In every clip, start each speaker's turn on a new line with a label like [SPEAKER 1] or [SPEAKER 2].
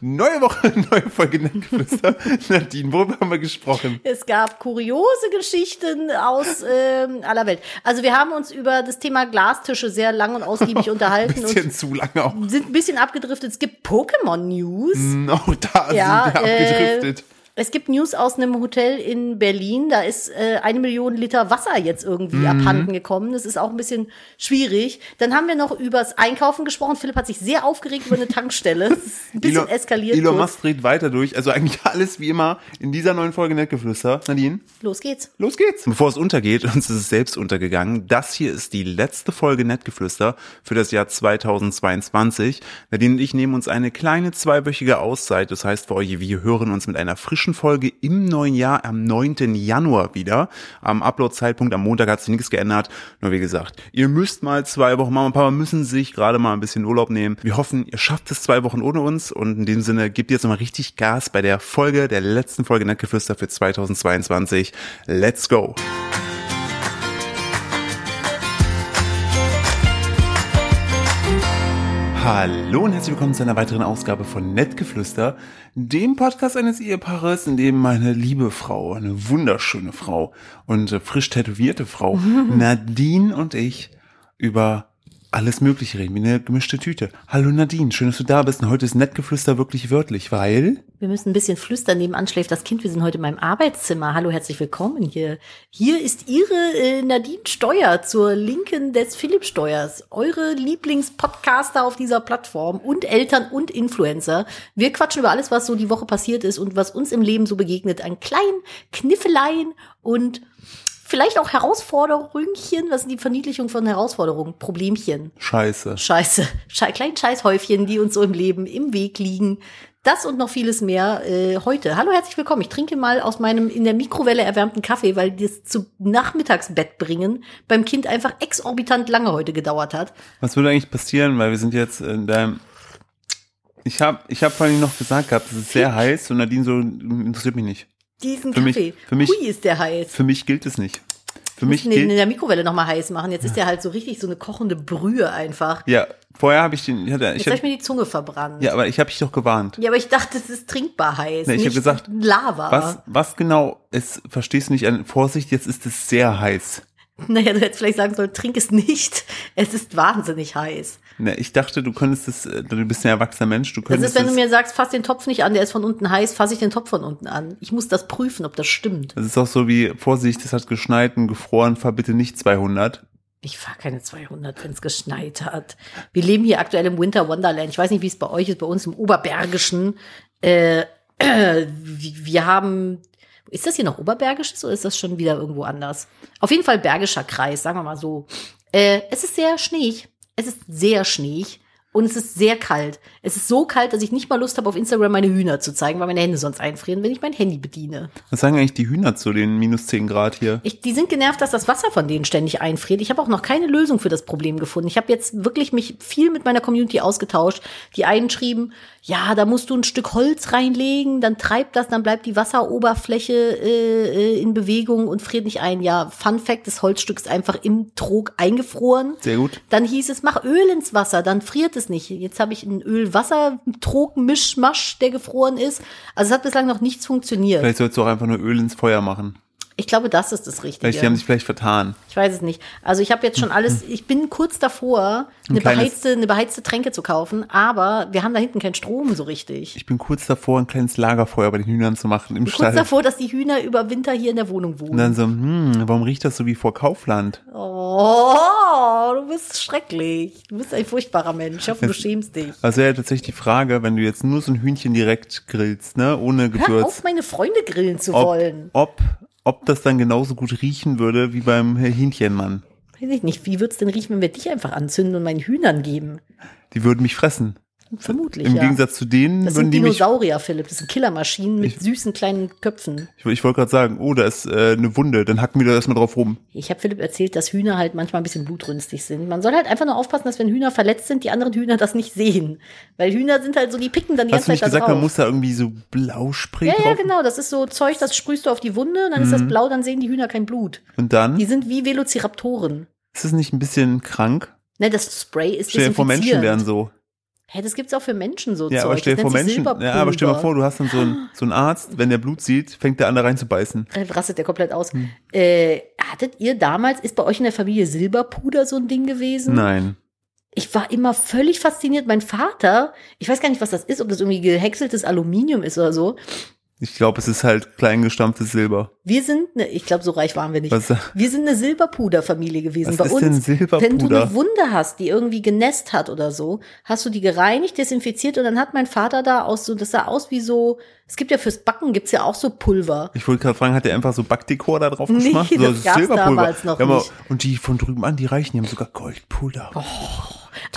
[SPEAKER 1] Neue Woche, neue Folge Nettgeflüster. Nadine, worüber haben wir gesprochen?
[SPEAKER 2] Es gab kuriose Geschichten aus ähm, aller Welt. Also wir haben uns über das Thema Glastische sehr lang und ausgiebig unterhalten
[SPEAKER 1] Ein bisschen zu lange auch.
[SPEAKER 2] und sind ein bisschen abgedriftet. Es gibt Pokémon-News.
[SPEAKER 1] Auch Oh, da
[SPEAKER 2] Ja,
[SPEAKER 1] Mhm, sind wir
[SPEAKER 2] äh,
[SPEAKER 1] abgedriftet.
[SPEAKER 2] Es gibt News aus einem Hotel in Berlin. Da ist äh, eine Million Liter Wasser jetzt irgendwie
[SPEAKER 1] Mhm.
[SPEAKER 2] abhanden gekommen. Das ist auch ein bisschen schwierig. Dann haben wir noch übers Einkaufen gesprochen. Philipp hat sich sehr aufgeregt über eine Tankstelle. Es ist ein bisschen
[SPEAKER 1] Elon-
[SPEAKER 2] eskaliert.
[SPEAKER 1] Elon
[SPEAKER 2] kurz.
[SPEAKER 1] Musk dreht weiter durch. Also eigentlich alles wie immer in dieser neuen Folge Nettgeflüster. Nadine,
[SPEAKER 2] Los geht's.
[SPEAKER 1] los geht's.
[SPEAKER 3] Bevor es untergeht, uns ist es selbst untergegangen, das hier ist die letzte Folge Nettgeflüster für das Jahr 2022. Nadine und ich nehmen uns eine kleine zweiwöchige Auszeit. Das heißt für euch, wir hören uns mit einer frischen Folge im neuen Jahr am 9. Januar wieder. Am Upload-Zeitpunkt am Montag hat sich nichts geändert. Nur wie gesagt, ihr müsst mal zwei Wochen, Mama und Papa müssen sich gerade mal ein bisschen Urlaub nehmen. Wir hoffen, ihr schafft es zwei Wochen ohne uns und in dem Sinne gebt jetzt nochmal richtig Gas bei der Folge, der letzten Folge Nettgeflüster für 2022. Let's go! Hallo und herzlich willkommen zu einer weiteren Ausgabe von Nettgeflüster, dem Podcast eines Ehepaares, in dem meine liebe Frau, eine wunderschöne Frau und äh, frisch tätowierte Frau, Nadine und ich über alles Mögliche reden, wie eine gemischte Tüte. Hallo Nadine, schön, dass du da bist und heute ist Nettgeflüster wirklich wörtlich, weil...
[SPEAKER 2] Wir müssen ein bisschen flüstern. Nebenan schläft das Kind. Wir sind heute in meinem Arbeitszimmer. Hallo, herzlich willkommen hier. Hier ist Ihre äh, Nadine Steuer zur Linken des Philipp Steuers. Eure Lieblingspodcaster auf dieser Plattform und Eltern und Influencer. Wir quatschen über alles, was so die Woche passiert ist und was uns im Leben so begegnet. An kleinen Kniffeleien und vielleicht auch Herausforderungchen. Was sind die Verniedlichung von Herausforderungen? Problemchen.
[SPEAKER 3] Scheiße.
[SPEAKER 2] Scheiße, Schei kleinen Scheißhäufchen, die uns so im Leben im Weg liegen. Das und noch vieles mehr äh, heute. Hallo, herzlich willkommen. Ich trinke mal aus meinem in der Mikrowelle erwärmten Kaffee, weil das zu Nachmittagsbett bringen beim Kind einfach exorbitant lange heute gedauert hat.
[SPEAKER 1] Was würde eigentlich passieren, weil wir sind jetzt in deinem... Ich habe ich hab vorhin noch gesagt gehabt, es ist sehr heiß und Nadine so, interessiert mich nicht.
[SPEAKER 2] Diesen
[SPEAKER 1] Für mich-
[SPEAKER 2] Kaffee.
[SPEAKER 1] für mich-
[SPEAKER 2] Hui, ist der heiß.
[SPEAKER 1] Für mich gilt es nicht. Für mich
[SPEAKER 2] Müssen den in
[SPEAKER 1] gilt...
[SPEAKER 2] der Mikrowelle nochmal heiß machen. Jetzt ist der halt so richtig so eine kochende Brühe einfach.
[SPEAKER 1] Ja, vorher habe ich den... Ich hatte, ich
[SPEAKER 2] Jetzt habe ich
[SPEAKER 1] hatte,
[SPEAKER 2] mir die Zunge verbrannt.
[SPEAKER 1] ja, aber ich habe dich doch gewarnt.
[SPEAKER 2] Ja, aber ich dachte, es ist trinkbar heiß.
[SPEAKER 1] Nee, ich hab
[SPEAKER 2] nicht
[SPEAKER 1] gesagt,
[SPEAKER 2] Lava.
[SPEAKER 1] Was, was genau ist, verstehst du nicht an Vorsicht, jetzt ist es sehr heiß.
[SPEAKER 2] Naja, du hättest vielleicht sagen sollen, trink es nicht. Es ist wahnsinnig heiß.
[SPEAKER 1] Ne, ich dachte, du könntest es, äh, du bist ein erwachsener Mensch, du
[SPEAKER 2] Das
[SPEAKER 1] könntest
[SPEAKER 2] ist, wenn du
[SPEAKER 1] es,
[SPEAKER 2] mir sagst, fass den Topf nicht an, der ist von unten heiß, fass ich den Topf von unten an. Ich muss das prüfen, ob das stimmt.
[SPEAKER 1] das ist auch so wie, Vorsicht, es hat geschneit und gefroren, fahr bitte nicht 200.
[SPEAKER 2] Ich fahre keine 200, wenn es geschneit hat. Wir leben hier aktuell im Winter Wonderland. Ich weiß nicht, wie es bei euch ist, bei uns im Oberbergischen. Äh, äh, wir haben, ist das hier noch Oberbergisches oder ist das schon wieder irgendwo anders? Auf jeden Fall Bergischer Kreis, sagen wir mal so. Äh, es ist sehr schneeig. Es ist sehr schneeig. Und es ist sehr kalt. Es ist so kalt, dass ich nicht mal Lust habe, auf Instagram meine Hühner zu zeigen, weil meine Hände sonst einfrieren, wenn ich mein Handy bediene.
[SPEAKER 1] Was sagen eigentlich die Hühner zu den minus 10 Grad hier?
[SPEAKER 2] Ich, die sind genervt, dass das Wasser von denen ständig einfriert. Ich habe auch noch keine Lösung für das Problem gefunden. Ich habe jetzt wirklich mich viel mit meiner Community ausgetauscht. Die einen schrieben, ja, da musst du ein Stück Holz reinlegen, dann treibt das, dann bleibt die Wasseroberfläche äh, äh, in Bewegung und friert nicht ein. Ja, Fun Fact, das Holzstück ist einfach im Trog eingefroren.
[SPEAKER 1] Sehr gut.
[SPEAKER 2] Dann hieß es, mach Öl ins Wasser, dann friert es nicht. Jetzt habe ich einen Öl-Wasser-Trog-Mischmasch, der gefroren ist. Also es hat bislang noch nichts funktioniert.
[SPEAKER 1] Vielleicht sollst du auch einfach nur Öl ins Feuer machen.
[SPEAKER 2] Ich glaube, das ist das Richtige.
[SPEAKER 1] Vielleicht, die haben sich vielleicht vertan.
[SPEAKER 2] Ich weiß es nicht. Also ich habe jetzt schon alles, ich bin kurz davor,
[SPEAKER 1] Hm.
[SPEAKER 2] eine
[SPEAKER 1] kleines-
[SPEAKER 2] beheizte, eine beheizte Tränke zu kaufen, aber wir haben da hinten keinen Strom so richtig.
[SPEAKER 1] Ich bin kurz davor, ein kleines Lagerfeuer bei den Hühnern zu machen im
[SPEAKER 2] Kurz
[SPEAKER 1] Stall.
[SPEAKER 2] davor, dass die Hühner über Winter hier in der Wohnung
[SPEAKER 1] Und
[SPEAKER 2] wohnen.
[SPEAKER 1] dann so, hm, warum riecht das so wie vor Kaufland?
[SPEAKER 2] Oh, du bist schrecklich. Du bist ein furchtbarer Mensch. Ich hoffe, du schämst dich.
[SPEAKER 1] Also wäre tatsächlich die Frage, wenn du jetzt nur so ein Hühnchen direkt grillst, ne, ohne Gewürz.
[SPEAKER 2] Hör auf, meine Freunde grillen zu
[SPEAKER 1] ob,
[SPEAKER 2] wollen.
[SPEAKER 1] ob, ob das dann genauso gut riechen würde wie beim Hähnchenmann.
[SPEAKER 2] Weiß ich nicht, wie wird's denn riechen, wenn wir dich einfach anzünden und meinen Hühnern geben?
[SPEAKER 1] Die würden mich fressen.
[SPEAKER 2] Vermutlich,
[SPEAKER 1] Im
[SPEAKER 2] ja.
[SPEAKER 1] Gegensatz zu denen
[SPEAKER 2] das
[SPEAKER 1] würden
[SPEAKER 2] sind
[SPEAKER 1] die mich.
[SPEAKER 2] Dinosaurier, Philipp. Das sind Killermaschinen mit süßen kleinen Köpfen.
[SPEAKER 1] Ich, ich wollte gerade sagen, oh, da ist äh, eine Wunde, dann hacken wir da erstmal drauf rum.
[SPEAKER 2] Ich habe Philipp erzählt, dass Hühner halt manchmal ein bisschen blutrünstig sind. Man soll halt einfach nur aufpassen, dass wenn Hühner verletzt sind, die anderen Hühner das nicht sehen. Weil Hühner sind halt so, die picken dann die
[SPEAKER 1] Hast du nicht
[SPEAKER 2] ganze Zeit da
[SPEAKER 1] gesagt,
[SPEAKER 2] drauf.
[SPEAKER 1] man muss da irgendwie so Blauspray
[SPEAKER 2] ja,
[SPEAKER 1] drauf? Mhm.
[SPEAKER 2] ja, genau. Das ist so Zeug, das sprühst du auf die Wunde und dann ist das blau, dann sehen die Hühner kein Blut.
[SPEAKER 1] Und dann?
[SPEAKER 2] Die sind wie Velociraptoren.
[SPEAKER 1] Ist es nicht ein bisschen krank?
[SPEAKER 2] Ne, das Spray ist
[SPEAKER 1] Stell dir vor, Menschen wären
[SPEAKER 2] desinfizierend.
[SPEAKER 1] so.
[SPEAKER 2] Hä, das gibt's auch für Menschen so
[SPEAKER 1] Ja,
[SPEAKER 2] Zeug.
[SPEAKER 1] aber stell dir
[SPEAKER 2] das
[SPEAKER 1] vor,
[SPEAKER 2] nennt sich
[SPEAKER 1] Menschen. Ja, aber stell dir mal vor,
[SPEAKER 2] Silberpulver.
[SPEAKER 1] du hast dann so einen, so einen Arzt, wenn der Blut sieht, fängt der an, da reinzubeißen.
[SPEAKER 2] Dann rastet der komplett aus.
[SPEAKER 1] Hm.
[SPEAKER 2] Äh, hattet ihr damals, ist bei euch in der Familie Silberpuder so ein Ding gewesen?
[SPEAKER 1] Nein.
[SPEAKER 2] Ich war immer völlig fasziniert. Mein Vater, ich weiß gar nicht, was das ist, ob das irgendwie gehäckseltes Aluminium ist oder so.
[SPEAKER 1] Ich glaube, es ist halt kleingestampftes Silber.
[SPEAKER 2] Wir sind, eine, ich glaube, so reich waren wir nicht.
[SPEAKER 1] Was,
[SPEAKER 2] Wir sind eine Silberpuderfamilie gewesen
[SPEAKER 1] was
[SPEAKER 2] bei
[SPEAKER 1] ist
[SPEAKER 2] uns.
[SPEAKER 1] denn
[SPEAKER 2] Wenn du
[SPEAKER 1] Silberpuder?
[SPEAKER 2] eine Wunde hast, die irgendwie genässt hat oder so, hast du die gereinigt, desinfiziert und dann hat mein Vater da aus so, das sah aus wie so, es gibt ja fürs Backen gibt's ja auch so Pulver.
[SPEAKER 1] Ich wollte gerade fragen, hat der einfach so Backdekor da drauf
[SPEAKER 2] Nee,
[SPEAKER 1] geschmacht? so
[SPEAKER 2] das gab's damals noch
[SPEAKER 1] ja, aber,
[SPEAKER 2] nicht. Oh,
[SPEAKER 1] Und die von drüben an, die reichen, die haben sogar Goldpuder.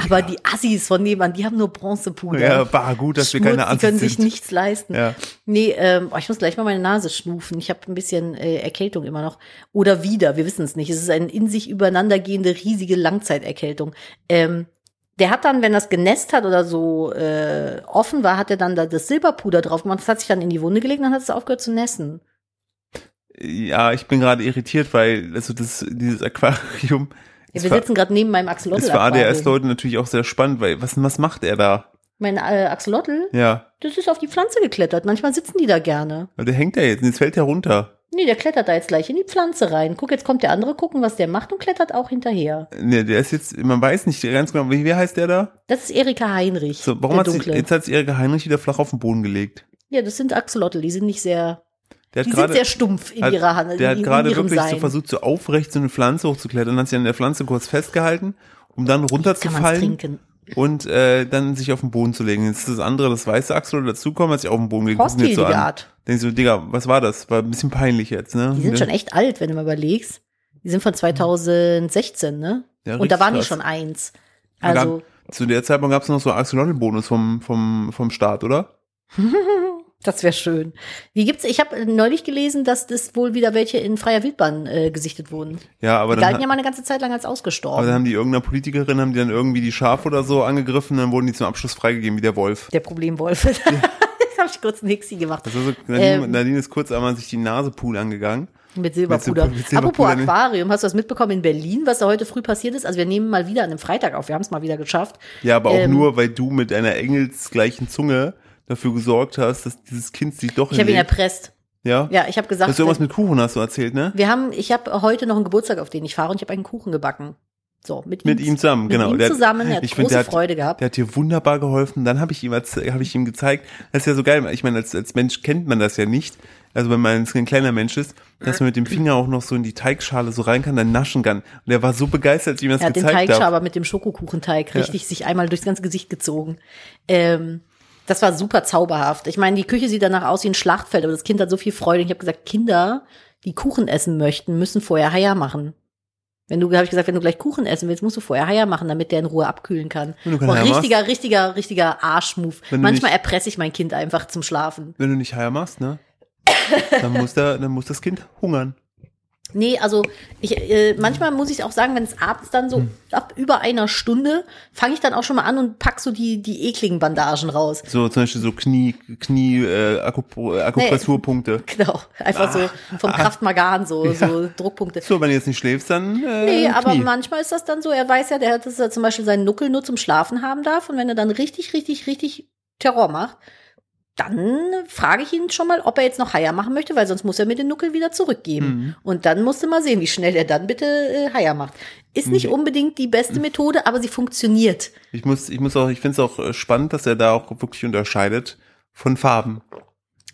[SPEAKER 2] Aber die Assis von nebenan, die haben nur Bronzepuder.
[SPEAKER 1] ja, war gut, dass wir keine
[SPEAKER 2] Schmutz, Die können
[SPEAKER 1] Ansicht
[SPEAKER 2] sich
[SPEAKER 1] sind.
[SPEAKER 2] nichts leisten.
[SPEAKER 1] Ja.
[SPEAKER 2] Nee, ähm, oh, ich muss gleich mal meine Nase schnufen. Ich habe ein bisschen äh, Erkältung immer noch. Oder wieder, wir wissen es nicht. Es ist eine in sich übereinandergehende, riesige Langzeiterkältung. Ähm, der hat dann, wenn das genässt hat oder so äh, offen war, hat er dann da das Silberpuder drauf gemacht. Das hat sich dann in die Wunde gelegt und dann hat es aufgehört zu nässen.
[SPEAKER 1] Ja, ich bin gerade irritiert, weil also das, dieses Aquarium.
[SPEAKER 2] Ja,
[SPEAKER 1] es
[SPEAKER 2] wir
[SPEAKER 1] war-
[SPEAKER 2] sitzen gerade neben meinem Axolotl.
[SPEAKER 1] ist für ADHS-Leute natürlich auch sehr spannend, weil was, was macht er da?
[SPEAKER 2] Mein äh, Axolotl,
[SPEAKER 1] Ja,
[SPEAKER 2] das ist auf die Pflanze geklettert. Manchmal sitzen die da gerne.
[SPEAKER 1] aber der hängt da jetzt und jetzt fällt er runter.
[SPEAKER 2] Nee, der klettert da jetzt gleich in die Pflanze rein. Guck, jetzt kommt der andere, gucken, was der macht und klettert auch hinterher.
[SPEAKER 1] Ne, der ist jetzt, man weiß nicht ganz genau, wie, wie heißt der da?
[SPEAKER 2] Das ist Erika Heinrich.
[SPEAKER 1] So, warum
[SPEAKER 2] der
[SPEAKER 1] hat sich,
[SPEAKER 2] Dunkle.
[SPEAKER 1] jetzt hat sich Erika Heinrich wieder flach auf den Boden gelegt.
[SPEAKER 2] Ja, das sind Axolotl, die sind nicht sehr,
[SPEAKER 1] Der hat
[SPEAKER 2] die sind
[SPEAKER 1] gerade,
[SPEAKER 2] sehr stumpf in
[SPEAKER 1] hat-
[SPEAKER 2] ihrer Hand,
[SPEAKER 1] der
[SPEAKER 2] in,
[SPEAKER 1] hat
[SPEAKER 2] in
[SPEAKER 1] gerade
[SPEAKER 2] ihrem
[SPEAKER 1] wirklich so
[SPEAKER 2] Sein.
[SPEAKER 1] versucht, so aufrecht so eine Pflanze hochzuklettern, hat sich an der Pflanze kurz festgehalten, um dann
[SPEAKER 2] Kann man
[SPEAKER 1] runterzufallen
[SPEAKER 2] trinken.
[SPEAKER 1] und äh, dann sich auf den Boden zu legen. Jetzt ist das andere, das weiße Axolotl dazukommen, hat sich auf den Boden gelegt. gucken jetzt
[SPEAKER 2] Hostilige
[SPEAKER 1] so an.
[SPEAKER 2] Art.
[SPEAKER 1] Denkst du, Digga, was war das? War ein bisschen peinlich jetzt, ne?
[SPEAKER 2] Die sind schon echt alt, wenn du mal überlegst. Die sind von 2016, ne?
[SPEAKER 1] Mhm. Ja,
[SPEAKER 2] Und da
[SPEAKER 1] richtig
[SPEAKER 2] waren die
[SPEAKER 1] krass.
[SPEAKER 2] schon eins.
[SPEAKER 1] Da gab-
[SPEAKER 2] Also,
[SPEAKER 1] Zu der Zeit gab es noch so Axolotl-Bonus vom, vom, vom Staat, oder?
[SPEAKER 2] das wäre schön. Wie gibt's, ich habe neulich gelesen, dass das wohl wieder welche in freier Wildbahn äh, gesichtet wurden.
[SPEAKER 1] Ja, aber
[SPEAKER 2] Die
[SPEAKER 1] dann,
[SPEAKER 2] galten
[SPEAKER 1] ha-
[SPEAKER 2] ja mal eine ganze Zeit lang als
[SPEAKER 1] aber dann
[SPEAKER 2] ausgestorben.
[SPEAKER 1] haben die irgendeiner Politikerin, haben die dann irgendwie die Schafe oder so angegriffen, dann wurden die zum Abschluss freigegeben, wie der Wolf.
[SPEAKER 2] Der Problemwolf. das habe ich kurz einen Hixi gemacht.
[SPEAKER 1] Das ist so,
[SPEAKER 2] Ähm.
[SPEAKER 1] Nadine, Nadine ist kurz einmal sich die Nase pool angegangen.
[SPEAKER 2] Mit Silberpuder.
[SPEAKER 1] Mit Silber- mit
[SPEAKER 2] Apropos
[SPEAKER 1] Silberpuder, ne?
[SPEAKER 2] Aquarium, hast du das mitbekommen in Berlin, was da heute früh passiert ist? Also wir nehmen mal wieder an einem Freitag auf, wir haben es mal wieder geschafft.
[SPEAKER 1] Ja, aber auch
[SPEAKER 2] Ähm.
[SPEAKER 1] nur, weil du mit einer engelsgleichen Zunge dafür gesorgt hast, dass dieses Kind sich doch
[SPEAKER 2] Ich habe ihn
[SPEAKER 1] hinlegt.
[SPEAKER 2] erpresst.
[SPEAKER 1] ja?
[SPEAKER 2] Ja, ich habe gesagt, äh,
[SPEAKER 1] Hast du irgendwas mit Kuchen hast du erzählt, ne?
[SPEAKER 2] wir haben, ich habe heute noch einen Geburtstag, auf den ich fahre und ich habe einen Kuchen gebacken. So, mit,
[SPEAKER 1] Mit ihm zusammen,
[SPEAKER 2] mit
[SPEAKER 1] genau.
[SPEAKER 2] Ihm
[SPEAKER 1] Der hat-
[SPEAKER 2] zusammen, er hat
[SPEAKER 1] ich
[SPEAKER 2] große
[SPEAKER 1] find, der hat-
[SPEAKER 2] Freude gehabt.
[SPEAKER 1] Der hat dir wunderbar geholfen. Dann habe ich ihm erz- habe ich ihm gezeigt, das ist ja so geil. Ich meine, als, als Mensch kennt man das ja nicht. Also wenn man ein kleiner Mensch ist, dass man mit dem Finger auch noch so in die Teigschale so rein kann, dann naschen kann. Und er war so begeistert, als ich ihm das
[SPEAKER 2] Er hat den
[SPEAKER 1] gezeigt habe.
[SPEAKER 2] Teigschaber mit dem Schokokuchenteig richtig sich einmal durchs ganze Gesicht gezogen. Ähm, das war super zauberhaft. Ich meine, die Küche sieht danach aus wie ein Schlachtfeld, aber das Kind hat so viel Freude. Und ich habe gesagt, Kinder, die Kuchen essen möchten, müssen vorher Haier machen. Wenn du, habe ich gesagt, wenn du gleich Kuchen essen willst, musst du vorher Haier machen, damit der in Ruhe abkühlen kann.
[SPEAKER 1] Wenn du keinen
[SPEAKER 2] Boah,
[SPEAKER 1] Haier
[SPEAKER 2] richtiger, richtiger, richtiger Arschmove.
[SPEAKER 1] Wenn du
[SPEAKER 2] Manchmal
[SPEAKER 1] nicht-
[SPEAKER 2] erpresse ich mein Kind einfach zum Schlafen.
[SPEAKER 1] Wenn du nicht heier machst, ne? Dann muss der, dann muss das Kind hungern.
[SPEAKER 2] Nee, also ich äh, manchmal muss ich auch sagen, wenn es abends dann so ab über einer Stunde fange ich dann auch schon mal an und pack so die die ekligen Bandagen raus.
[SPEAKER 1] So zum Beispiel so Knie, Knie, äh, Akupu- äh, Akupressurpunkte.
[SPEAKER 2] Genau, einfach so vom Kraftmagan so so Druckpunkte.
[SPEAKER 1] So, wenn du jetzt nicht schläfst, dann äh,
[SPEAKER 2] Nee, aber
[SPEAKER 1] Knie.
[SPEAKER 2] manchmal ist das dann so, er weiß ja, der hat, dass er zum Beispiel seinen Nuckel nur zum Schlafen haben darf und wenn er dann richtig, richtig, richtig Terror macht, dann frage ich ihn schon mal, ob er jetzt noch Haier machen möchte, weil sonst muss er mir den Nuckel wieder
[SPEAKER 1] Mhm.
[SPEAKER 2] zurückgeben. Und dann musst du mal sehen, wie schnell er dann bitte äh, Haier macht. Ist
[SPEAKER 1] Mhm.
[SPEAKER 2] nicht unbedingt die beste Methode, aber sie funktioniert.
[SPEAKER 1] Ich muss, ich muss auch, ich finde es auch äh, spannend, dass er da auch wirklich unterscheidet von Farben.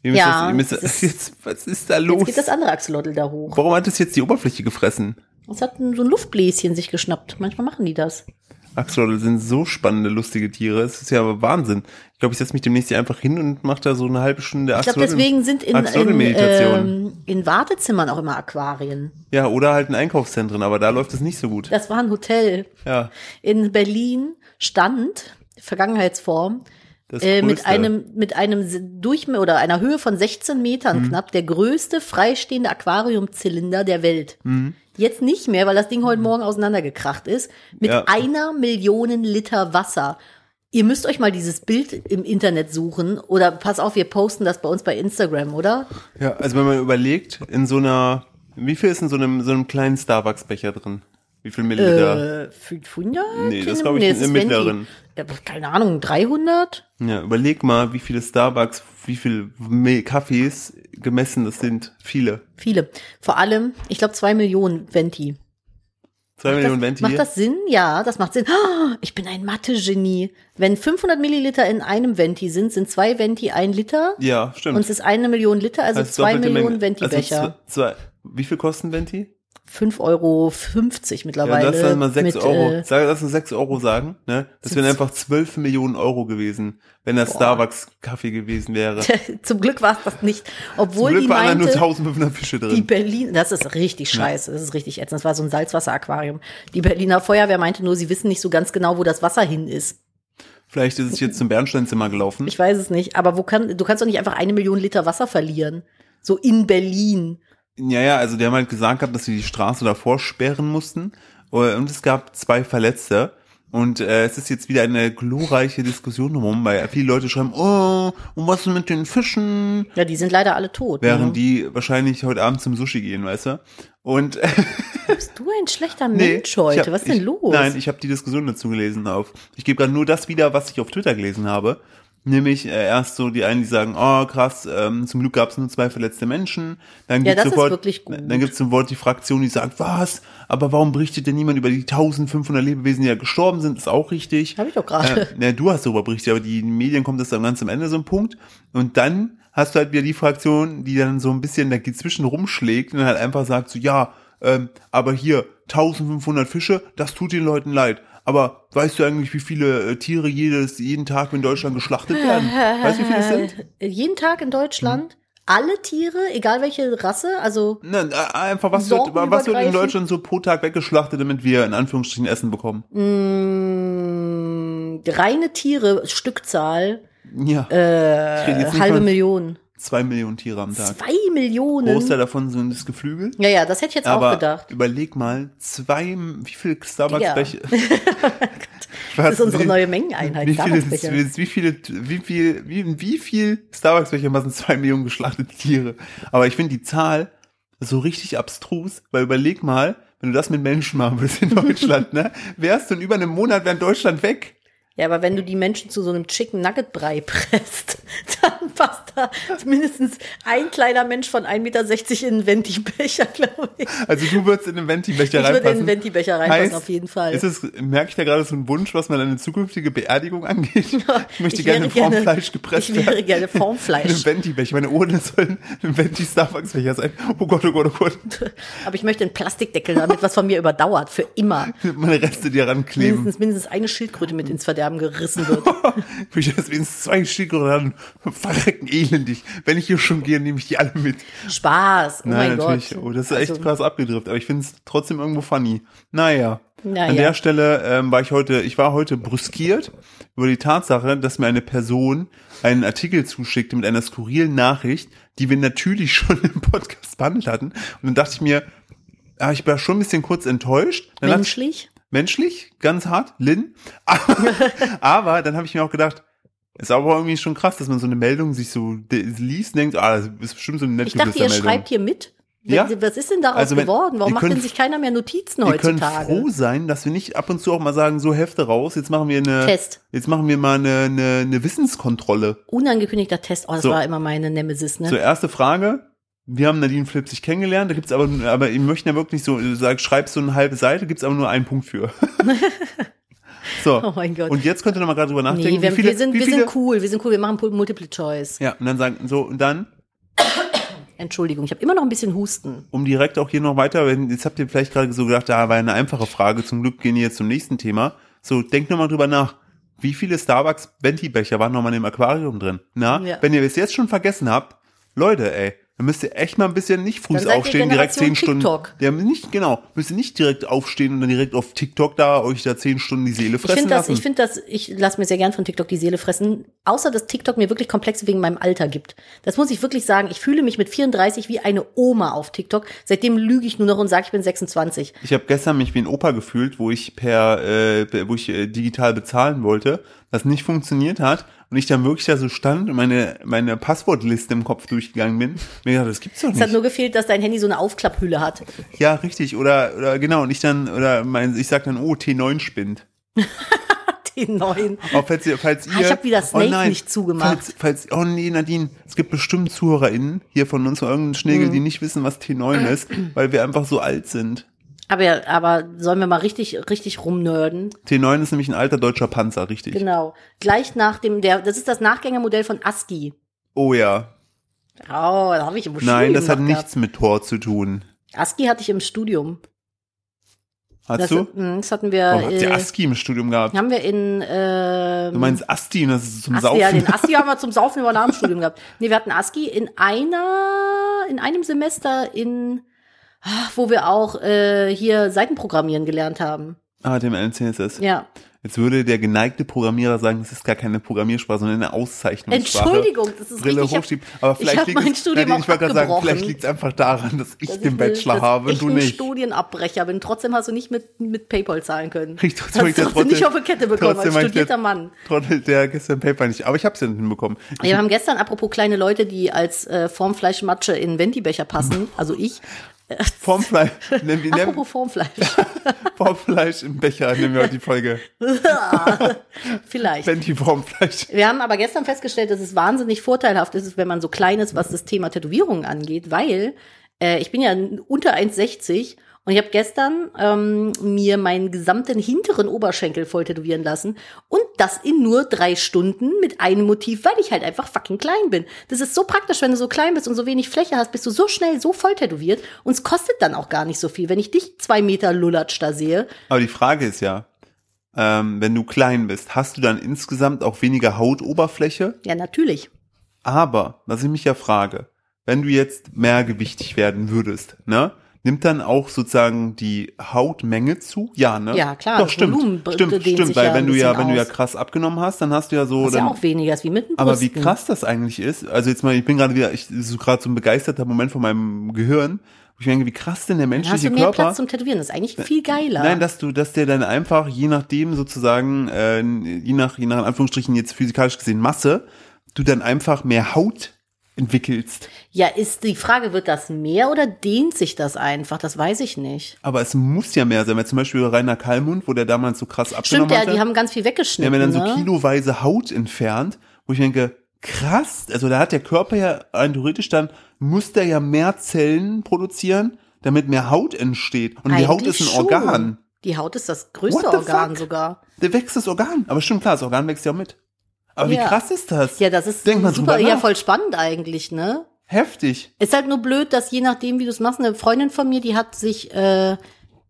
[SPEAKER 1] Ihr müsst
[SPEAKER 2] Ja,
[SPEAKER 1] das, ihr müsst
[SPEAKER 2] das
[SPEAKER 1] das,
[SPEAKER 2] ist-
[SPEAKER 1] jetzt, was ist da
[SPEAKER 2] Jetzt
[SPEAKER 1] los?
[SPEAKER 2] geht das andere Axolotl da hoch.
[SPEAKER 1] Warum hat es jetzt die Oberfläche gefressen?
[SPEAKER 2] Es hat ein- so ein Luftbläschen sich geschnappt. Manchmal machen die das.
[SPEAKER 1] Axolotl sind so spannende, lustige Tiere. Es ist ja aber Wahnsinn. Ich glaube, ich setze mich demnächst hier einfach hin und mache da so eine halbe Stunde
[SPEAKER 2] Ich glaube, deswegen sind in, in,
[SPEAKER 1] Axolotl-Meditation.
[SPEAKER 2] ähm, in Wartezimmern auch immer Aquarien.
[SPEAKER 1] ja, oder halt in Einkaufszentren, aber da läuft es nicht so gut.
[SPEAKER 2] Das war ein Hotel.
[SPEAKER 1] Ja,
[SPEAKER 2] in Berlin stand, Vergangenheitsform,
[SPEAKER 1] das
[SPEAKER 2] äh, mit
[SPEAKER 1] Größte.
[SPEAKER 2] einem, mit einem Durchmesser oder einer Höhe von 16 Metern
[SPEAKER 1] Mhm.
[SPEAKER 2] knapp, der größte freistehende Aquariumzylinder der Welt.
[SPEAKER 1] Mhm.
[SPEAKER 2] Jetzt nicht mehr, weil das Ding heute Morgen auseinandergekracht ist, mit
[SPEAKER 1] Ja.
[SPEAKER 2] einer Million Liter Wasser. Ihr müsst euch mal dieses Bild im Internet suchen oder pass auf, wir posten das bei uns bei Instagram, oder?
[SPEAKER 1] Ja, also wenn man überlegt, in so einer, wie viel ist in so einem, so einem kleinen Starbucks-Becher drin? Wie viel Milliliter?
[SPEAKER 2] Äh, 500?
[SPEAKER 1] Nee, das glaube ich
[SPEAKER 2] es
[SPEAKER 1] im
[SPEAKER 2] ist Venti.
[SPEAKER 1] mittleren.
[SPEAKER 2] Ja, aber keine Ahnung, 300?
[SPEAKER 1] Ja, überleg mal, wie viele Starbucks, wie viele Me- Kaffees gemessen das sind. Viele.
[SPEAKER 2] Viele. Vor allem, ich glaube, zwei Millionen Venti.
[SPEAKER 1] Zwei
[SPEAKER 2] Das,
[SPEAKER 1] Millionen
[SPEAKER 2] macht
[SPEAKER 1] Venti.
[SPEAKER 2] das Sinn? Ja, das macht Sinn. Ah, Ich bin ein Mathe-Genie. Wenn 500 Milliliter in einem Venti sind, sind zwei Venti ein Liter.
[SPEAKER 1] Ja,
[SPEAKER 2] Und
[SPEAKER 1] stimmt.
[SPEAKER 2] es ist eine Million Liter, also
[SPEAKER 1] Also
[SPEAKER 2] zwei
[SPEAKER 1] doppelte
[SPEAKER 2] Millionen
[SPEAKER 1] Menge. Also
[SPEAKER 2] Venti-Becher.
[SPEAKER 1] zwei, zwei, wie viel kosten Venti?
[SPEAKER 2] 5,50 Euro
[SPEAKER 1] Ja,
[SPEAKER 2] mittlerweile.
[SPEAKER 1] lass dann mal 6
[SPEAKER 2] mit,
[SPEAKER 1] Euro.
[SPEAKER 2] äh,
[SPEAKER 1] Sag, lass uns 6 Euro sagen, ne? Das wären
[SPEAKER 2] Sind's-
[SPEAKER 1] einfach 12 Millionen Euro gewesen, wenn das Starbucks-Kaffee gewesen wäre.
[SPEAKER 2] zum Glück war es das nicht.
[SPEAKER 1] Zum
[SPEAKER 2] Obwohl
[SPEAKER 1] Glück
[SPEAKER 2] die
[SPEAKER 1] waren da nur
[SPEAKER 2] meinte,
[SPEAKER 1] 1500 Fische
[SPEAKER 2] Die
[SPEAKER 1] drin.
[SPEAKER 2] Berlin, das ist richtig scheiße, das ist richtig ätzend. Das war so ein Salzwasseraquarium. Die Berliner Feuerwehr meinte nur, sie wissen nicht so ganz genau, wo das Wasser hin ist.
[SPEAKER 1] Vielleicht ist es jetzt zum Bernsteinzimmer gelaufen.
[SPEAKER 2] Ich weiß es nicht, aber wo kann, du kannst doch nicht einfach eine Million Liter Wasser verlieren. So in Berlin.
[SPEAKER 1] Ja, ja, also die haben halt gesagt gehabt, dass sie die Straße davor sperren mussten. Äh, Und es gab zwei Verletzte. Und äh, es ist jetzt wieder eine glorreiche Diskussion um rum, weil viele Leute schreiben, oh, und was ist mit den Fischen?
[SPEAKER 2] Ja, die sind leider alle tot.
[SPEAKER 1] Während
[SPEAKER 2] ne?
[SPEAKER 1] die wahrscheinlich heute Abend zum Sushi gehen, weißt du? Und
[SPEAKER 2] Bist du ein schlechter
[SPEAKER 1] Nee,
[SPEAKER 2] Mensch heute?
[SPEAKER 1] ich hab-
[SPEAKER 2] Was ist denn
[SPEAKER 1] ich,
[SPEAKER 2] los?
[SPEAKER 1] Nein, ich habe die Diskussion dazu gelesen auf. Ich gebe gerade nur das wieder, was ich auf Twitter gelesen habe. Nämlich äh, erst so die einen, die sagen, oh krass, ähm, zum Glück gab es nur zwei verletzte Menschen. Dann
[SPEAKER 2] Ja,
[SPEAKER 1] gibt's
[SPEAKER 2] das ist
[SPEAKER 1] sofort,
[SPEAKER 2] wirklich gut.
[SPEAKER 1] Dann gibt's sofort die Fraktion, die sagt, was? Aber warum berichtet denn niemand über die 1500 Lebewesen, die ja gestorben sind? Ist auch richtig.
[SPEAKER 2] Hab ich doch gerade.
[SPEAKER 1] Äh, na, du hast darüber berichtet, aber die Medien kommt das dann ganz am Ende so ein Punkt. Und dann hast du halt wieder die Fraktion, die dann so ein bisschen dazwischen rumschlägt und dann halt einfach sagt so, ja, ähm, aber hier 1500 Fische, das tut den Leuten leid. Aber weißt du eigentlich, wie viele äh, Tiere jedes, jeden Tag in Deutschland geschlachtet werden? Weißt du, wie viele es sind?
[SPEAKER 2] Äh, jeden Tag in
[SPEAKER 1] Mhm.
[SPEAKER 2] Deutschland, alle Tiere, egal welche Rasse, also
[SPEAKER 1] Nein, äh, einfach, was wird, was wird in
[SPEAKER 2] Sortenübergreifend?
[SPEAKER 1] Deutschland so pro Tag weggeschlachtet, damit wir in Anführungsstrichen Essen bekommen?
[SPEAKER 2] mh, mm, reine Tiere, Stückzahl,
[SPEAKER 1] Ja. Äh, ich rede jetzt nicht
[SPEAKER 2] halbe
[SPEAKER 1] von
[SPEAKER 2] Million.
[SPEAKER 1] zwei Millionen Tiere am Tag.
[SPEAKER 2] Zwei Millionen.
[SPEAKER 1] Großteil davon sind das Geflügel.
[SPEAKER 2] Ja, ja, das hätte ich jetzt auch
[SPEAKER 1] Aber
[SPEAKER 2] gedacht.
[SPEAKER 1] überleg mal, zwei, wie viel Starbucks-Becher?
[SPEAKER 2] Oh Das ist unsere neue Mengeneinheit.
[SPEAKER 1] Wie viele,
[SPEAKER 2] Starbucks-Becher.
[SPEAKER 1] wie viele, wie viel, wie, wie viel Starbucks-Becher machen zwei Millionen geschlachtete Tiere? Aber ich finde die Zahl so richtig abstrus, weil überleg mal, wenn du das mit Menschen machen würdest in Deutschland, ne? Wärst du in über einem Monat während Deutschland weg?
[SPEAKER 2] Ja, aber wenn du die Menschen zu so einem Chicken Nugget Brei presst, dann passt da mindestens ein kleiner Mensch von 1,60 Meter in einen Venti-Becher, glaube ich.
[SPEAKER 1] Also du würdest in den Venti-Becher
[SPEAKER 2] Ich würde in
[SPEAKER 1] reinpassen.
[SPEAKER 2] den Venti-Becher reinpassen,
[SPEAKER 1] Heißt,
[SPEAKER 2] auf jeden Fall.
[SPEAKER 1] Ist es, merke ich da gerade so einen Wunsch, was man eine zukünftige Beerdigung angeht? Ich möchte gerne
[SPEAKER 2] wäre
[SPEAKER 1] in Formfleisch gepresst
[SPEAKER 2] Ich wäre
[SPEAKER 1] werden.
[SPEAKER 2] gerne
[SPEAKER 1] Ein
[SPEAKER 2] Formfleisch.
[SPEAKER 1] Venti-Becher. Meine Ohren sollen ein Venti-Starbucks-Becher sein. Oh Gott, oh Gott, oh Gott.
[SPEAKER 2] Aber ich möchte einen Plastikdeckel, damit was von mir überdauert, für immer.
[SPEAKER 1] Meine Reste, die daran kleben.
[SPEAKER 2] Mindestens, mindestens eine Schildkröte mit ins Verderben gerissen wird.
[SPEAKER 1] Ich möchte das wenigstens zwei Schildkröten haben. verrecken elendig. Wenn ich hier schon gehe, nehme ich die alle mit.
[SPEAKER 2] Spaß, oh mein Gott.
[SPEAKER 1] Oh, das ist echt
[SPEAKER 2] Also-
[SPEAKER 1] krass abgedriftet, aber ich finde es trotzdem irgendwo funny. Naja.
[SPEAKER 2] Naja.
[SPEAKER 1] An der Stelle ähm, war ich heute, ich war heute brüskiert über die Tatsache, dass mir eine Person einen Artikel zuschickte mit einer skurrilen Nachricht, die wir natürlich schon im Podcast behandelt hatten. Und dann dachte ich mir, ah, ich war schon ein bisschen kurz enttäuscht. Dann dachte ich,
[SPEAKER 2] Menschlich?
[SPEAKER 1] menschlich, ganz hart, Lin. Aber, aber dann habe ich mir auch gedacht, ist aber irgendwie schon krass, dass man so eine Meldung sich so de- liest und denkt, ah, das ist bestimmt so eine nette
[SPEAKER 2] Ich dachte, ihr
[SPEAKER 1] Geflüstermeldung.
[SPEAKER 2] schreibt hier mit. Wenn,
[SPEAKER 1] Ja.
[SPEAKER 2] Was ist denn daraus
[SPEAKER 1] Also wenn-
[SPEAKER 2] geworden? Warum
[SPEAKER 1] wir
[SPEAKER 2] macht
[SPEAKER 1] können-
[SPEAKER 2] denn sich keiner mehr Notizen
[SPEAKER 1] Wir können
[SPEAKER 2] heutzutage?
[SPEAKER 1] froh sein, dass wir nicht ab und zu auch mal sagen, so Hefte raus, jetzt machen wir eine,
[SPEAKER 2] Test.
[SPEAKER 1] jetzt machen wir mal eine, eine, eine Wissenskontrolle.
[SPEAKER 2] Unangekündigter Test. Oh, das
[SPEAKER 1] So.
[SPEAKER 2] war immer meine Nemesis, ne?
[SPEAKER 1] So, erste Frage. Wir haben Nadine Flipsig kennengelernt, da gibt's aber, aber wir möchten ja wirklich so, sag, schreibst so eine halbe Seite, gibt's aber nur einen Punkt für. so.
[SPEAKER 2] Oh mein Gott.
[SPEAKER 1] Und jetzt könnt ihr nochmal gerade drüber nachdenken,
[SPEAKER 2] nee, wir,
[SPEAKER 1] wie viele,
[SPEAKER 2] wir, sind,
[SPEAKER 1] wie
[SPEAKER 2] wir
[SPEAKER 1] viele,
[SPEAKER 2] sind cool, wir sind cool, wir machen Pul- Multiple Choice.
[SPEAKER 1] Ja, und dann sagen, so, und dann,
[SPEAKER 2] Entschuldigung, ich habe immer noch ein bisschen Husten.
[SPEAKER 1] um direkt auch hier noch weiter, wenn, jetzt habt ihr vielleicht gerade so gedacht, da war eine einfache Frage, zum Glück gehen wir jetzt zum nächsten Thema. So, denkt nochmal drüber nach. Wie viele Starbucks Venti-Becher waren nochmal im Aquarium drin? Na,
[SPEAKER 2] Ja.
[SPEAKER 1] wenn ihr es jetzt schon vergessen habt, Leute, ey, dann müsst ihr echt mal ein bisschen nicht früh
[SPEAKER 2] Dann seid ihr
[SPEAKER 1] aufstehen, direkt
[SPEAKER 2] Generation
[SPEAKER 1] zehn Stunden.
[SPEAKER 2] TikTok.
[SPEAKER 1] Ja, nicht, genau. Müsst ihr nicht direkt aufstehen und dann direkt auf TikTok da euch da zehn Stunden die Seele
[SPEAKER 2] Ich
[SPEAKER 1] fressen
[SPEAKER 2] finde das,
[SPEAKER 1] lassen.
[SPEAKER 2] ich finde das, ich lasse mir sehr gern von TikTok die Seele fressen. außer dass TikTok mir wirklich Komplexe wegen meinem Alter gibt. Das muss ich wirklich sagen. Ich fühle mich mit 34 wie eine Oma auf TikTok. Seitdem lüge ich nur noch und sage, ich bin 26.
[SPEAKER 1] Ich habe gestern mich wie ein Opa gefühlt, wo ich per, äh, wo ich äh, digital bezahlen wollte, das nicht funktioniert hat und ich dann wirklich da so stand und meine meine Passwortliste im Kopf durchgegangen bin. Mir gedacht, das gibt's doch
[SPEAKER 2] Es hat
[SPEAKER 1] nicht.
[SPEAKER 2] nur gefehlt, dass dein Handy so eine Aufklapphülle hat.
[SPEAKER 1] Ja, richtig. Oder oder genau. Und ich dann oder mein, ich sag dann, oh T9 spinnt.
[SPEAKER 2] Den neuen.
[SPEAKER 1] Oh, falls ihr, falls ihr,
[SPEAKER 2] Ah, ich hab wieder Snake nicht zugemacht.
[SPEAKER 1] Falls, falls, oh nee, Nadine, es gibt bestimmt ZuhörerInnen hier von uns, von irgendeinem Schnägel,
[SPEAKER 2] Mhm.
[SPEAKER 1] die nicht wissen, was T9 ist, weil wir einfach so alt sind.
[SPEAKER 2] Aber, aber sollen wir mal richtig, richtig rumnörden?
[SPEAKER 1] T9 ist nämlich ein alter deutscher Panzer, richtig.
[SPEAKER 2] Genau. Gleich nach dem, der, das ist das Nachgängermodell von ASCII.
[SPEAKER 1] Oh ja.
[SPEAKER 2] Oh, da habe ich im
[SPEAKER 1] Nein,
[SPEAKER 2] Studium
[SPEAKER 1] das hat
[SPEAKER 2] noch
[SPEAKER 1] nichts mit Tor zu tun.
[SPEAKER 2] gehabt. ASCII hatte ich im Studium.
[SPEAKER 1] Hast
[SPEAKER 2] das,
[SPEAKER 1] du?
[SPEAKER 2] mh, Das hatten wir,
[SPEAKER 1] Warum habt ihr
[SPEAKER 2] äh,
[SPEAKER 1] ASCII im Studium gehabt?
[SPEAKER 2] haben wir in, äh,
[SPEAKER 1] Du meinst Asti und das ist zum Saufen.
[SPEAKER 2] Ja, den ASCII haben wir zum Saufen über nach dem Studium gehabt. Nee, wir hatten ASCII in einer, in einem Semester in, ah, wo wir auch äh, hier Seitenprogrammieren gelernt haben.
[SPEAKER 1] ah, dem LCSS.
[SPEAKER 2] Ja.
[SPEAKER 1] Jetzt würde der geneigte Programmierer sagen, das ist gar keine Programmiersprache, sondern eine Auszeichnungssprache.
[SPEAKER 2] Entschuldigung, das ist
[SPEAKER 1] Hm, Brille
[SPEAKER 2] richtig. ich hab-
[SPEAKER 1] hochschiebt. Aber
[SPEAKER 2] ich
[SPEAKER 1] vielleicht
[SPEAKER 2] hab mein
[SPEAKER 1] liegt es,
[SPEAKER 2] Studium
[SPEAKER 1] Nadine,
[SPEAKER 2] auch
[SPEAKER 1] ich wollte gerade sagen,
[SPEAKER 2] abgebrochen.
[SPEAKER 1] vielleicht liegt es einfach daran, dass ich
[SPEAKER 2] dass
[SPEAKER 1] den
[SPEAKER 2] eine-
[SPEAKER 1] Bachelor
[SPEAKER 2] dass
[SPEAKER 1] habe
[SPEAKER 2] ich
[SPEAKER 1] und du
[SPEAKER 2] ein
[SPEAKER 1] nicht.
[SPEAKER 2] Studienabbrecher bin. Trotzdem hast du nicht mit, mit PayPal zahlen können.
[SPEAKER 1] Richtig,
[SPEAKER 2] hast du
[SPEAKER 1] hab ich das
[SPEAKER 2] trotzdem nicht auf die Kette bekommen als
[SPEAKER 1] trotzdem hab ich
[SPEAKER 2] studierter
[SPEAKER 1] das-
[SPEAKER 2] Mann.
[SPEAKER 1] Trottel, der gestern Paper nicht. Aber ich habe es ja hinbekommen.
[SPEAKER 2] Wir haben gestern, apropos kleine Leute, die als äh, Formfleischmatsche in Ventibecher passen, also ich. Äh,
[SPEAKER 1] Formfleisch, nennen wir nennen
[SPEAKER 2] apropos Formfleisch,
[SPEAKER 1] Formfleisch im Becher, nennen wir heute die Folge.
[SPEAKER 2] vielleicht.
[SPEAKER 1] Venti Formfleisch.
[SPEAKER 2] Wir haben aber gestern festgestellt, dass es wahnsinnig vorteilhaft ist, wenn man so klein ist, was das Thema Tätowierungen angeht, weil äh, ich bin ja unter 1,60 und ich habe gestern ähm, mir meinen gesamten hinteren Oberschenkel voll tätowieren lassen und das in nur drei Stunden mit einem Motiv, weil ich halt einfach fucking klein bin. Das ist so praktisch, wenn du so klein bist und so wenig Fläche hast, bist du so schnell so voll tätowiert und es kostet dann auch gar nicht so viel. Wenn ich dich zwei Meter Lullatsch da sehe,
[SPEAKER 1] Aber die Frage ist ja, ähm, wenn du klein bist, hast du dann insgesamt auch weniger Hautoberfläche?
[SPEAKER 2] ja natürlich.
[SPEAKER 1] Aber, was ich mich ja frage, wenn du jetzt mehrgewichtig werden würdest, ne? Nimmt dann auch sozusagen die Hautmenge zu? Ja, ne?
[SPEAKER 2] Ja, klar,
[SPEAKER 1] Doch,
[SPEAKER 2] das
[SPEAKER 1] stimmt.
[SPEAKER 2] Volumen b-
[SPEAKER 1] stimmt,
[SPEAKER 2] dehnt
[SPEAKER 1] stimmt,
[SPEAKER 2] sich
[SPEAKER 1] weil
[SPEAKER 2] ja
[SPEAKER 1] wenn
[SPEAKER 2] ein
[SPEAKER 1] du ja,
[SPEAKER 2] bisschen
[SPEAKER 1] wenn du ja
[SPEAKER 2] aus.
[SPEAKER 1] krass abgenommen hast, dann hast du ja so,
[SPEAKER 2] Das ist ja
[SPEAKER 1] dann,
[SPEAKER 2] auch weniger, ist wie mit den
[SPEAKER 1] aber wie
[SPEAKER 2] Brüsten.
[SPEAKER 1] krass das eigentlich ist. Also jetzt mal, ich bin gerade wieder, ich, das ist so gerade so ein begeisterter Moment von meinem Gehirn, wo ich mir denke, wie krass denn der
[SPEAKER 2] Dann hast
[SPEAKER 1] menschliche
[SPEAKER 2] du mehr
[SPEAKER 1] Körper.
[SPEAKER 2] Platz zum Tätowieren. Das ist eigentlich viel geiler.
[SPEAKER 1] Nein, dass du, dass der dann einfach, je nachdem sozusagen, äh, je nach, je nach in Anführungsstrichen jetzt physikalisch gesehen Masse, du dann einfach mehr Haut entwickelst.
[SPEAKER 2] ja, ist die Frage, wird das mehr oder dehnt sich das einfach? Das weiß ich nicht.
[SPEAKER 1] Aber es muss ja mehr sein, weil zum Beispiel Rainer Kallmund, wo der damals so krass abgenommen
[SPEAKER 2] Stimmt ja,
[SPEAKER 1] hatte,
[SPEAKER 2] die haben ganz viel
[SPEAKER 1] der
[SPEAKER 2] weggeschnitten.
[SPEAKER 1] mir dann so
[SPEAKER 2] ne?
[SPEAKER 1] kiloweise Haut entfernt, wo ich denke, krass, also da hat der Körper ja rein theoretisch dann, muss der ja mehr Zellen produzieren, damit mehr Haut entsteht. Und die Haut
[SPEAKER 2] Eigentlich
[SPEAKER 1] ist ein
[SPEAKER 2] schon.
[SPEAKER 1] Organ.
[SPEAKER 2] Die Haut ist das größte
[SPEAKER 1] What the
[SPEAKER 2] Organ
[SPEAKER 1] fuck?
[SPEAKER 2] sogar.
[SPEAKER 1] Der wächst das Organ. Aber stimmt, klar, das Organ wächst ja auch mit. Aber wie
[SPEAKER 2] Ja.
[SPEAKER 1] krass ist das?
[SPEAKER 2] Ja, das ist
[SPEAKER 1] Denk mal
[SPEAKER 2] super,
[SPEAKER 1] drüber
[SPEAKER 2] ja,
[SPEAKER 1] nach.
[SPEAKER 2] voll spannend eigentlich, ne?
[SPEAKER 1] heftig.
[SPEAKER 2] Ist halt nur blöd, dass je nachdem, wie du es machst, eine Freundin von mir, die hat sich, äh,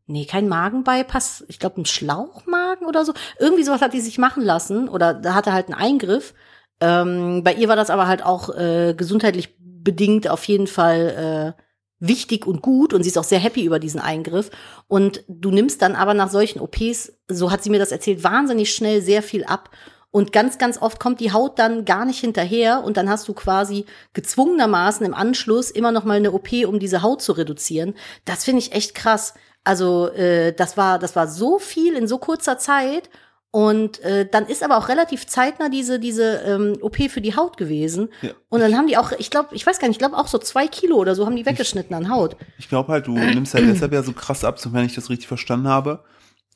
[SPEAKER 2] nee, kein Magenbypass, ich glaube, ein Schlauchmagen oder so. Irgendwie sowas hat die sich machen lassen oder da hatte halt einen Eingriff. Ähm, bei ihr war das aber halt auch äh, gesundheitlich bedingt auf jeden Fall äh, wichtig und gut und sie ist auch sehr happy über diesen Eingriff. Und du nimmst dann aber nach solchen OPs, so hat sie mir das erzählt, wahnsinnig schnell sehr viel ab. Und ganz, ganz oft kommt die Haut dann gar nicht hinterher und dann hast du quasi gezwungenermaßen im Anschluss immer noch mal eine OP, um diese Haut zu reduzieren. Das finde ich echt krass. Also äh, das war, das war so viel in so kurzer Zeit und äh, dann ist aber auch relativ zeitnah diese diese ähm, OP für die Haut gewesen.
[SPEAKER 1] Ja.
[SPEAKER 2] Und dann haben die auch, ich glaube, ich weiß gar nicht, ich glaube auch so zwei Kilo oder so haben die weggeschnitten an Haut.
[SPEAKER 1] Ich glaube halt, du nimmst halt deshalb ja so krass ab, so wenn ich das richtig verstanden habe,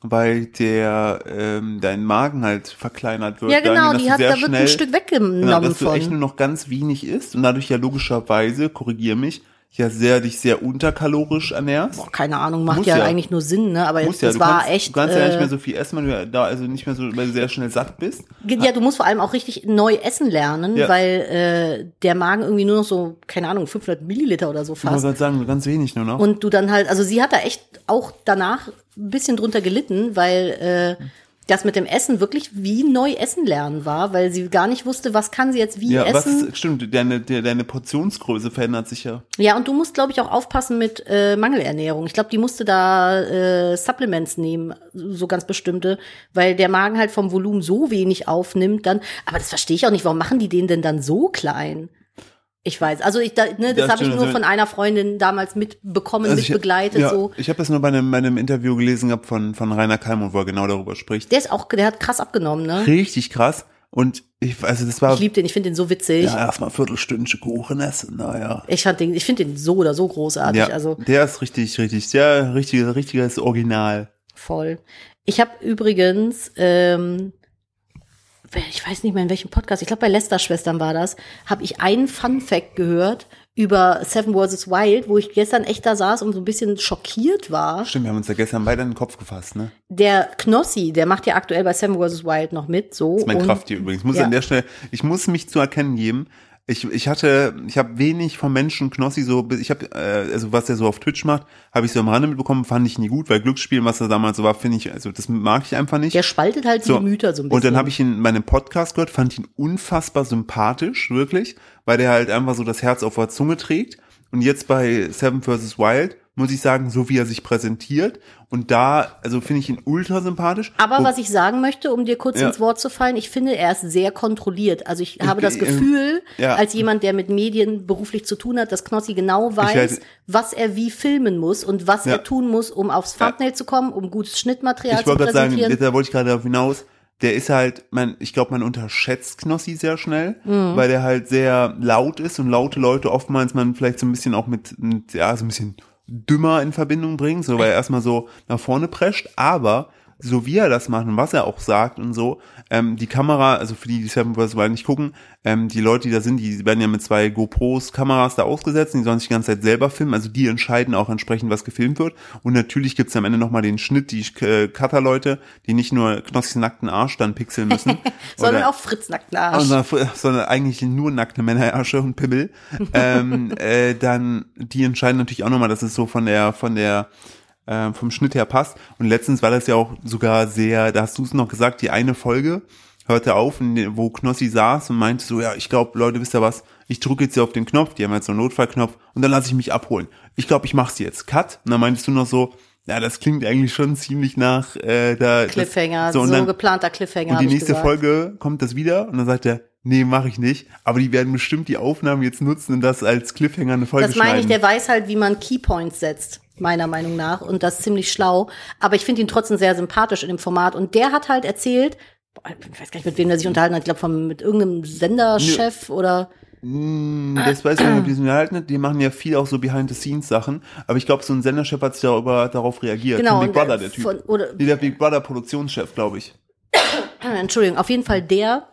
[SPEAKER 1] weil der ähm, dein Magen halt verkleinert wird.
[SPEAKER 2] Ja, genau,
[SPEAKER 1] dahingehend, dass
[SPEAKER 2] die hat,
[SPEAKER 1] du
[SPEAKER 2] da
[SPEAKER 1] sehr
[SPEAKER 2] wird ein Stück weggenommen
[SPEAKER 1] genau, dass du echt nur
[SPEAKER 2] von.
[SPEAKER 1] noch ganz wenig isst und dadurch ja logischerweise, korrigier mich, ja sehr dich sehr unterkalorisch ernährst.
[SPEAKER 2] Boah, keine Ahnung, macht
[SPEAKER 1] Muss
[SPEAKER 2] ja,
[SPEAKER 1] ja.
[SPEAKER 2] eigentlich nur Sinn, ne? Aber
[SPEAKER 1] Muss
[SPEAKER 2] jetzt,
[SPEAKER 1] ja,
[SPEAKER 2] das
[SPEAKER 1] du
[SPEAKER 2] war
[SPEAKER 1] kannst,
[SPEAKER 2] echt.
[SPEAKER 1] du kannst ja
[SPEAKER 2] äh,
[SPEAKER 1] nicht mehr so viel essen, weil du ja da also nicht mehr so weil du sehr schnell satt bist.
[SPEAKER 2] Ja, du musst vor allem auch richtig neu essen lernen,
[SPEAKER 1] Ja.
[SPEAKER 2] weil äh, der Magen irgendwie nur noch so, keine Ahnung, 500 Milliliter oder so
[SPEAKER 1] Ich muss
[SPEAKER 2] fasst.
[SPEAKER 1] gerade sagen, ganz wenig nur noch.
[SPEAKER 2] Und du dann halt, also sie hat da echt auch danach ein bisschen drunter gelitten, weil äh, das mit dem Essen wirklich wie neu essen lernen war, weil sie gar nicht wusste, was kann sie jetzt wie
[SPEAKER 1] Ja, was
[SPEAKER 2] essen.
[SPEAKER 1] ist, stimmt, deine, de- deine Portionsgröße verändert sich ja.
[SPEAKER 2] Ja, und du musst, glaube ich, auch aufpassen mit äh, Mangelernährung. Ich glaube, die musste da äh, Supplements nehmen, so ganz bestimmte, weil der Magen halt vom Volumen so wenig aufnimmt dann. Aber das verstehe ich auch nicht. Warum machen die den denn dann so klein? Ich weiß. Also ich, da, ne, das
[SPEAKER 1] Ja,
[SPEAKER 2] habe ich
[SPEAKER 1] stimmt,
[SPEAKER 2] nur
[SPEAKER 1] also-
[SPEAKER 2] von einer Freundin damals mitbekommen,
[SPEAKER 1] Also ich-
[SPEAKER 2] mitbegleitet.
[SPEAKER 1] ja,
[SPEAKER 2] so.
[SPEAKER 1] Ich habe das nur bei einem, bei einem Interview gelesen gehabt von, von Rainer Kalmund, wo er genau darüber spricht.
[SPEAKER 2] Der ist auch, der hat krass abgenommen, ne?
[SPEAKER 1] Richtig krass. Und ich, also das war
[SPEAKER 2] Ich liebe den, ich finde den so witzig.
[SPEAKER 1] ja, erstmal viertelstündliche Kuchen essen, naja.
[SPEAKER 2] Ich, fand den- ich finde den so oder so großartig.
[SPEAKER 1] Ja,
[SPEAKER 2] Also
[SPEAKER 1] der ist richtig, richtig, der richtige, richtiges Original.
[SPEAKER 2] Voll. Ich habe übrigens, ähm, ich weiß nicht mehr in welchem Podcast, ich glaube bei Lester Schwestern war das, habe ich einen Fun Fact gehört über Seven vs. Wild, wo ich gestern echt da saß und so ein bisschen schockiert war.
[SPEAKER 1] Stimmt, wir haben uns ja gestern beide in den Kopf gefasst, ne?
[SPEAKER 2] Der Knossi, der macht ja aktuell bei Seven vs. Wild noch mit, so.
[SPEAKER 1] Das ist mein
[SPEAKER 2] und-
[SPEAKER 1] Krafttier übrigens. Muss
[SPEAKER 2] Ja.
[SPEAKER 1] an der Stelle, ich muss mich zu erkennen geben. Ich, ich hatte, ich habe wenig vom Menschen Knossi so, ich habe, äh, also was er so auf Twitch macht, habe ich so am Rande mitbekommen, fand ich nie gut, weil Glücksspielen, was er damals so war, finde ich, also das mag ich einfach nicht.
[SPEAKER 2] Der spaltet halt die Gemüter so ein bisschen.
[SPEAKER 1] Und dann habe ich ihn in meinem Podcast gehört, fand ihn unfassbar sympathisch, wirklich, weil der halt einfach so das Herz auf der Zunge trägt. Und jetzt bei Seven vs. Wild muss ich sagen, so wie er sich präsentiert. Und da, also finde ich ihn ultra sympathisch.
[SPEAKER 2] Aber
[SPEAKER 1] Wo-
[SPEAKER 2] was ich sagen möchte, um dir kurz
[SPEAKER 1] Ja.
[SPEAKER 2] ins Wort zu fallen, ich finde, er ist sehr kontrolliert. Also ich habe das
[SPEAKER 1] ähm,
[SPEAKER 2] Gefühl,
[SPEAKER 1] ja.
[SPEAKER 2] als jemand, der mit Medien beruflich zu tun hat, dass Knossi genau weiß,
[SPEAKER 1] halt-
[SPEAKER 2] was er wie filmen muss und was
[SPEAKER 1] Ja.
[SPEAKER 2] er tun muss, um aufs Thumbnail zu kommen, um gutes Schnittmaterial
[SPEAKER 1] ich
[SPEAKER 2] zu
[SPEAKER 1] wollte gerade sagen,
[SPEAKER 2] präsentieren.
[SPEAKER 1] da wollte ich gerade darauf hinaus, der ist halt, man, ich glaube, man unterschätzt Knossi sehr schnell, weil der halt sehr laut ist und laute Leute oftmals man vielleicht so ein bisschen auch mit, mit ja, so ein bisschen dümmer in Verbindung bringt, so weil er erstmal so nach vorne prescht, aber so wie er das macht und was er auch sagt und so, ähm, die Kamera, also für die, die Seven vs. Wild nicht gucken, ähm, die Leute, die da sind, die werden ja mit zwei GoPros Kameras da ausgesetzt und die sollen sich die ganze Zeit selber filmen, also die entscheiden auch entsprechend, was gefilmt wird und natürlich gibt's am Ende nochmal den Schnitt, die äh, Cutter-Leute, die nicht nur Knossis nackten Arsch dann pixeln müssen,
[SPEAKER 2] sondern
[SPEAKER 1] oder- Oh,
[SPEAKER 2] auch Fritz nackten Arsch.
[SPEAKER 1] sondern, sondern eigentlich nur nackte Männerärsche und Pimmel. ähm, äh, dann die entscheiden natürlich auch nochmal, dass es so von der, von der, äh, vom Schnitt her passt. Und letztens war das ja auch sogar sehr, da hast du es noch gesagt, die eine Folge hörte auf, in der- wo Knossi saß und meinte so, ja, ich glaube, Leute, wisst ihr was, ich drücke jetzt hier auf den Knopf, die haben jetzt so einen Notfallknopf und dann lasse ich mich abholen. Ich glaube, ich mach's jetzt. Cut. Und dann meintest du noch so, ja, das klingt eigentlich schon ziemlich nach äh, da.
[SPEAKER 2] Cliffhanger,
[SPEAKER 1] das,
[SPEAKER 2] so,
[SPEAKER 1] und dann-
[SPEAKER 2] geplanter Cliffhanger.
[SPEAKER 1] und
[SPEAKER 2] hab
[SPEAKER 1] die
[SPEAKER 2] ich
[SPEAKER 1] nächste
[SPEAKER 2] gesagt.
[SPEAKER 1] Folge kommt das wieder und dann sagt er, nee, mache ich nicht. Aber die werden bestimmt die Aufnahmen jetzt nutzen und das als Cliffhanger eine Folge
[SPEAKER 2] Das meine ich,
[SPEAKER 1] schneiden.
[SPEAKER 2] der weiß halt, wie man Keypoints setzt, meiner Meinung nach. Und das ist ziemlich schlau. Aber ich finde ihn trotzdem sehr sympathisch in dem Format. Und der hat halt erzählt, boah, ich weiß gar nicht, mit wem der sich unterhalten hat, ich glaube, mit irgendeinem Senderchef oder
[SPEAKER 1] Hm, das weiß ich nicht, ob die sind halt nicht. Die machen ja viel auch so Behind-the-Scenes-Sachen. Aber ich glaube, so ein Senderchef hat sich darüber, darauf reagiert.
[SPEAKER 2] genau.
[SPEAKER 1] Von Big
[SPEAKER 2] und,
[SPEAKER 1] Brother,
[SPEAKER 2] äh,
[SPEAKER 1] der Typ.
[SPEAKER 2] Von, oder,
[SPEAKER 1] nee, der Big Brother Produktionschef, glaube ich.
[SPEAKER 2] Äh, Entschuldigung, auf jeden Fall der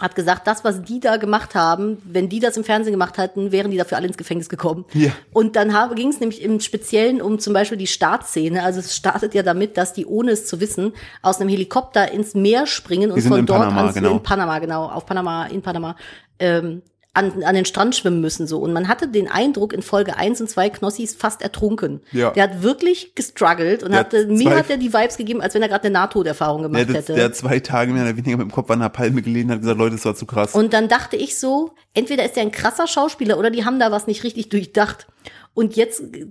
[SPEAKER 2] hat gesagt, das, was die da gemacht haben, wenn die das im Fernsehen gemacht hätten, wären die dafür alle ins Gefängnis gekommen.
[SPEAKER 1] Ja.
[SPEAKER 2] Und dann ging es nämlich im Speziellen um zum Beispiel die Startszene. Also es startet ja damit, dass die, ohne es zu wissen, aus einem Helikopter ins Meer springen und
[SPEAKER 1] sind
[SPEAKER 2] von
[SPEAKER 1] in
[SPEAKER 2] dort
[SPEAKER 1] Panama,
[SPEAKER 2] ans,
[SPEAKER 1] genau.
[SPEAKER 2] in Panama, genau, auf Panama, in Panama, ähm, an, an den Strand schwimmen müssen so. Und man hatte den Eindruck, in Folge 1 und 2 Knossi ist fast ertrunken.
[SPEAKER 1] Ja.
[SPEAKER 2] Der hat wirklich gestruggelt und
[SPEAKER 1] Der
[SPEAKER 2] hatte,
[SPEAKER 1] hat
[SPEAKER 2] mir
[SPEAKER 1] zwei-
[SPEAKER 2] hat er die Vibes gegeben, als wenn er gerade eine Nahtoderfahrung
[SPEAKER 1] Der,
[SPEAKER 2] gemacht
[SPEAKER 1] hat jetzt-
[SPEAKER 2] hätte.
[SPEAKER 1] der hat zwei Tage mehr oder weniger mit dem Kopf an der Palme gelegen und hat gesagt, Leute, das war zu krass.
[SPEAKER 2] Und dann dachte ich so, entweder ist er ein krasser Schauspieler oder die haben da was nicht richtig durchdacht. Und jetzt äh,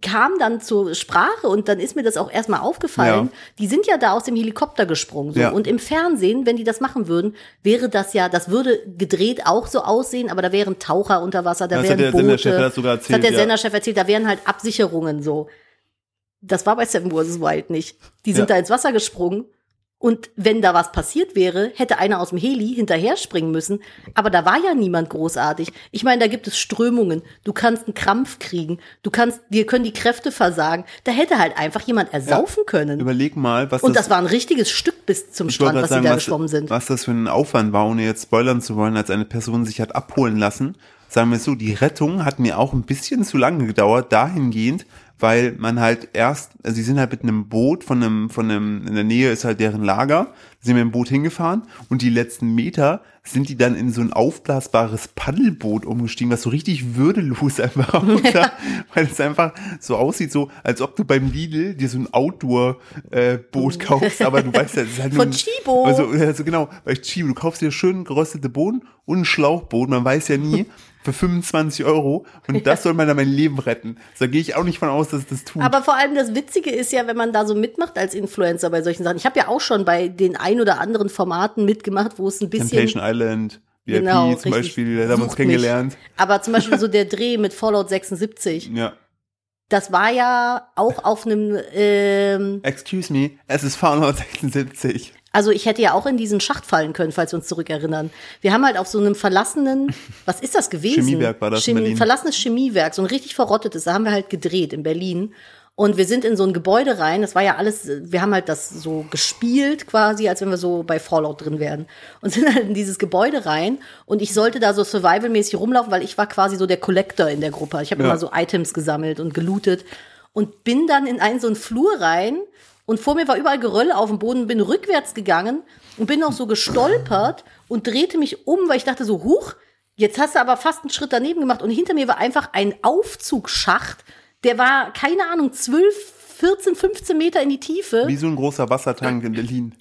[SPEAKER 2] kam dann zur Sprache und dann ist mir das auch erstmal aufgefallen.
[SPEAKER 1] Ja.
[SPEAKER 2] Die sind ja da aus dem Helikopter gesprungen. So.
[SPEAKER 1] Ja.
[SPEAKER 2] Und im Fernsehen, wenn die das machen würden, wäre das ja, das würde gedreht auch so aussehen, aber da wären Taucher unter Wasser, da
[SPEAKER 1] Das hat
[SPEAKER 2] wären
[SPEAKER 1] der
[SPEAKER 2] Boote.
[SPEAKER 1] Senderchef das sogar
[SPEAKER 2] das hat
[SPEAKER 1] erzählt,
[SPEAKER 2] der
[SPEAKER 1] ja.
[SPEAKER 2] Senderchef erzählt, da wären halt Absicherungen so. Das war bei Seven vs. Wild nicht. Die sind
[SPEAKER 1] Ja.
[SPEAKER 2] da ins Wasser gesprungen und wenn da was passiert wäre, hätte einer aus dem Heli hinterher springen müssen. Aber da war ja niemand großartig. Ich meine, da gibt es Strömungen. Du kannst einen Krampf kriegen. Du kannst, dir können die Kräfte versagen. Da hätte halt einfach jemand ersaufen können.
[SPEAKER 1] Überleg mal, was
[SPEAKER 2] Und
[SPEAKER 1] das
[SPEAKER 2] das war ein richtiges Stück bis zum
[SPEAKER 1] Ich wollte
[SPEAKER 2] Strand,
[SPEAKER 1] gerade
[SPEAKER 2] was
[SPEAKER 1] sagen,
[SPEAKER 2] sie da
[SPEAKER 1] was,
[SPEAKER 2] geschwommen sind.
[SPEAKER 1] was das für ein Aufwand war, ohne jetzt spoilern zu wollen, als eine Person sich hat abholen lassen. Sagen wir es so, die Rettung hat mir auch ein bisschen zu lange gedauert, dahingehend, weil man halt erst, also sie sind halt mit einem Boot von einem, von einem, in der Nähe ist halt deren Lager, sind mit dem Boot hingefahren und die letzten Meter sind die dann in so ein aufblasbares Paddelboot umgestiegen, was so richtig würdelos einfach aussah, weil es einfach so aussieht, so als ob du beim Lidl dir so ein Outdoor-Boot kaufst, aber du weißt ja, es ist halt
[SPEAKER 2] Oh.
[SPEAKER 1] nur
[SPEAKER 2] Von
[SPEAKER 1] ein-
[SPEAKER 2] Chibo.
[SPEAKER 1] Also, also genau, bei Chibo, du kaufst dir schön geröstete Bohnen und einen Schlauchboot, man weiß ja nie, für 25 Euro und das soll mir dann mein Leben retten. So, Da gehe ich auch nicht von aus, dass es das tut.
[SPEAKER 2] Aber vor allem das Witzige ist ja, wenn man da so mitmacht als Influencer bei solchen Sachen. Ich habe ja auch schon bei den ein oder anderen Formaten mitgemacht, wo es ein bisschen
[SPEAKER 1] Temptation Island, VIP
[SPEAKER 2] Genau,
[SPEAKER 1] zum
[SPEAKER 2] richtig.
[SPEAKER 1] Beispiel, da haben wir uns
[SPEAKER 2] Sucht
[SPEAKER 1] kennengelernt.
[SPEAKER 2] Aber zum Beispiel so der Dreh mit Fallout 76,
[SPEAKER 1] Ja.
[SPEAKER 2] das war ja auch auf einem, ähm,
[SPEAKER 1] Excuse me, es ist Fallout 76.
[SPEAKER 2] also ich hätte ja auch in diesen Schacht fallen können, falls wir uns zurückerinnern. Wir haben halt auf so einem verlassenen, was ist das gewesen?
[SPEAKER 1] Chemiewerk war das in Berlin.
[SPEAKER 2] Verlassenes Chemiewerk, so ein richtig verrottetes, da haben wir halt gedreht in Berlin. Und wir sind in so ein Gebäude rein, das war ja alles, äh, wir haben halt das so gespielt quasi, als wenn wir so bei Fallout drin wären. Und sind halt in dieses Gebäude rein und ich sollte da so survivalmäßig rumlaufen, weil ich war quasi so der Collector in der Gruppe. Ich habe
[SPEAKER 1] Ja.
[SPEAKER 2] immer so Items gesammelt und gelootet und bin dann in einen so einen Flur rein und vor mir war überall Geröll auf dem Boden, bin rückwärts gegangen und bin noch so gestolpert und drehte mich um, weil ich dachte so, huch, jetzt hast du aber fast einen Schritt daneben gemacht und hinter mir war einfach ein Aufzugsschacht, der war, keine Ahnung, 12, 14, 15 Meter in die Tiefe.
[SPEAKER 1] Wie so ein großer Wassertank in Berlin.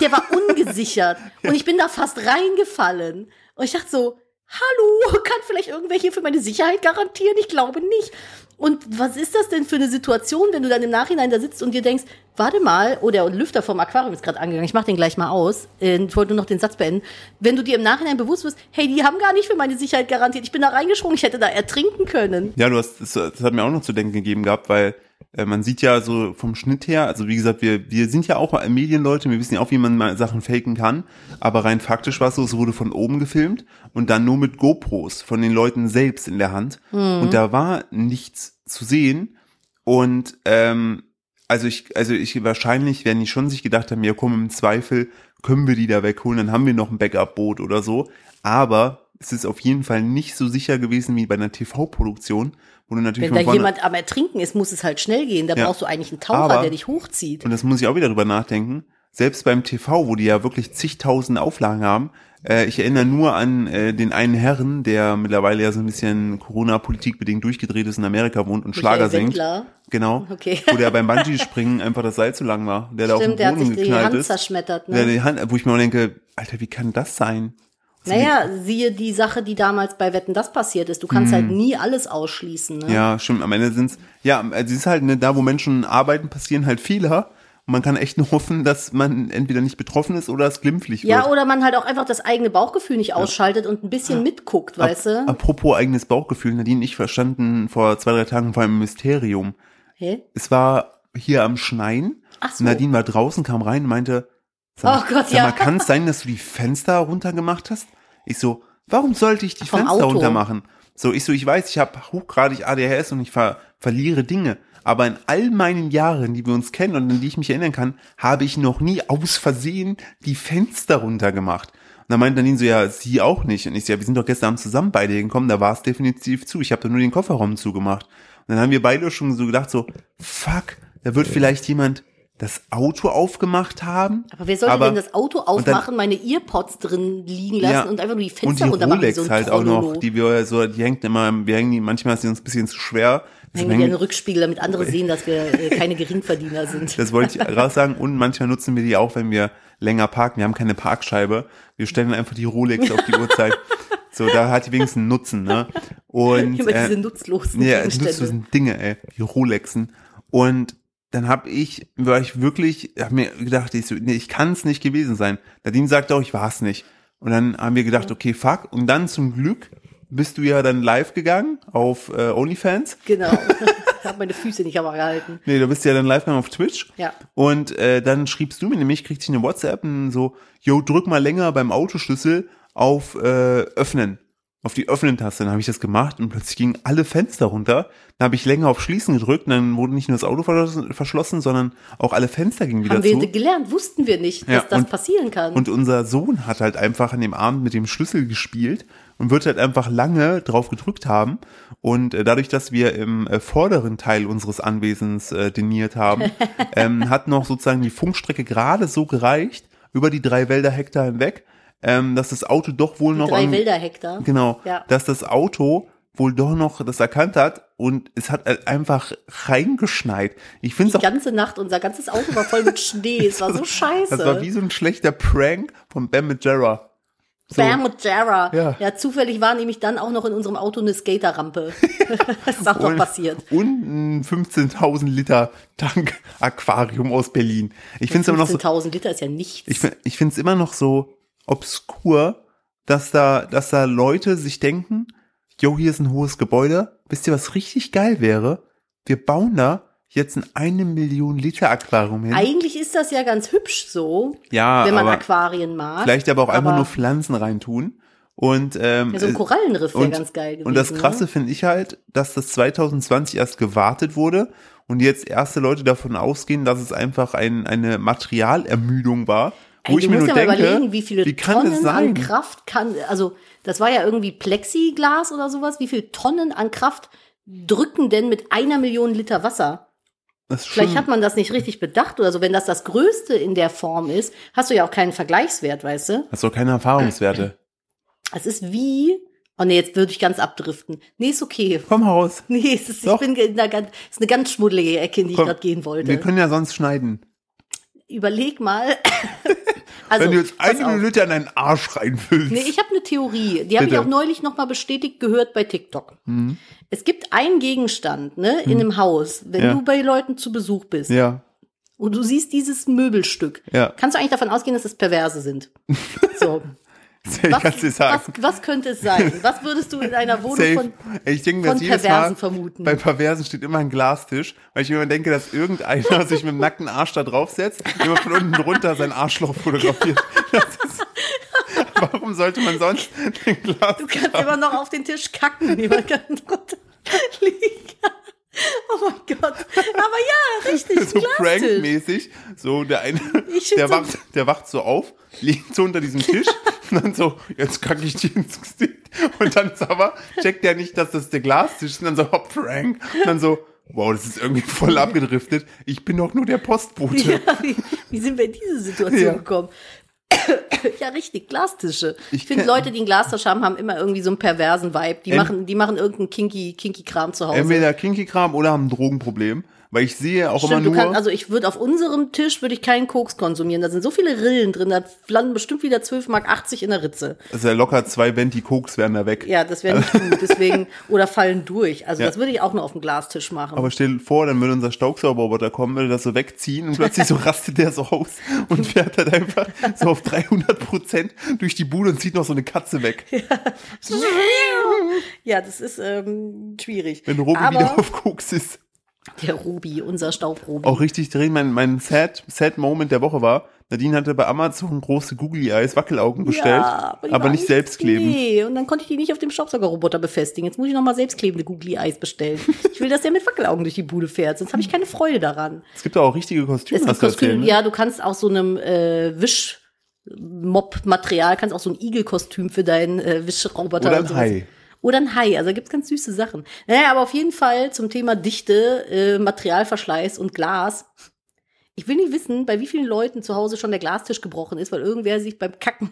[SPEAKER 2] Der war ungesichert. Und ich bin da fast reingefallen. Und ich dachte so, hallo, kann vielleicht irgendwer hier für meine Sicherheit garantieren? Ich glaube nicht. Und was ist das denn für eine Situation, wenn du dann im Nachhinein da sitzt und dir denkst, warte mal, oh, der Lüfter vom Aquarium ist gerade angegangen, ich mach den gleich mal aus. Äh, Ich wollte nur noch den Satz beenden. Wenn du dir im Nachhinein bewusst wirst, hey, die haben gar nicht für meine Sicherheit garantiert, ich bin da reingesprungen, ich hätte da ertrinken können.
[SPEAKER 1] Ja, du hast, das, das hat mir auch noch zu denken gegeben gehabt, weil äh, man sieht ja so vom Schnitt her, also wie gesagt, wir, wir sind ja auch Medienleute, wir wissen ja auch, wie man mal Sachen faken kann, aber rein faktisch war es so, es wurde von oben gefilmt und dann nur mit GoPros von den Leuten selbst in der Hand und da war nichts zu sehen und ähm, also ich, also ich wahrscheinlich werden die schon sich gedacht haben, ja komm, im Zweifel können wir die da wegholen, dann haben wir noch ein Backup-Boot oder so. Aber es ist auf jeden Fall nicht so sicher gewesen wie bei einer TV-Produktion, wo du natürlich
[SPEAKER 2] Wenn
[SPEAKER 1] von
[SPEAKER 2] da
[SPEAKER 1] vorne-
[SPEAKER 2] jemand am Ertrinken ist, muss es halt schnell gehen. Da
[SPEAKER 1] Ja.
[SPEAKER 2] brauchst du eigentlich einen Taucher,
[SPEAKER 1] Aber-
[SPEAKER 2] der dich hochzieht.
[SPEAKER 1] und das muss ich auch wieder drüber nachdenken. Selbst beim TV, wo die ja wirklich zigtausend Auflagen haben, äh, ich erinnere nur an äh, den einen Herren, der mittlerweile ja so ein bisschen Corona-Politik bedingt durchgedreht ist, in Amerika wohnt und Schlager singt.
[SPEAKER 2] Wendler.
[SPEAKER 1] Genau.
[SPEAKER 2] Okay.
[SPEAKER 1] Wo der beim Bungee-Springen einfach das Seil zu lang war. Der da auf
[SPEAKER 2] Stimmt, der
[SPEAKER 1] den
[SPEAKER 2] hat
[SPEAKER 1] Boden
[SPEAKER 2] sich die
[SPEAKER 1] geknallt
[SPEAKER 2] Hand
[SPEAKER 1] ist.
[SPEAKER 2] zerschmettert.
[SPEAKER 1] Ja,
[SPEAKER 2] Ne?
[SPEAKER 1] die Hand, wo ich mir auch denke, Alter, wie kann das sein?
[SPEAKER 2] Naja, siehe die Sache, die damals bei Wetten das passiert ist. Du kannst halt nie alles ausschließen. Ne?
[SPEAKER 1] Mhm. Ja, stimmt. Am Ende sind's ja, also es ist halt ne, da, wo Menschen arbeiten, passieren halt Fehler. Und man kann echt nur hoffen, dass man entweder nicht betroffen ist oder es glimpflich
[SPEAKER 2] Ja,
[SPEAKER 1] wird.
[SPEAKER 2] oder man halt auch einfach das eigene Bauchgefühl nicht ausschaltet und ein bisschen mitguckt, weißt du?
[SPEAKER 1] Apropos eigenes Bauchgefühl, Nadine, ich verstanden vor zwei, drei Tagen vor einem Mysterium.
[SPEAKER 2] Hä?
[SPEAKER 1] Es war hier am Schneien.
[SPEAKER 2] Ach so.
[SPEAKER 1] Nadine war draußen, kam rein und meinte, sag,
[SPEAKER 2] Oh Gott,
[SPEAKER 1] sag mal,
[SPEAKER 2] ja.
[SPEAKER 1] kann es sein, dass du die Fenster runtergemacht hast? Ich so, warum sollte ich die
[SPEAKER 2] Vom
[SPEAKER 1] Fenster
[SPEAKER 2] Auto.
[SPEAKER 1] runter machen? So, ich so, ich weiß, ich habe hochgradig ADHS und ich ver verliere Dinge. Aber in all meinen Jahren, die wir uns kennen und an die ich mich erinnern kann, habe ich noch nie aus Versehen die Fenster runtergemacht. Und dann meinte Nadine so, ja, sie auch nicht. Und ich so, ja, wir sind doch gestern Abend zusammen beide hingekommen, da war es definitiv zu. Ich habe da nur den Kofferraum zugemacht. Und dann haben wir beide schon so gedacht, so, fuck, da wird vielleicht jemand das Auto aufgemacht haben.
[SPEAKER 2] Aber wer sollte
[SPEAKER 1] Aber-
[SPEAKER 2] denn das Auto
[SPEAKER 1] und dann-
[SPEAKER 2] aufmachen, meine Earpods drin liegen lassen und einfach nur die Fenster
[SPEAKER 1] und die
[SPEAKER 2] runter machen? wie
[SPEAKER 1] Rolex
[SPEAKER 2] so ein
[SPEAKER 1] halt auch
[SPEAKER 2] Trollo.
[SPEAKER 1] noch, die wir so, die hängt immer, wir hängen die, manchmal ist die uns ein bisschen zu schwer. Deswegen
[SPEAKER 2] Hängen wir in den
[SPEAKER 1] hängen-
[SPEAKER 2] Rückspiegel, damit andere sehen, dass wir äh, keine Geringverdiener sind.
[SPEAKER 1] Das wollte ich raus sagen. Und manchmal nutzen wir die auch, wenn wir länger parken. Wir haben keine Parkscheibe. Wir stellen einfach die Rolex auf die Uhrzeit. So, da hat die wenigstens einen Nutzen, ne? Und,
[SPEAKER 2] Immer
[SPEAKER 1] äh,
[SPEAKER 2] diese nutzlosen
[SPEAKER 1] Ja,
[SPEAKER 2] Gegenstände.
[SPEAKER 1] nutzlosen Dinge, ey, die Rolexen. Und dann hab ich, war ich wirklich, hab mir gedacht, ich, so, nee, ich kann es nicht gewesen sein. Nadine sagte auch, ich war es nicht. Und dann haben wir gedacht, okay, fuck. Und dann zum Glück bist du ja dann live gegangen auf äh, OnlyFans.
[SPEAKER 2] Genau. ich habe meine Füße nicht aber gehalten.
[SPEAKER 1] Nee, du bist ja dann live gegangen auf Twitch.
[SPEAKER 2] Ja.
[SPEAKER 1] Und äh, dann schriebst du mir nämlich, kriegte ich eine WhatsApp und so, yo, drück mal länger beim Autoschlüssel auf äh, Öffnen. Auf die Öffnen-Taste. Dann habe ich das gemacht und plötzlich gingen alle Fenster runter. Dann habe ich länger auf Schließen gedrückt und dann wurde nicht nur das Auto verschlossen, verschlossen sondern auch alle Fenster gingen wieder
[SPEAKER 2] Haben wir
[SPEAKER 1] zu.
[SPEAKER 2] gelernt, wussten wir nicht, dass
[SPEAKER 1] Ja,
[SPEAKER 2] das
[SPEAKER 1] und-
[SPEAKER 2] passieren kann.
[SPEAKER 1] Und unser Sohn hat halt einfach an dem Abend mit dem Schlüssel gespielt und wird halt einfach lange drauf gedrückt haben. Und äh, dadurch, dass wir im äh, vorderen Teil unseres Anwesens äh, diniert haben, ähm, hat noch sozusagen die Funkstrecke gerade so gereicht über die drei Wälder Hektar hinweg, ähm, dass das Auto doch wohl noch
[SPEAKER 2] Drei
[SPEAKER 1] an-
[SPEAKER 2] wilder Hektar.
[SPEAKER 1] Genau,
[SPEAKER 2] Ja.
[SPEAKER 1] dass das Auto wohl doch noch das erkannt hat und es hat halt einfach reingeschneit. Ich finde es
[SPEAKER 2] Die
[SPEAKER 1] auch,
[SPEAKER 2] ganze Nacht, unser ganzes Auto war voll mit Schnee. Es war so scheiße.
[SPEAKER 1] das war wie so ein schlechter Prank von Bam Majera. So,
[SPEAKER 2] Bam und Jarrah.
[SPEAKER 1] Ja.
[SPEAKER 2] Ja. zufällig war nämlich dann auch noch in unserem Auto eine Skaterrampe. das ist auch noch
[SPEAKER 1] und-
[SPEAKER 2] passiert.
[SPEAKER 1] Und ein 15.000 Liter Tank Aquarium aus Berlin. Ich finde es immer noch so,
[SPEAKER 2] 15.000 Liter ist ja nichts.
[SPEAKER 1] ich, fin- ich finde es immer noch so obskur, dass da, dass da Leute sich denken, jo, hier ist ein hohes Gebäude. Wisst ihr, was richtig geil wäre? Wir bauen da jetzt ein eine Million Liter Aquarium hin.
[SPEAKER 2] Eigentlich ist das ja ganz hübsch so,
[SPEAKER 1] Ja,
[SPEAKER 2] wenn man
[SPEAKER 1] Ah, aber
[SPEAKER 2] Aquarien mag.
[SPEAKER 1] vielleicht aber auch einfach
[SPEAKER 2] aber-
[SPEAKER 1] nur Pflanzen reintun. Und, ähm,
[SPEAKER 2] ja, so ein
[SPEAKER 1] äh,
[SPEAKER 2] Korallenriff wäre
[SPEAKER 1] und-
[SPEAKER 2] ganz geil gewesen.
[SPEAKER 1] und das
[SPEAKER 2] ne?
[SPEAKER 1] Krasse finde ich halt, dass das 2020 erst gewartet wurde und jetzt erste Leute davon ausgehen, dass es einfach ein, eine Materialermüdung war. Wo
[SPEAKER 2] Ey,
[SPEAKER 1] ich
[SPEAKER 2] Also du
[SPEAKER 1] mir
[SPEAKER 2] musst
[SPEAKER 1] nur
[SPEAKER 2] ja mal
[SPEAKER 1] denke,
[SPEAKER 2] überlegen, wie viele
[SPEAKER 1] wie kann
[SPEAKER 2] Tonnen
[SPEAKER 1] das
[SPEAKER 2] an
[SPEAKER 1] sein?
[SPEAKER 2] Kraft kann, also das war ja irgendwie Plexiglas oder sowas, wie viele Tonnen an Kraft drücken denn mit einer Million Liter Wasser?
[SPEAKER 1] Das ist
[SPEAKER 2] Vielleicht
[SPEAKER 1] schon-
[SPEAKER 2] hat man das nicht richtig bedacht oder so. Wenn das das Größte in der Form ist, hast du ja auch keinen Vergleichswert, weißt du?
[SPEAKER 1] Hast du keine Erfahrungswerte.
[SPEAKER 2] Es ist wie, oh nee, jetzt würde ich ganz abdriften. Nee, ist okay.
[SPEAKER 1] Komm raus.
[SPEAKER 2] Nee, es ist, ich
[SPEAKER 1] Doch.
[SPEAKER 2] bin in einer ganz, ist eine ganz schmuddelige Ecke, in die ich
[SPEAKER 1] Komm,
[SPEAKER 2] gerade gehen
[SPEAKER 1] Wir
[SPEAKER 2] wollte.
[SPEAKER 1] können ja sonst schneiden.
[SPEAKER 2] Überleg mal. also,
[SPEAKER 1] Wenn du jetzt
[SPEAKER 2] pass
[SPEAKER 1] eine
[SPEAKER 2] auf.
[SPEAKER 1] Million Liter in deinen Arsch reinfüllst.
[SPEAKER 2] Nee, ich habe eine Theorie. Die habe ich
[SPEAKER 1] Bitte. Mhm.
[SPEAKER 2] auch neulich nochmal bestätigt gehört bei TikTok. Es gibt einen Gegenstand ne, in einem Haus, wenn
[SPEAKER 1] Ja.
[SPEAKER 2] du bei Leuten zu Besuch bist
[SPEAKER 1] ja,
[SPEAKER 2] und du siehst dieses Möbelstück,
[SPEAKER 1] ja.
[SPEAKER 2] kannst du eigentlich davon ausgehen, dass es Perverse sind. So.
[SPEAKER 1] Ich
[SPEAKER 2] Was,
[SPEAKER 1] kann's dir sagen.
[SPEAKER 2] was, was könnte es sein? Was würdest du in einer Wohnung
[SPEAKER 1] Safe.
[SPEAKER 2] von.
[SPEAKER 1] ich denke mir
[SPEAKER 2] von
[SPEAKER 1] das jedes
[SPEAKER 2] Perversen
[SPEAKER 1] Mal,
[SPEAKER 2] vermuten.
[SPEAKER 1] bei Perversen steht immer ein Glastisch, weil ich mir immer denke, dass irgendeiner sich mit dem nackten Arsch da draufsetzt, jemand von unten runter sein Arschloch fotografiert. Das ist, warum sollte man sonst den
[SPEAKER 2] Du
[SPEAKER 1] Glastisch
[SPEAKER 2] kannst immer noch auf den Tisch kacken, wenn jemand kann drunter liegen. Oh mein Gott. Aber ja, richtig.
[SPEAKER 1] so
[SPEAKER 2] Glastisch.
[SPEAKER 1] prankmäßig, so der eine,
[SPEAKER 2] Ich find's
[SPEAKER 1] der
[SPEAKER 2] so-
[SPEAKER 1] wacht, der wacht so auf, liegt so unter diesem Tisch und dann so, jetzt kacke ich dir ins Gesicht. Und dann ist aber, checkt er nicht, dass das der Glastisch ist und dann so, hopp, prank. Und dann so, wow, das ist irgendwie voll abgedriftet. Ich bin doch nur der Postbote.
[SPEAKER 2] Ja, wie, wie sind wir in diese Situation
[SPEAKER 1] Ja.
[SPEAKER 2] gekommen? Ja, richtig, Glastische. Ich,
[SPEAKER 1] Ich
[SPEAKER 2] finde,
[SPEAKER 1] kenn-
[SPEAKER 2] Leute, die einen Glastisch haben, haben immer irgendwie so einen perversen Vibe. Die
[SPEAKER 1] Ent-
[SPEAKER 2] machen, die machen irgendeinen kinky, kinky Kram zu Hause.
[SPEAKER 1] Entweder Kinky-Kram oder haben ein Drogenproblem. Weil ich sehe auch immer
[SPEAKER 2] Stimmt, du
[SPEAKER 1] nur.
[SPEAKER 2] kannst, also ich würde auf unserem Tisch würde ich keinen Koks konsumieren. Da sind so viele Rillen drin, da landen bestimmt wieder 12,80 Mark in der Ritze.
[SPEAKER 1] also locker zwei Venti-Koks wären da weg.
[SPEAKER 2] Ja, das wäre nicht gut, deswegen, oder fallen durch. Also
[SPEAKER 1] Ja.
[SPEAKER 2] das würde ich auch nur auf dem Glastisch machen.
[SPEAKER 1] Aber stell dir vor, dann würde unser Staubsaugerroboter kommen, würde das so wegziehen und plötzlich so rastet der so aus und fährt halt einfach so auf 300 Prozent durch die Bude und zieht noch so eine Katze weg.
[SPEAKER 2] ja, das ist ähm, schwierig.
[SPEAKER 1] Wenn Robi
[SPEAKER 2] Aber
[SPEAKER 1] wieder auf Koks ist.
[SPEAKER 2] der Ruby, unser Staubruby.
[SPEAKER 1] Auch richtig drehen, mein, mein sad, sad Moment der Woche war, Nadine hatte bei Amazon große Googly Eyes Wackelaugen bestellt,
[SPEAKER 2] die
[SPEAKER 1] aber,
[SPEAKER 2] waren
[SPEAKER 1] nicht selbst kleben.
[SPEAKER 2] Nee, und dann konnte ich die nicht auf dem Staubsaugerroboter befestigen. Jetzt muss ich nochmal selbstklebende Googly Eyes bestellen. Ich will, dass der mit Wackelaugen durch die Bude fährt, sonst habe ich keine Freude daran.
[SPEAKER 1] Es gibt auch richtige Kostüme,
[SPEAKER 2] Es gibt
[SPEAKER 1] hast du erzählt,
[SPEAKER 2] Kostüme,
[SPEAKER 1] ne?
[SPEAKER 2] ja, du kannst auch so einem äh, Wisch Mob-Material, kannst auch so ein Igel-Kostüm für deinen äh, Wischroboter
[SPEAKER 1] Oder
[SPEAKER 2] und
[SPEAKER 1] ein
[SPEAKER 2] sowas.
[SPEAKER 1] Hai.
[SPEAKER 2] Oder ein Hai, also da gibt's ganz süße Sachen. Naja, aber auf jeden Fall zum Thema Dichte, äh, Materialverschleiß und Glas. Ich will nicht wissen, bei wie vielen Leuten zu Hause schon der Glastisch gebrochen ist, weil irgendwer sich beim Kacken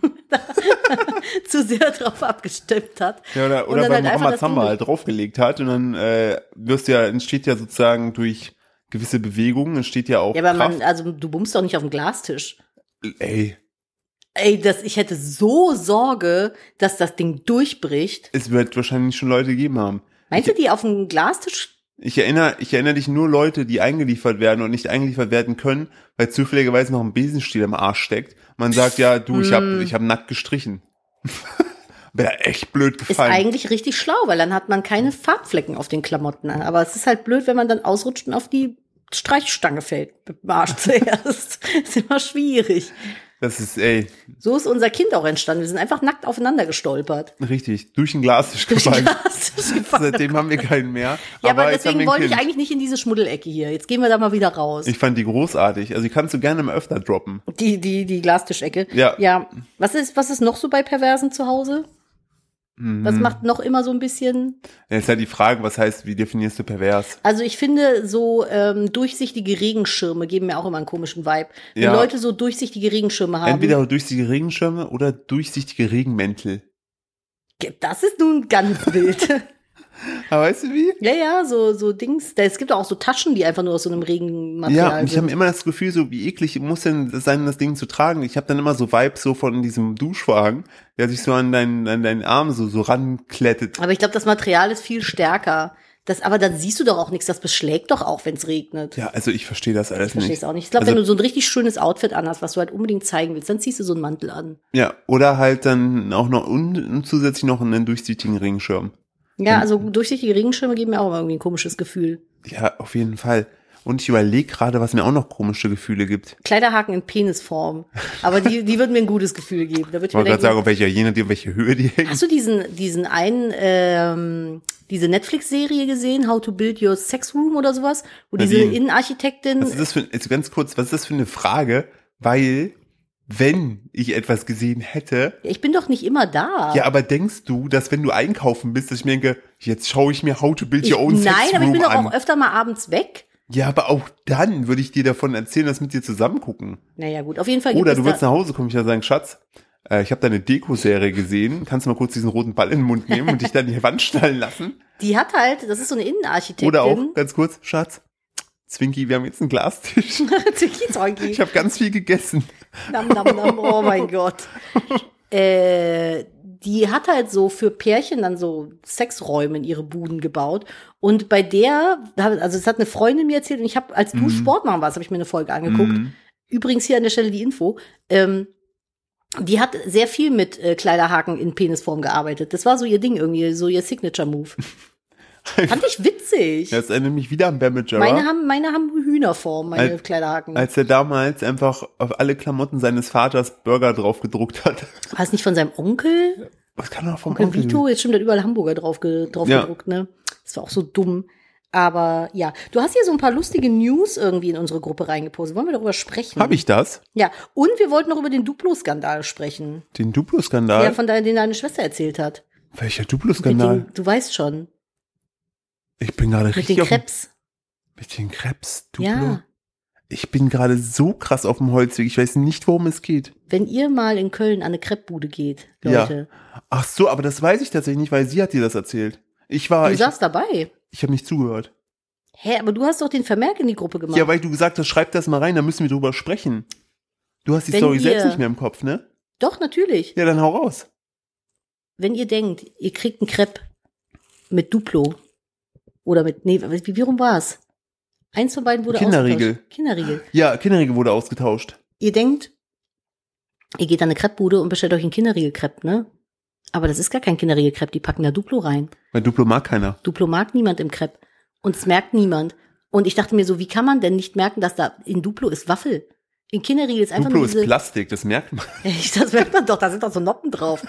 [SPEAKER 2] zu sehr drauf abgestimmt hat.
[SPEAKER 1] Ja, oder,
[SPEAKER 2] Und
[SPEAKER 1] oder
[SPEAKER 2] dann
[SPEAKER 1] beim
[SPEAKER 2] einfach das
[SPEAKER 1] Ramazamba
[SPEAKER 2] Ding-
[SPEAKER 1] halt draufgelegt hat und dann äh, wirst ja, entsteht ja sozusagen durch gewisse Bewegungen, entsteht ja auch
[SPEAKER 2] Ja, aber man,
[SPEAKER 1] Kraft.
[SPEAKER 2] also du bummst doch nicht auf dem Glastisch.
[SPEAKER 1] Ey,
[SPEAKER 2] Ey, das, ich hätte so Sorge, dass das Ding durchbricht.
[SPEAKER 1] es wird wahrscheinlich schon Leute gegeben haben.
[SPEAKER 2] Meinst du, die auf dem Glastisch?
[SPEAKER 1] Ich erinnere, ich erinnere dich nur Leute, die eingeliefert werden und nicht eingeliefert werden können, weil zufälligerweise noch ein Besenstiel im Arsch steckt. Man sagt ja, du, ich
[SPEAKER 2] Hm.
[SPEAKER 1] habe ich hab nackt gestrichen. Wäre echt blöd
[SPEAKER 2] Ist
[SPEAKER 1] gefallen.
[SPEAKER 2] eigentlich richtig schlau, weil dann hat man keine Farbflecken auf den Klamotten. Aber es ist halt blöd, wenn man dann ausrutscht und auf die Streichstange fällt. Mit dem Arsch zuerst. ist immer schwierig.
[SPEAKER 1] Das ist, ey,
[SPEAKER 2] So ist unser Kind auch entstanden. Wir sind einfach nackt aufeinander gestolpert.
[SPEAKER 1] richtig, durch ein Glastisch
[SPEAKER 2] Durch den
[SPEAKER 1] gefallen.
[SPEAKER 2] Glastisch gefallen.
[SPEAKER 1] Seitdem haben wir keinen mehr.
[SPEAKER 2] Ja, aber,
[SPEAKER 1] jetzt haben
[SPEAKER 2] deswegen
[SPEAKER 1] wir ein
[SPEAKER 2] wollte ich
[SPEAKER 1] Kind.
[SPEAKER 2] eigentlich nicht in diese Schmuddelecke hier. Jetzt gehen wir da mal wieder raus.
[SPEAKER 1] Ich fand die großartig. Also, die kannst du gerne mal öfter droppen.
[SPEAKER 2] die, die, die Glastischecke.
[SPEAKER 1] Ja.
[SPEAKER 2] Ja. Was ist, was ist noch so bei Perversen zu Hause?
[SPEAKER 1] Mhm.
[SPEAKER 2] Das macht noch immer so ein bisschen.
[SPEAKER 1] Jetzt ist halt die Frage, was heißt, wie definierst du pervers?
[SPEAKER 2] Also ich finde, so ähm, durchsichtige Regenschirme geben mir auch immer einen komischen Vibe. Wenn
[SPEAKER 1] Ja.
[SPEAKER 2] Leute so durchsichtige Regenschirme haben,
[SPEAKER 1] Entweder durchsichtige Regenschirme oder durchsichtige Regenmäntel.
[SPEAKER 2] das ist nun ganz wild.
[SPEAKER 1] Aber weißt du wie?
[SPEAKER 2] ja, ja, so, so Dings. Es gibt auch so Taschen, die einfach nur aus so einem Regenmaterial
[SPEAKER 1] Ja, und ich
[SPEAKER 2] sind.
[SPEAKER 1] habe immer das Gefühl, so wie eklig muss denn das sein, das Ding zu tragen. Ich habe dann immer so Vibes so von diesem Duschwagen, der sich so an deinen, an deinen Arm so, so ranklettet.
[SPEAKER 2] Aber ich glaube, das Material ist viel stärker. Das, aber dann siehst du doch auch nichts. Das beschlägt doch auch, wenn es regnet.
[SPEAKER 1] Ja, also ich verstehe das alles
[SPEAKER 2] Verstehst
[SPEAKER 1] nicht.
[SPEAKER 2] auch nicht. Ich glaube,
[SPEAKER 1] Also-
[SPEAKER 2] wenn du so ein richtig schönes Outfit anhast, was du halt unbedingt zeigen willst, dann ziehst du so einen Mantel an.
[SPEAKER 1] Ja, oder halt dann auch noch un, und zusätzlich noch einen durchsichtigen Regenschirm.
[SPEAKER 2] Ja, also durchsichtige Regenschirme geben mir auch immer irgendwie ein komisches Gefühl.
[SPEAKER 1] Ja, auf jeden Fall. Und ich überlege gerade, was mir auch noch komische Gefühle gibt.
[SPEAKER 2] Kleiderhaken in Penisform. Aber die, die würden mir ein gutes Gefühl geben. Da würde ich
[SPEAKER 1] Ich
[SPEAKER 2] mir
[SPEAKER 1] wollte gerade
[SPEAKER 2] denken,
[SPEAKER 1] sagen, auf welcher, je nachdem, welche Höhe die hängt.
[SPEAKER 2] hast du diesen, diesen einen, ähm, diese Netflix-Serie gesehen, How to Build Your Sex Room oder sowas? Wo diese
[SPEAKER 1] Nadine.
[SPEAKER 2] Innenarchitektin,
[SPEAKER 1] Was ist das für, also ganz kurz, was ist das für eine Frage? Weil, wenn ich etwas gesehen hätte,
[SPEAKER 2] ich bin doch nicht immer da.
[SPEAKER 1] ja, aber denkst du, dass wenn du einkaufen bist, dass ich mir denke, jetzt schaue ich mir How to Build
[SPEAKER 2] ich,
[SPEAKER 1] Your Own
[SPEAKER 2] nein,
[SPEAKER 1] Sex
[SPEAKER 2] aber ich bin
[SPEAKER 1] Room
[SPEAKER 2] doch auch
[SPEAKER 1] an?
[SPEAKER 2] öfter mal abends weg.
[SPEAKER 1] Ja, aber auch dann würde ich dir davon erzählen, dass wir mit dir zusammen gucken.
[SPEAKER 2] Naja, gut, auf jeden Fall
[SPEAKER 1] Oder
[SPEAKER 2] es
[SPEAKER 1] du würdest
[SPEAKER 2] da,
[SPEAKER 1] nach Hause kommen, ich würde sagen, Schatz, äh, ich habe deine Deko-Serie gesehen, kannst du mal kurz diesen roten Ball in den Mund nehmen und dich dann in die Wand schnallen lassen?
[SPEAKER 2] die hat halt, das ist so eine Innenarchitektin.
[SPEAKER 1] Oder auch, ganz kurz, Schatz, Zwinki, wir haben jetzt einen Glastisch.
[SPEAKER 2] Zicki Zocki.
[SPEAKER 1] Ich habe ganz viel gegessen.
[SPEAKER 2] Nam, nam, nam, oh mein Gott. Äh, die hat halt so für Pärchen dann so Sexräume in ihre Buden gebaut. Und bei der, also es hat eine Freundin mir erzählt, und ich habe, als
[SPEAKER 1] Mhm.
[SPEAKER 2] du Sport machen warst, habe ich mir eine Folge angeguckt. Übrigens hier an der Stelle die Info. Ähm, die hat sehr viel mit äh, Kleiderhaken in Penisform gearbeitet. Das war so ihr Ding irgendwie, so ihr Signature-Move. Fand ich witzig.
[SPEAKER 1] Das erinnert mich wieder an Bam Majera.
[SPEAKER 2] meine, haben, meine haben Hühnerform, meine
[SPEAKER 1] Als-
[SPEAKER 2] Kleiderhaken.
[SPEAKER 1] als er damals einfach auf alle Klamotten seines Vaters Burger drauf gedruckt hat.
[SPEAKER 2] war es nicht von seinem Onkel?
[SPEAKER 1] Was kann er vom
[SPEAKER 2] Onkel
[SPEAKER 1] Onkel?
[SPEAKER 2] Vito, jetzt stimmt, hat überall Hamburger drauf, ge drauf
[SPEAKER 1] Ja.
[SPEAKER 2] gedruckt, ne? Das war auch so dumm. Aber ja, du hast hier so ein paar lustige News irgendwie in unsere Gruppe reingepostet. Wollen wir darüber sprechen?
[SPEAKER 1] Hab ich das?
[SPEAKER 2] Ja, und wir wollten noch über den Duplo-Skandal sprechen,
[SPEAKER 1] Den Duplo-Skandal?
[SPEAKER 2] der von de den deine Schwester erzählt hat.
[SPEAKER 1] Welcher
[SPEAKER 2] Mit
[SPEAKER 1] Duplo-Skandal?
[SPEAKER 2] den, du weißt schon,
[SPEAKER 1] Ich bin gerade
[SPEAKER 2] mit
[SPEAKER 1] richtig
[SPEAKER 2] den
[SPEAKER 1] auf dem-
[SPEAKER 2] Krebs.
[SPEAKER 1] Mit den Krebs, Duplo.
[SPEAKER 2] Ja,
[SPEAKER 1] Ich bin gerade so krass auf dem Holzweg. Ich weiß nicht, worum es geht.
[SPEAKER 2] wenn ihr mal in Köln an eine Kreppbude geht,
[SPEAKER 1] Ja.
[SPEAKER 2] Leute,
[SPEAKER 1] Ach so, aber das weiß ich tatsächlich nicht, weil sie hat dir das erzählt. Ich war,
[SPEAKER 2] du
[SPEAKER 1] Ah, ich,
[SPEAKER 2] saßt dabei.
[SPEAKER 1] ich habe nicht zugehört.
[SPEAKER 2] Hä, aber du hast doch den Vermerk in die Gruppe gemacht.
[SPEAKER 1] Ja, weil du gesagt hast, schreib das mal rein, da müssen wir drüber sprechen. Du hast die
[SPEAKER 2] Wenn
[SPEAKER 1] Story
[SPEAKER 2] ihr-
[SPEAKER 1] selbst nicht mehr im Kopf, ne?
[SPEAKER 2] doch, natürlich.
[SPEAKER 1] Ja, dann hau raus.
[SPEAKER 2] wenn ihr denkt, ihr kriegt einen Crepe mit Duplo oder mit, nee, wie, wie rum war's? Eins von beiden wurde
[SPEAKER 1] Kinderriegel.
[SPEAKER 2] ausgetauscht. Kinderriegel.
[SPEAKER 1] Ja, Kinderriegel wurde ausgetauscht.
[SPEAKER 2] Ihr denkt, ihr geht an eine Crepe-Bude und bestellt euch einen Kinderriegel-Crepe, ne? Aber das ist gar kein Kinderriegel-Crepe, die packen da Duplo rein.
[SPEAKER 1] Weil Duplo mag keiner.
[SPEAKER 2] Duplo mag niemand im Crepe. Und es merkt niemand. Und ich dachte mir so, wie kann man denn nicht merken, dass da in Duplo ist Waffel? In Kinderriegel ist einfach
[SPEAKER 1] Duplo
[SPEAKER 2] nur
[SPEAKER 1] ist
[SPEAKER 2] diese...
[SPEAKER 1] Plastik, das merkt man.
[SPEAKER 2] Ist das merkt man doch, da sind doch so Noppen drauf.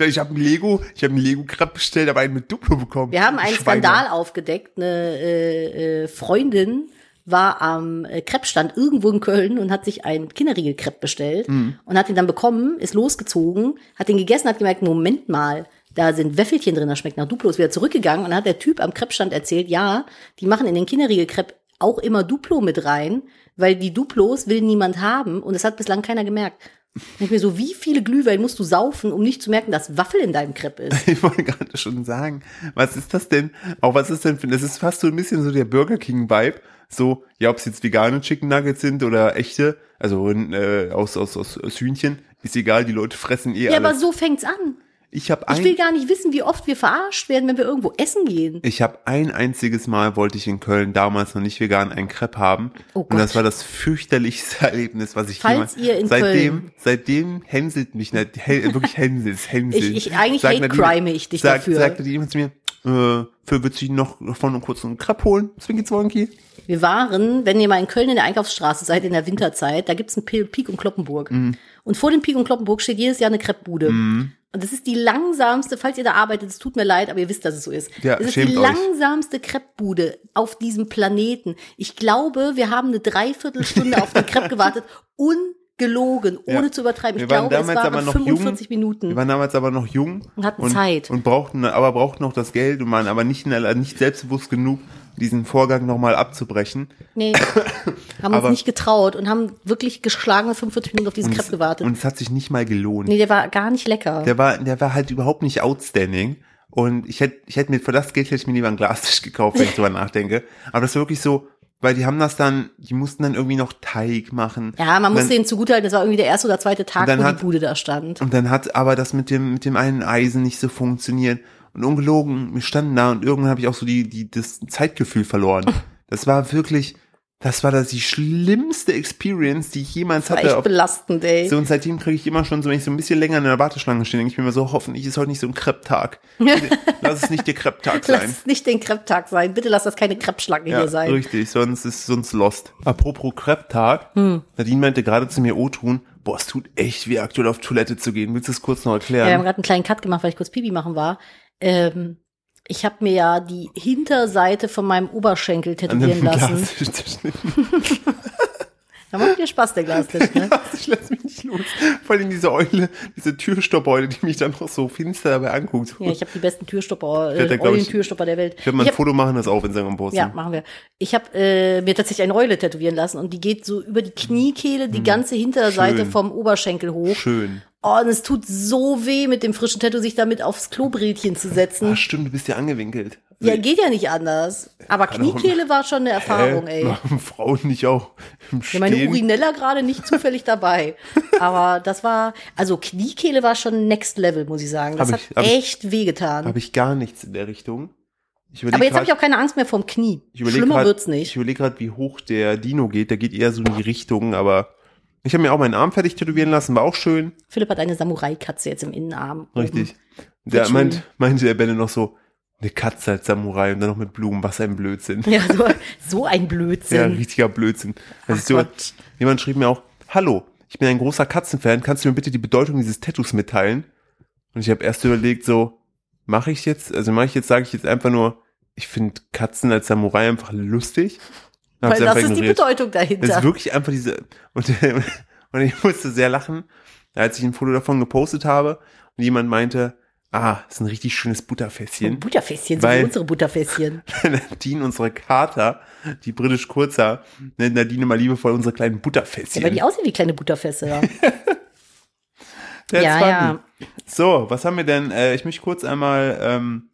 [SPEAKER 1] Ich habe ein Lego, ich habe ein Lego Crepe bestellt, aber einen mit Duplo bekommen.
[SPEAKER 2] Wir haben einen
[SPEAKER 1] Schweine.
[SPEAKER 2] Skandal aufgedeckt. Eine äh, äh, Freundin war am äh, Kreppstand irgendwo in Köln und hat sich einen Kinderriegel-Krepp bestellt und hat ihn dann bekommen, ist losgezogen, hat ihn gegessen, hat gemerkt, Moment mal, da sind Wäffelchen drin, das schmeckt nach Duplo, ist wieder zurückgegangen und dann hat der Typ am Kreppstand erzählt, ja, die machen in den Kinderriegel-Krepp auch immer Duplo mit rein, weil die Duplos will niemand haben und das hat bislang keiner gemerkt. Und ich mir so, wie viele Glühwein musst du saufen, um nicht zu merken, dass Waffel in deinem Krepp ist?
[SPEAKER 1] Ich wollte gerade schon sagen, was ist das denn? Auch was ist denn für, das ist fast so ein bisschen so der Burger King Vibe. So, ja, ob es jetzt vegane Chicken Nuggets sind oder echte, also äh, aus, aus, aus, aus Hühnchen, ist egal, die Leute fressen eh
[SPEAKER 2] Ja, aber
[SPEAKER 1] alles.
[SPEAKER 2] so fängt's an.
[SPEAKER 1] Ich habe
[SPEAKER 2] Ich will
[SPEAKER 1] ein,
[SPEAKER 2] gar nicht wissen, wie oft wir verarscht werden, wenn wir irgendwo essen gehen.
[SPEAKER 1] ich habe ein einziges Mal wollte ich in Köln damals noch nicht vegan einen Crepe haben.
[SPEAKER 2] Oh
[SPEAKER 1] Und das
[SPEAKER 2] Gott.
[SPEAKER 1] war das fürchterlichste Erlebnis, was ich jemals.
[SPEAKER 2] Falls ihr in
[SPEAKER 1] seitdem,
[SPEAKER 2] Köln-
[SPEAKER 1] seitdem hänselt mich, na, hel, wirklich hänselt, hänselt.
[SPEAKER 2] Ich- ich- eigentlich hate crime ich dich
[SPEAKER 1] sag,
[SPEAKER 2] dafür.
[SPEAKER 1] Sagte die jemand zu mir, äh, für würdest du ihn noch von einem kurzen Crepe holen? Zwinki Zwonki?
[SPEAKER 2] Wir waren, wenn ihr mal in Köln in der Einkaufsstraße seid, in der Winterzeit, da gibt's einen Pi- Pik und Kloppenburg.
[SPEAKER 1] Mhm.
[SPEAKER 2] Und vor dem Pik und Kloppenburg steht jedes Jahr eine Kreppbude. Und das ist die langsamste, falls ihr da arbeitet, es tut mir leid, aber ihr wisst, dass es so ist.
[SPEAKER 1] Ja,
[SPEAKER 2] es ist die
[SPEAKER 1] schämt euch.
[SPEAKER 2] langsamste Kreppbude auf diesem Planeten. Ich glaube, wir haben eine Dreiviertelstunde auf den Krepp gewartet. Unfassbar. gelogen, ohne
[SPEAKER 1] Ja.
[SPEAKER 2] zu übertreiben. Ich
[SPEAKER 1] Wir waren
[SPEAKER 2] glaube, es
[SPEAKER 1] damals aber
[SPEAKER 2] waren
[SPEAKER 1] noch
[SPEAKER 2] 45
[SPEAKER 1] jung.
[SPEAKER 2] Minuten.
[SPEAKER 1] Wir waren damals aber noch jung.
[SPEAKER 2] Und hatten Zeit.
[SPEAKER 1] Und brauchten, aber brauchten noch das Geld und waren aber nicht, in der, nicht selbstbewusst genug, diesen Vorgang nochmal abzubrechen.
[SPEAKER 2] nee, haben uns
[SPEAKER 1] Aber-
[SPEAKER 2] nicht getraut und haben wirklich geschlagene 45 Minuten auf diesen Crepe gewartet.
[SPEAKER 1] Und es hat sich nicht mal gelohnt.
[SPEAKER 2] nee, der war gar nicht lecker.
[SPEAKER 1] Der war, der war halt überhaupt nicht outstanding. Und ich hätte, ich hätte mir für das Geld hätte ich mir lieber einen Glastisch gekauft, wenn ich drüber nachdenke. Aber das war wirklich so, weil die haben das dann, die mussten dann irgendwie noch Teig machen.
[SPEAKER 2] ja, man
[SPEAKER 1] Und
[SPEAKER 2] muss
[SPEAKER 1] dann,
[SPEAKER 2] denen zugutehalten, das war irgendwie der erste oder zweite Tag,
[SPEAKER 1] Und dann
[SPEAKER 2] wo die
[SPEAKER 1] hat-
[SPEAKER 2] Bude da stand.
[SPEAKER 1] Und dann hat aber das mit dem, mit dem einen Eisen nicht so funktioniert. Und ungelogen, wir standen da und irgendwann habe ich auch so die, die, das Zeitgefühl verloren.
[SPEAKER 2] Oh.
[SPEAKER 1] Das war wirklich, das war das die schlimmste Experience, die ich jemals
[SPEAKER 2] War
[SPEAKER 1] hatte.
[SPEAKER 2] echt
[SPEAKER 1] auf-
[SPEAKER 2] belastend, ey.
[SPEAKER 1] So, und seitdem kriege ich immer schon so, wenn ich so ein bisschen länger in der Warteschlange stehe, denke ich mir immer so, hoffentlich ist heute nicht so ein Krepptag. Lass es nicht der Krepptag
[SPEAKER 2] lass
[SPEAKER 1] sein.
[SPEAKER 2] es nicht den Krepptag sein. Bitte lass das keine Kreppschlange hier sein.
[SPEAKER 1] richtig, sonst ist sonst lost. Apropos Krepptag,
[SPEAKER 2] Hm.
[SPEAKER 1] Nadine meinte gerade zu mir O-Tun, boah, es tut echt weh, aktuell auf Toilette zu gehen. Willst du es kurz noch
[SPEAKER 2] Ja, wir haben
[SPEAKER 1] erklären?
[SPEAKER 2] gerade einen kleinen Cut gemacht, weil ich kurz Pipi machen war. Ähm, ich habe mir ja die Hinterseite von meinem Oberschenkel
[SPEAKER 1] An
[SPEAKER 2] tätowieren
[SPEAKER 1] dem
[SPEAKER 2] lassen.
[SPEAKER 1] Glastisch zu schnitzen.
[SPEAKER 2] Da macht dir Spaß, der Glastisch, ne?
[SPEAKER 1] Ich lass mich nicht los. Vor allem diese Eule, diese Türstoppeule, die mich dann noch so finster dabei anguckt.
[SPEAKER 2] Ja, ich habe die besten Türstopper,
[SPEAKER 1] werd da,
[SPEAKER 2] äh,
[SPEAKER 1] glaub ich-
[SPEAKER 2] Eulen-Türstopper der Welt.
[SPEAKER 1] ich werde mal ein
[SPEAKER 2] Ich hab-
[SPEAKER 1] Foto machen, das auf Instagram posten.
[SPEAKER 2] Ja, machen wir. Ich habe äh, mir tatsächlich eine Eule tätowieren lassen und die geht so über die Kniekehle, die ganze Hinterseite
[SPEAKER 1] Hm. Schön.
[SPEAKER 2] vom Oberschenkel hoch.
[SPEAKER 1] Schön.
[SPEAKER 2] Oh, und es tut so weh, mit dem frischen Tattoo sich damit aufs Klobrilchen zu
[SPEAKER 1] Ah,
[SPEAKER 2] setzen.
[SPEAKER 1] stimmt, du bist ja angewinkelt.
[SPEAKER 2] Ja, geht ja nicht anders. Aber
[SPEAKER 1] Kann auch-
[SPEAKER 2] Kniekehle war schon eine Erfahrung,
[SPEAKER 1] Hä?
[SPEAKER 2] ey.
[SPEAKER 1] Machen Frauen nicht auch im
[SPEAKER 2] Ja, meine
[SPEAKER 1] Stehen?
[SPEAKER 2] Urinella gerade nicht zufällig dabei. Aber das war, also Kniekehle war schon next level, muss ich sagen. Das
[SPEAKER 1] Hab
[SPEAKER 2] hat
[SPEAKER 1] ich- hab ich-
[SPEAKER 2] echt wehgetan.
[SPEAKER 1] Habe ich gar nichts in der Richtung. Ich überleg
[SPEAKER 2] Aber jetzt habe ich
[SPEAKER 1] grad-
[SPEAKER 2] auch keine Angst mehr vom Knie.
[SPEAKER 1] ich überleg
[SPEAKER 2] Schlimmer
[SPEAKER 1] grad-
[SPEAKER 2] wird's
[SPEAKER 1] Ich
[SPEAKER 2] nicht.
[SPEAKER 1] überlege gerade, wie hoch der Dino geht. Der geht eher so in die Richtung, aber ich habe mir auch meinen Arm fertig tätowieren lassen, war auch schön.
[SPEAKER 2] Philipp hat eine Samurai-Katze jetzt im Innenarm. oben.
[SPEAKER 1] Richtig. Der
[SPEAKER 2] schön.
[SPEAKER 1] meint, meinte der Benne noch so, eine Katze als Samurai und dann noch mit Blumen, was ein Blödsinn.
[SPEAKER 2] Ja, so, so ein
[SPEAKER 1] Ja,
[SPEAKER 2] Blödsinn.
[SPEAKER 1] richtiger Blödsinn. Also
[SPEAKER 2] Ach
[SPEAKER 1] so,
[SPEAKER 2] Gott.
[SPEAKER 1] jemand schrieb mir auch, hallo, ich bin ein großer Katzenfan, kannst du mir bitte die Bedeutung dieses Tattoos mitteilen? Und ich habe erst überlegt, so, mache ich jetzt, also mache ich jetzt, sage ich jetzt einfach nur, ich finde Katzen als Samurai einfach lustig. Dann hab's
[SPEAKER 2] Weil das
[SPEAKER 1] einfach
[SPEAKER 2] ist die
[SPEAKER 1] ignoriert.
[SPEAKER 2] Bedeutung
[SPEAKER 1] Das
[SPEAKER 2] dahinter.
[SPEAKER 1] ist wirklich einfach diese, und, und ich musste sehr lachen, als ich ein Foto davon gepostet habe und jemand meinte, ah, ist ein richtig schönes Butterfässchen.
[SPEAKER 2] Butterfässchen, so wie
[SPEAKER 1] Weil-
[SPEAKER 2] unsere Butterfässchen.
[SPEAKER 1] Nadine, unsere Kater, die britisch kurzer, nennt Nadine mal liebevoll unsere kleinen
[SPEAKER 2] Ja,
[SPEAKER 1] Butterfässchen.
[SPEAKER 2] weil die aussehen wie kleine Butterfässer. Ja.
[SPEAKER 1] That's
[SPEAKER 2] Ja,
[SPEAKER 1] funny.
[SPEAKER 2] ja.
[SPEAKER 1] So, was haben wir denn? Äh, ich möchte kurz einmal, ähm,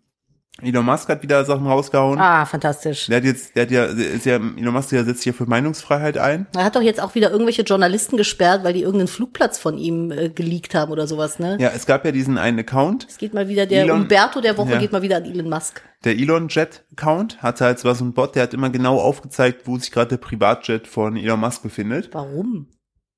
[SPEAKER 1] Elon Musk hat wieder Sachen rausgehauen.
[SPEAKER 2] Ah, fantastisch.
[SPEAKER 1] Der hat jetzt, der hat ja, ist ja, Elon Musk der setzt sich ja für Meinungsfreiheit ein.
[SPEAKER 2] Er hat doch jetzt auch wieder irgendwelche Journalisten gesperrt, weil die irgendeinen Flugplatz von ihm äh, geleakt haben oder sowas, ne?
[SPEAKER 1] Ja, es gab ja diesen einen Account,
[SPEAKER 2] Es geht mal wieder, der
[SPEAKER 1] Elon-
[SPEAKER 2] Umberto der Woche
[SPEAKER 1] Ja.
[SPEAKER 2] geht mal wieder an Elon Musk.
[SPEAKER 1] der Elon Jet Account, hatte halt zwar so einen Bot, der hat immer genau aufgezeigt, wo sich gerade der Privatjet von Elon Musk befindet.
[SPEAKER 2] Warum?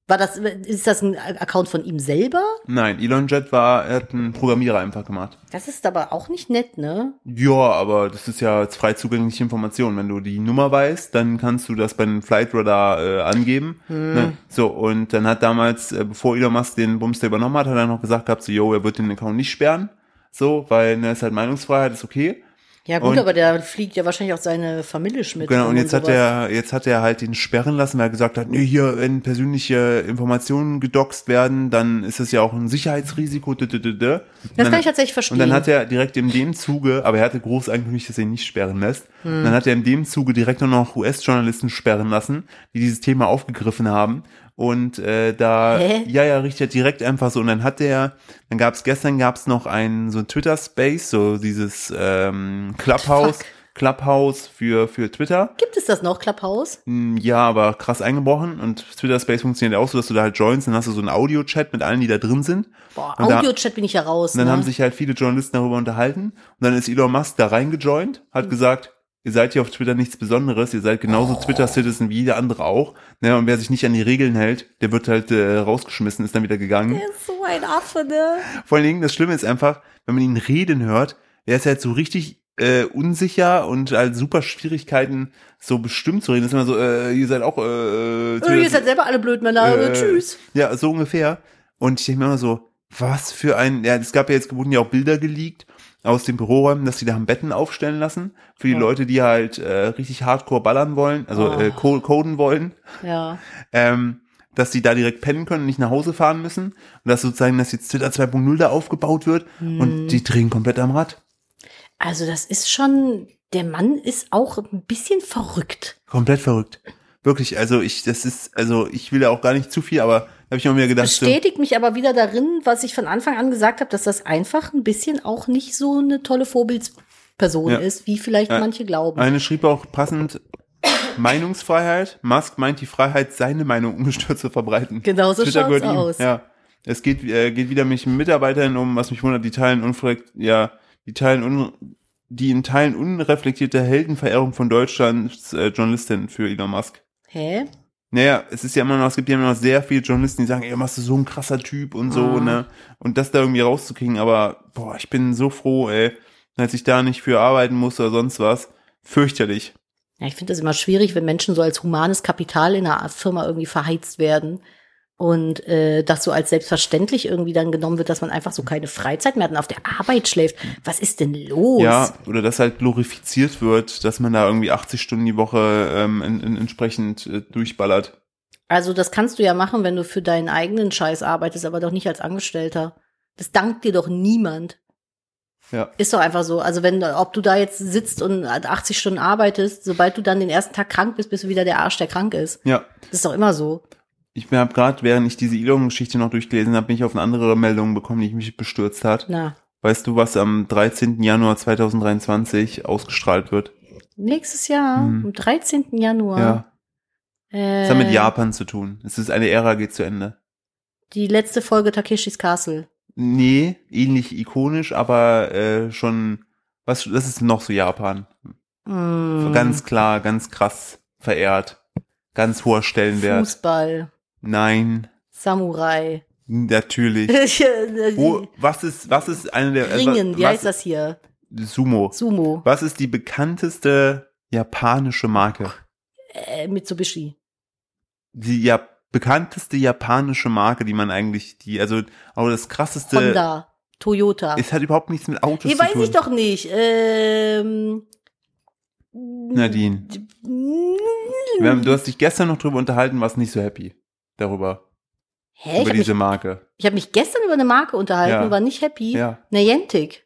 [SPEAKER 2] War das, ist das ein Account von ihm selber?
[SPEAKER 1] Nein, Elon Jet war, er hat einen Programmierer einfach gemacht.
[SPEAKER 2] Das ist aber auch nicht nett, ne?
[SPEAKER 1] Ja, aber das ist ja jetzt frei zugängliche Information. Wenn du die Nummer weißt, dann kannst du das bei einem Flight Radar äh, angeben. Ne? So, und dann hat damals, äh, bevor Elon Musk den Bums da übernommen hat, hat er noch gesagt gehabt, so, yo, er wird den Account nicht sperren. So, weil ne, ist halt Meinungsfreiheit, ist okay.
[SPEAKER 2] Ja gut,
[SPEAKER 1] Und-
[SPEAKER 2] aber der fliegt ja wahrscheinlich auch seine Familie mit.
[SPEAKER 1] Genau,
[SPEAKER 2] rum
[SPEAKER 1] und jetzt hat
[SPEAKER 2] sowas.
[SPEAKER 1] er, jetzt hat er halt den sperren lassen, weil er gesagt hat, nee, hier, wenn persönliche Informationen gedoxt werden, dann ist das ja auch ein Sicherheitsrisiko. d- d- d- d. Und
[SPEAKER 2] Das
[SPEAKER 1] dann-
[SPEAKER 2] kann ich tatsächlich verstehen.
[SPEAKER 1] Und dann hat er direkt in dem Zuge, aber er hatte groß angekündigt, dass er ihn nicht sperren lässt. Und
[SPEAKER 2] Hm.
[SPEAKER 1] dann hat er in dem Zuge direkt nur noch US-Journalisten sperren lassen, die dieses Thema aufgegriffen haben. Und äh, da,
[SPEAKER 2] Hä?
[SPEAKER 1] ja, ja, riecht er direkt einfach so. Und dann hat er, dann gab's gestern gab's noch einen so Twitter-Space, so dieses ähm, Clubhouse,
[SPEAKER 2] Fuck.
[SPEAKER 1] Clubhouse für, für Twitter.
[SPEAKER 2] Gibt es das noch, Clubhouse?
[SPEAKER 1] Mm, Ja, aber krass eingebrochen. Und Twitter Space funktioniert auch so, dass du da halt joinst, dann hast du so einen Audio-Chat mit allen, die da drin sind.
[SPEAKER 2] Boah,
[SPEAKER 1] Und da-
[SPEAKER 2] Audio-Chat bin ich ja raus.
[SPEAKER 1] Und dann
[SPEAKER 2] ne?
[SPEAKER 1] haben sich halt viele Journalisten darüber unterhalten. Und dann ist Elon Musk da reingejoint, hat gesagt, ihr seid hier auf Twitter nichts Besonderes, ihr seid genauso Twitter-Citizen wie jeder andere auch. Ne, und wer sich nicht an die Regeln hält, der wird halt äh, rausgeschmissen, ist dann wieder gegangen.
[SPEAKER 2] Der ist so ein Affe, ne?
[SPEAKER 1] Vor allen Dingen, das Schlimme ist einfach, wenn man ihn reden hört, der ist halt so richtig äh, unsicher und halt super Schwierigkeiten, so bestimmt zu reden. Das ist immer so, äh, ihr seid auch äh,
[SPEAKER 2] Oh, Ihr seid selber alle blöd, Männer. also
[SPEAKER 1] äh,
[SPEAKER 2] Tschüss.
[SPEAKER 1] Ja, so ungefähr. Und ich denke mir immer so, was für ein, ja, es gab ja jetzt wurden ja auch Bilder geleakt aus den Büroräumen, dass die da haben Betten aufstellen lassen für die
[SPEAKER 2] Ja. Ah.
[SPEAKER 1] Leute, die halt äh, richtig hardcore ballern wollen, also
[SPEAKER 2] Oh.
[SPEAKER 1] äh, co- coden wollen.
[SPEAKER 2] Ja.
[SPEAKER 1] Ähm, dass die da direkt pennen können und nicht nach Hause fahren müssen. Und dass sozusagen, dass jetzt Twitter 2.0 da aufgebaut wird und die drehen komplett am Rad.
[SPEAKER 2] Also das ist schon, der Mann ist auch ein bisschen verrückt.
[SPEAKER 1] Komplett verrückt. Wirklich, also ich, das ist, also ich will da auch gar nicht zu viel, aber da habe ich mir wieder gedacht, so,
[SPEAKER 2] Bestätigt mich aber wieder darin, was ich von Anfang an gesagt habe, dass das einfach ein bisschen auch nicht so eine tolle Vorbildsperson
[SPEAKER 1] Ja.
[SPEAKER 2] ist, wie vielleicht
[SPEAKER 1] Ja.
[SPEAKER 2] manche glauben.
[SPEAKER 1] eine schrieb auch passend Meinungsfreiheit. Musk meint die Freiheit, seine Meinung ungestört zu verbreiten.
[SPEAKER 2] Genau so
[SPEAKER 1] Twitter
[SPEAKER 2] schaut's
[SPEAKER 1] gehört ihm.
[SPEAKER 2] aus.
[SPEAKER 1] Ja. Es geht, äh, geht wieder mich mit Mitarbeitern um, was mich wundert, die teilen unflekt, ja, die teilen un, die in Teilen unreflektierte Heldenverehrung von Deutschlands äh, Journalistin für Elon Musk.
[SPEAKER 2] Hä?
[SPEAKER 1] Naja, es ist ja immer noch, es gibt ja immer noch sehr viele Journalisten, die sagen, ey, Musk ist so ein krasser Typ und so,
[SPEAKER 2] Mhm.
[SPEAKER 1] ne? Und das da irgendwie rauszukriegen, aber boah, ich bin so froh, ey, als ich da nicht für arbeiten musste oder sonst was. Fürchterlich.
[SPEAKER 2] Ja, ich finde das immer schwierig, wenn Menschen so als humanes Kapital in einer Firma irgendwie verheizt werden und äh, das so als selbstverständlich irgendwie dann genommen wird, dass man einfach so keine Freizeit mehr hat und auf der Arbeit schläft. Was ist denn los?
[SPEAKER 1] Ja, oder dass halt glorifiziert wird, dass man da irgendwie 80 Stunden die Woche ähm, in, in, entsprechend äh, durchballert.
[SPEAKER 2] Also das kannst du ja machen, wenn du für deinen eigenen Scheiß arbeitest, aber doch nicht als Angestellter. Das dankt dir doch niemand.
[SPEAKER 1] Ja.
[SPEAKER 2] Ist doch einfach so. Also wenn, ob du da jetzt sitzt und 80 Stunden arbeitest, sobald du dann den ersten Tag krank bist, bist du wieder der Arsch, der krank ist.
[SPEAKER 1] Ja.
[SPEAKER 2] Das ist doch immer so.
[SPEAKER 1] Ich habe gerade, während ich diese Elon-Geschichte noch durchgelesen habe, bin ich auf eine andere Meldung bekommen, die mich bestürzt hat.
[SPEAKER 2] Na,
[SPEAKER 1] Weißt du, was am 13. Januar 2023 ausgestrahlt wird?
[SPEAKER 2] nächstes Jahr,
[SPEAKER 1] Mhm.
[SPEAKER 2] am 13. Januar.
[SPEAKER 1] Ja.
[SPEAKER 2] Äh,
[SPEAKER 1] Das hat mit Japan zu tun. Es ist eine Ära, geht zu Ende.
[SPEAKER 2] Die letzte Folge Takeshis Castle.
[SPEAKER 1] Nee, ähnlich ikonisch, aber äh, schon, was, das ist noch so Japan.
[SPEAKER 2] Mm,
[SPEAKER 1] Ganz klar, ganz krass verehrt. Ganz hoher Stellenwert.
[SPEAKER 2] Fußball,
[SPEAKER 1] Nein,
[SPEAKER 2] Samurai.
[SPEAKER 1] natürlich. Wo,
[SPEAKER 2] Ringen,
[SPEAKER 1] was ist, was ist eine der, also, was,
[SPEAKER 2] wie heißt das hier?
[SPEAKER 1] Sumo.
[SPEAKER 2] Sumo,
[SPEAKER 1] Was ist die bekannteste japanische Marke?
[SPEAKER 2] äh, Mitsubishi.
[SPEAKER 1] Die ja, bekannteste japanische Marke, die man eigentlich, die, also, aber das krasseste,
[SPEAKER 2] Honda, Toyota.
[SPEAKER 1] es hat überhaupt nichts mit Autos
[SPEAKER 2] Nee,
[SPEAKER 1] zu
[SPEAKER 2] weiß
[SPEAKER 1] tun.
[SPEAKER 2] ich doch nicht. Ähm,
[SPEAKER 1] Nadine. Wir haben, du hast dich gestern noch drüber unterhalten, warst nicht so happy darüber,
[SPEAKER 2] Hä? Ich
[SPEAKER 1] über
[SPEAKER 2] habe mich,
[SPEAKER 1] diese Marke.
[SPEAKER 2] ich hab mich gestern über eine Marke unterhalten
[SPEAKER 1] Ja.
[SPEAKER 2] und war nicht happy.
[SPEAKER 1] Ja.
[SPEAKER 2] Niantic,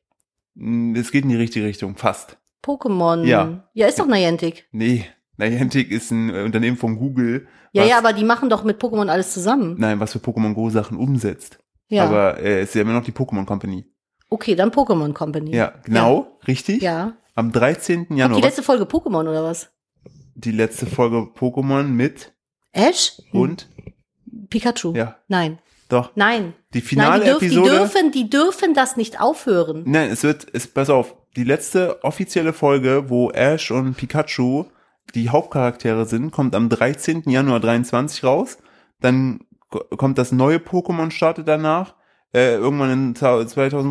[SPEAKER 1] Mm, Es geht in die richtige Richtung, fast.
[SPEAKER 2] Pokémon.
[SPEAKER 1] Ja.
[SPEAKER 2] ja, ist doch Niantic.
[SPEAKER 1] Nee, Niantic ist ein äh, Unternehmen von Google.
[SPEAKER 2] Ja,
[SPEAKER 1] was,
[SPEAKER 2] ja, aber die machen doch mit Pokémon alles zusammen.
[SPEAKER 1] Nein, was für Pokémon Go Sachen umsetzt.
[SPEAKER 2] Ja.
[SPEAKER 1] Aber äh, es ist ja immer noch die Pokémon Company.
[SPEAKER 2] okay, dann Pokémon Company.
[SPEAKER 1] Ja, genau, richtig.
[SPEAKER 2] Ja.
[SPEAKER 1] Am 13. Januar
[SPEAKER 2] Die
[SPEAKER 1] die letzte,
[SPEAKER 2] letzte Folge Pokémon oder was?
[SPEAKER 1] die letzte Folge Pokémon mit
[SPEAKER 2] Ash? Hm,
[SPEAKER 1] und
[SPEAKER 2] Pikachu.
[SPEAKER 1] ja,
[SPEAKER 2] Nein.
[SPEAKER 1] doch.
[SPEAKER 2] Nein.
[SPEAKER 1] Die
[SPEAKER 2] Nein,
[SPEAKER 1] finale
[SPEAKER 2] die dürfen, die
[SPEAKER 1] Episode.
[SPEAKER 2] dürfen, die dürfen das nicht aufhören.
[SPEAKER 1] Nein, es wird, es, pass auf, die letzte offizielle Folge, wo Ash und Pikachu die Hauptcharaktere sind, kommt am 13. Januar 23 raus. Dann ko- kommt das neue Pokémon, startet danach, äh, irgendwann in ta-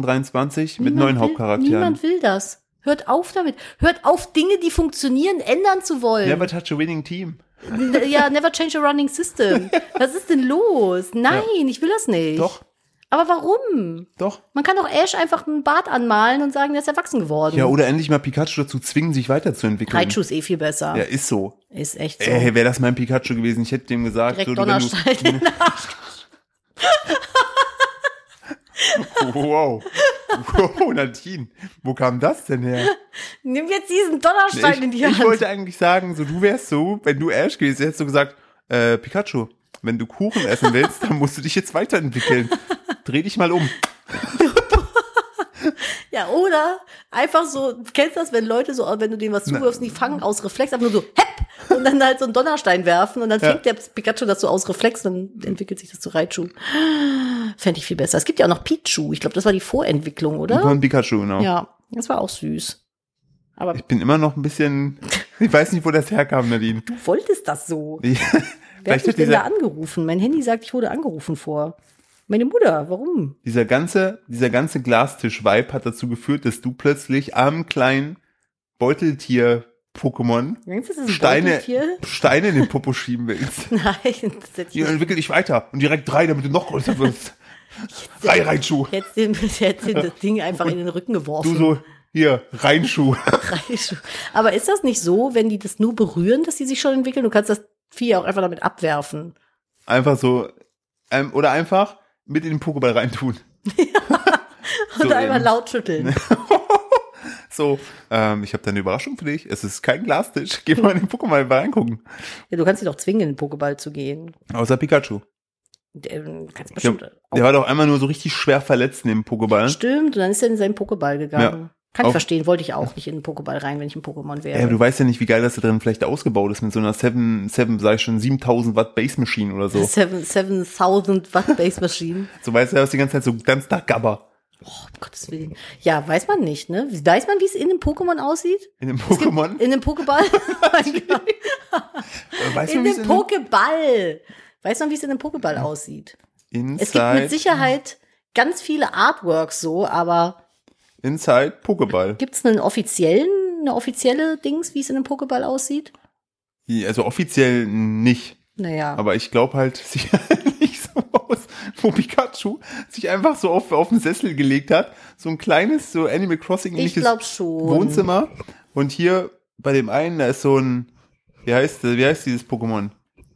[SPEAKER 1] 2023 mit neuen
[SPEAKER 2] will,
[SPEAKER 1] Hauptcharakteren.
[SPEAKER 2] Niemand will das. Hört auf damit. Hört auf, Dinge, die funktionieren, ändern zu wollen.
[SPEAKER 1] Never touch a winning team.
[SPEAKER 2] N- ja, never change a running system. Was ist denn los? Nein, ich will das nicht.
[SPEAKER 1] Doch,
[SPEAKER 2] Aber warum?
[SPEAKER 1] doch.
[SPEAKER 2] Man kann doch Ash einfach einen Bart anmalen und sagen, der ist erwachsen geworden.
[SPEAKER 1] Ja, oder endlich mal Pikachu dazu zwingen, sich weiterzuentwickeln.
[SPEAKER 2] Raichu Mhm. ist eh viel besser.
[SPEAKER 1] Ja, ist so.
[SPEAKER 2] Ist echt so.
[SPEAKER 1] Ey, wäre das mein Pikachu gewesen, ich hätte dem gesagt,
[SPEAKER 2] Direkt
[SPEAKER 1] so, du, wenn du,
[SPEAKER 2] Donnerstein in den Arsch.
[SPEAKER 1] wow. Wow, Nadine, wo kam das denn her?
[SPEAKER 2] Nimm jetzt diesen Donnerstein
[SPEAKER 1] ich,
[SPEAKER 2] in die
[SPEAKER 1] ich
[SPEAKER 2] Hand.
[SPEAKER 1] wollte eigentlich sagen, so du wärst so, wenn du Ash gewesen hättest, du gesagt, äh, Pikachu, wenn du Kuchen essen willst, dann musst du dich jetzt weiterentwickeln. Dreh dich mal um.
[SPEAKER 2] Ja, oder einfach so, du kennst das, wenn Leute so, wenn du denen was zuwirfst, und die fangen aus Reflex einfach nur so, hepp, und dann halt so einen Donnerstein werfen und dann
[SPEAKER 1] Ja.
[SPEAKER 2] fängt der Pikachu das so aus Reflex, dann entwickelt sich das zu Raichu. Fände ich viel besser. Es gibt ja auch noch Pichu. Ich glaube, das war die Vorentwicklung, oder?
[SPEAKER 1] Von Pikachu, genau.
[SPEAKER 2] Ja, das war auch süß. Aber
[SPEAKER 1] Ich bin immer noch ein bisschen, ich weiß nicht, wo das herkam, Nadine.
[SPEAKER 2] du wolltest das so.
[SPEAKER 1] Ich-
[SPEAKER 2] Wer hat
[SPEAKER 1] Vielleicht
[SPEAKER 2] mich
[SPEAKER 1] hat
[SPEAKER 2] denn
[SPEAKER 1] dieser,
[SPEAKER 2] da angerufen? Mein Handy sagt, ich wurde angerufen vor. Meine Mutter, warum?
[SPEAKER 1] dieser ganze, dieser ganze Glastisch-Vibe hat dazu geführt, dass du plötzlich am kleinen Beuteltier-Pokémon
[SPEAKER 2] Denkst du, das ist ein
[SPEAKER 1] Steine,
[SPEAKER 2] Beuteltier?
[SPEAKER 1] Steine in den Popo schieben willst.
[SPEAKER 2] Nein, das hätte
[SPEAKER 1] Die entwickel dich weiter und direkt drei, damit du noch größer wirst. Drei Reinschuh.
[SPEAKER 2] Jetzt den, jetzt den das Ding einfach in den Rücken geworfen.
[SPEAKER 1] Du so, hier, Reinschuh.
[SPEAKER 2] Reichu. Aber ist das nicht so, wenn die das nur berühren, dass die sich schon entwickeln? Du kannst das Vieh auch einfach damit abwerfen.
[SPEAKER 1] Einfach so, ähm, oder einfach mit in den Pokéball reintun.
[SPEAKER 2] Und
[SPEAKER 1] So Ne.
[SPEAKER 2] einmal
[SPEAKER 1] eben.
[SPEAKER 2] laut schütteln.
[SPEAKER 1] So, ähm, ich habe da eine Überraschung für dich. Es ist kein Glastisch. Geh mal in den Pokémon mal reingucken.
[SPEAKER 2] Ja, du kannst ihn doch zwingen, in den Pokéball zu gehen.
[SPEAKER 1] Außer Pikachu.
[SPEAKER 2] Der, ähm, kannst
[SPEAKER 1] Ich hab,
[SPEAKER 2] bestimmt auch
[SPEAKER 1] der war doch einmal nur so richtig schwer verletzt in dem Pokéball.
[SPEAKER 2] Stimmt, und dann ist er in seinen Pokéball gegangen. Kann ich
[SPEAKER 1] Auf-
[SPEAKER 2] verstehen, wollte ich auch nicht in den Pokéball rein, wenn ich ein Pokémon wäre.
[SPEAKER 1] Ja, aber du weißt ja nicht, wie geil das da drin vielleicht ausgebaut ist mit so einer 7, 7 sag ich schon, 7000 Watt Base Machine oder so.
[SPEAKER 2] Seven- 7000 Watt Base Machine.
[SPEAKER 1] So weißt du, das ist die ganze Zeit so ganz nach Gabber
[SPEAKER 2] Oh, um Gottes Willen. Ja, weiß man nicht, ne? Weiß man, wie es in einem Pokémon aussieht?
[SPEAKER 1] in dem
[SPEAKER 2] Es gibt-
[SPEAKER 1] Pokémon.
[SPEAKER 2] In einem Pokéball?
[SPEAKER 1] Äh, Weißt
[SPEAKER 2] in
[SPEAKER 1] wie es
[SPEAKER 2] einem Pokéball. Weiß man, wie es in einem Pokéball aussieht?
[SPEAKER 1] Inside,
[SPEAKER 2] Es gibt mit Sicherheit ganz viele Artworks so, aber
[SPEAKER 1] Inside Pokéball.
[SPEAKER 2] gibt's einen offiziellen, eine offizielle Dings, wie es in einem Pokéball aussieht?
[SPEAKER 1] Die- Also offiziell nicht.
[SPEAKER 2] Naja.
[SPEAKER 1] Aber ich glaube halt, sieht halt nicht so aus, wo Pikachu sich einfach so auf, auf den Sessel gelegt hat. So ein kleines, so Animal
[SPEAKER 2] ich
[SPEAKER 1] Crossing-ähnliches
[SPEAKER 2] glaube schon.
[SPEAKER 1] Wohnzimmer. Und hier bei dem einen, da ist so ein, wie heißt, wie heißt dieses Pokémon?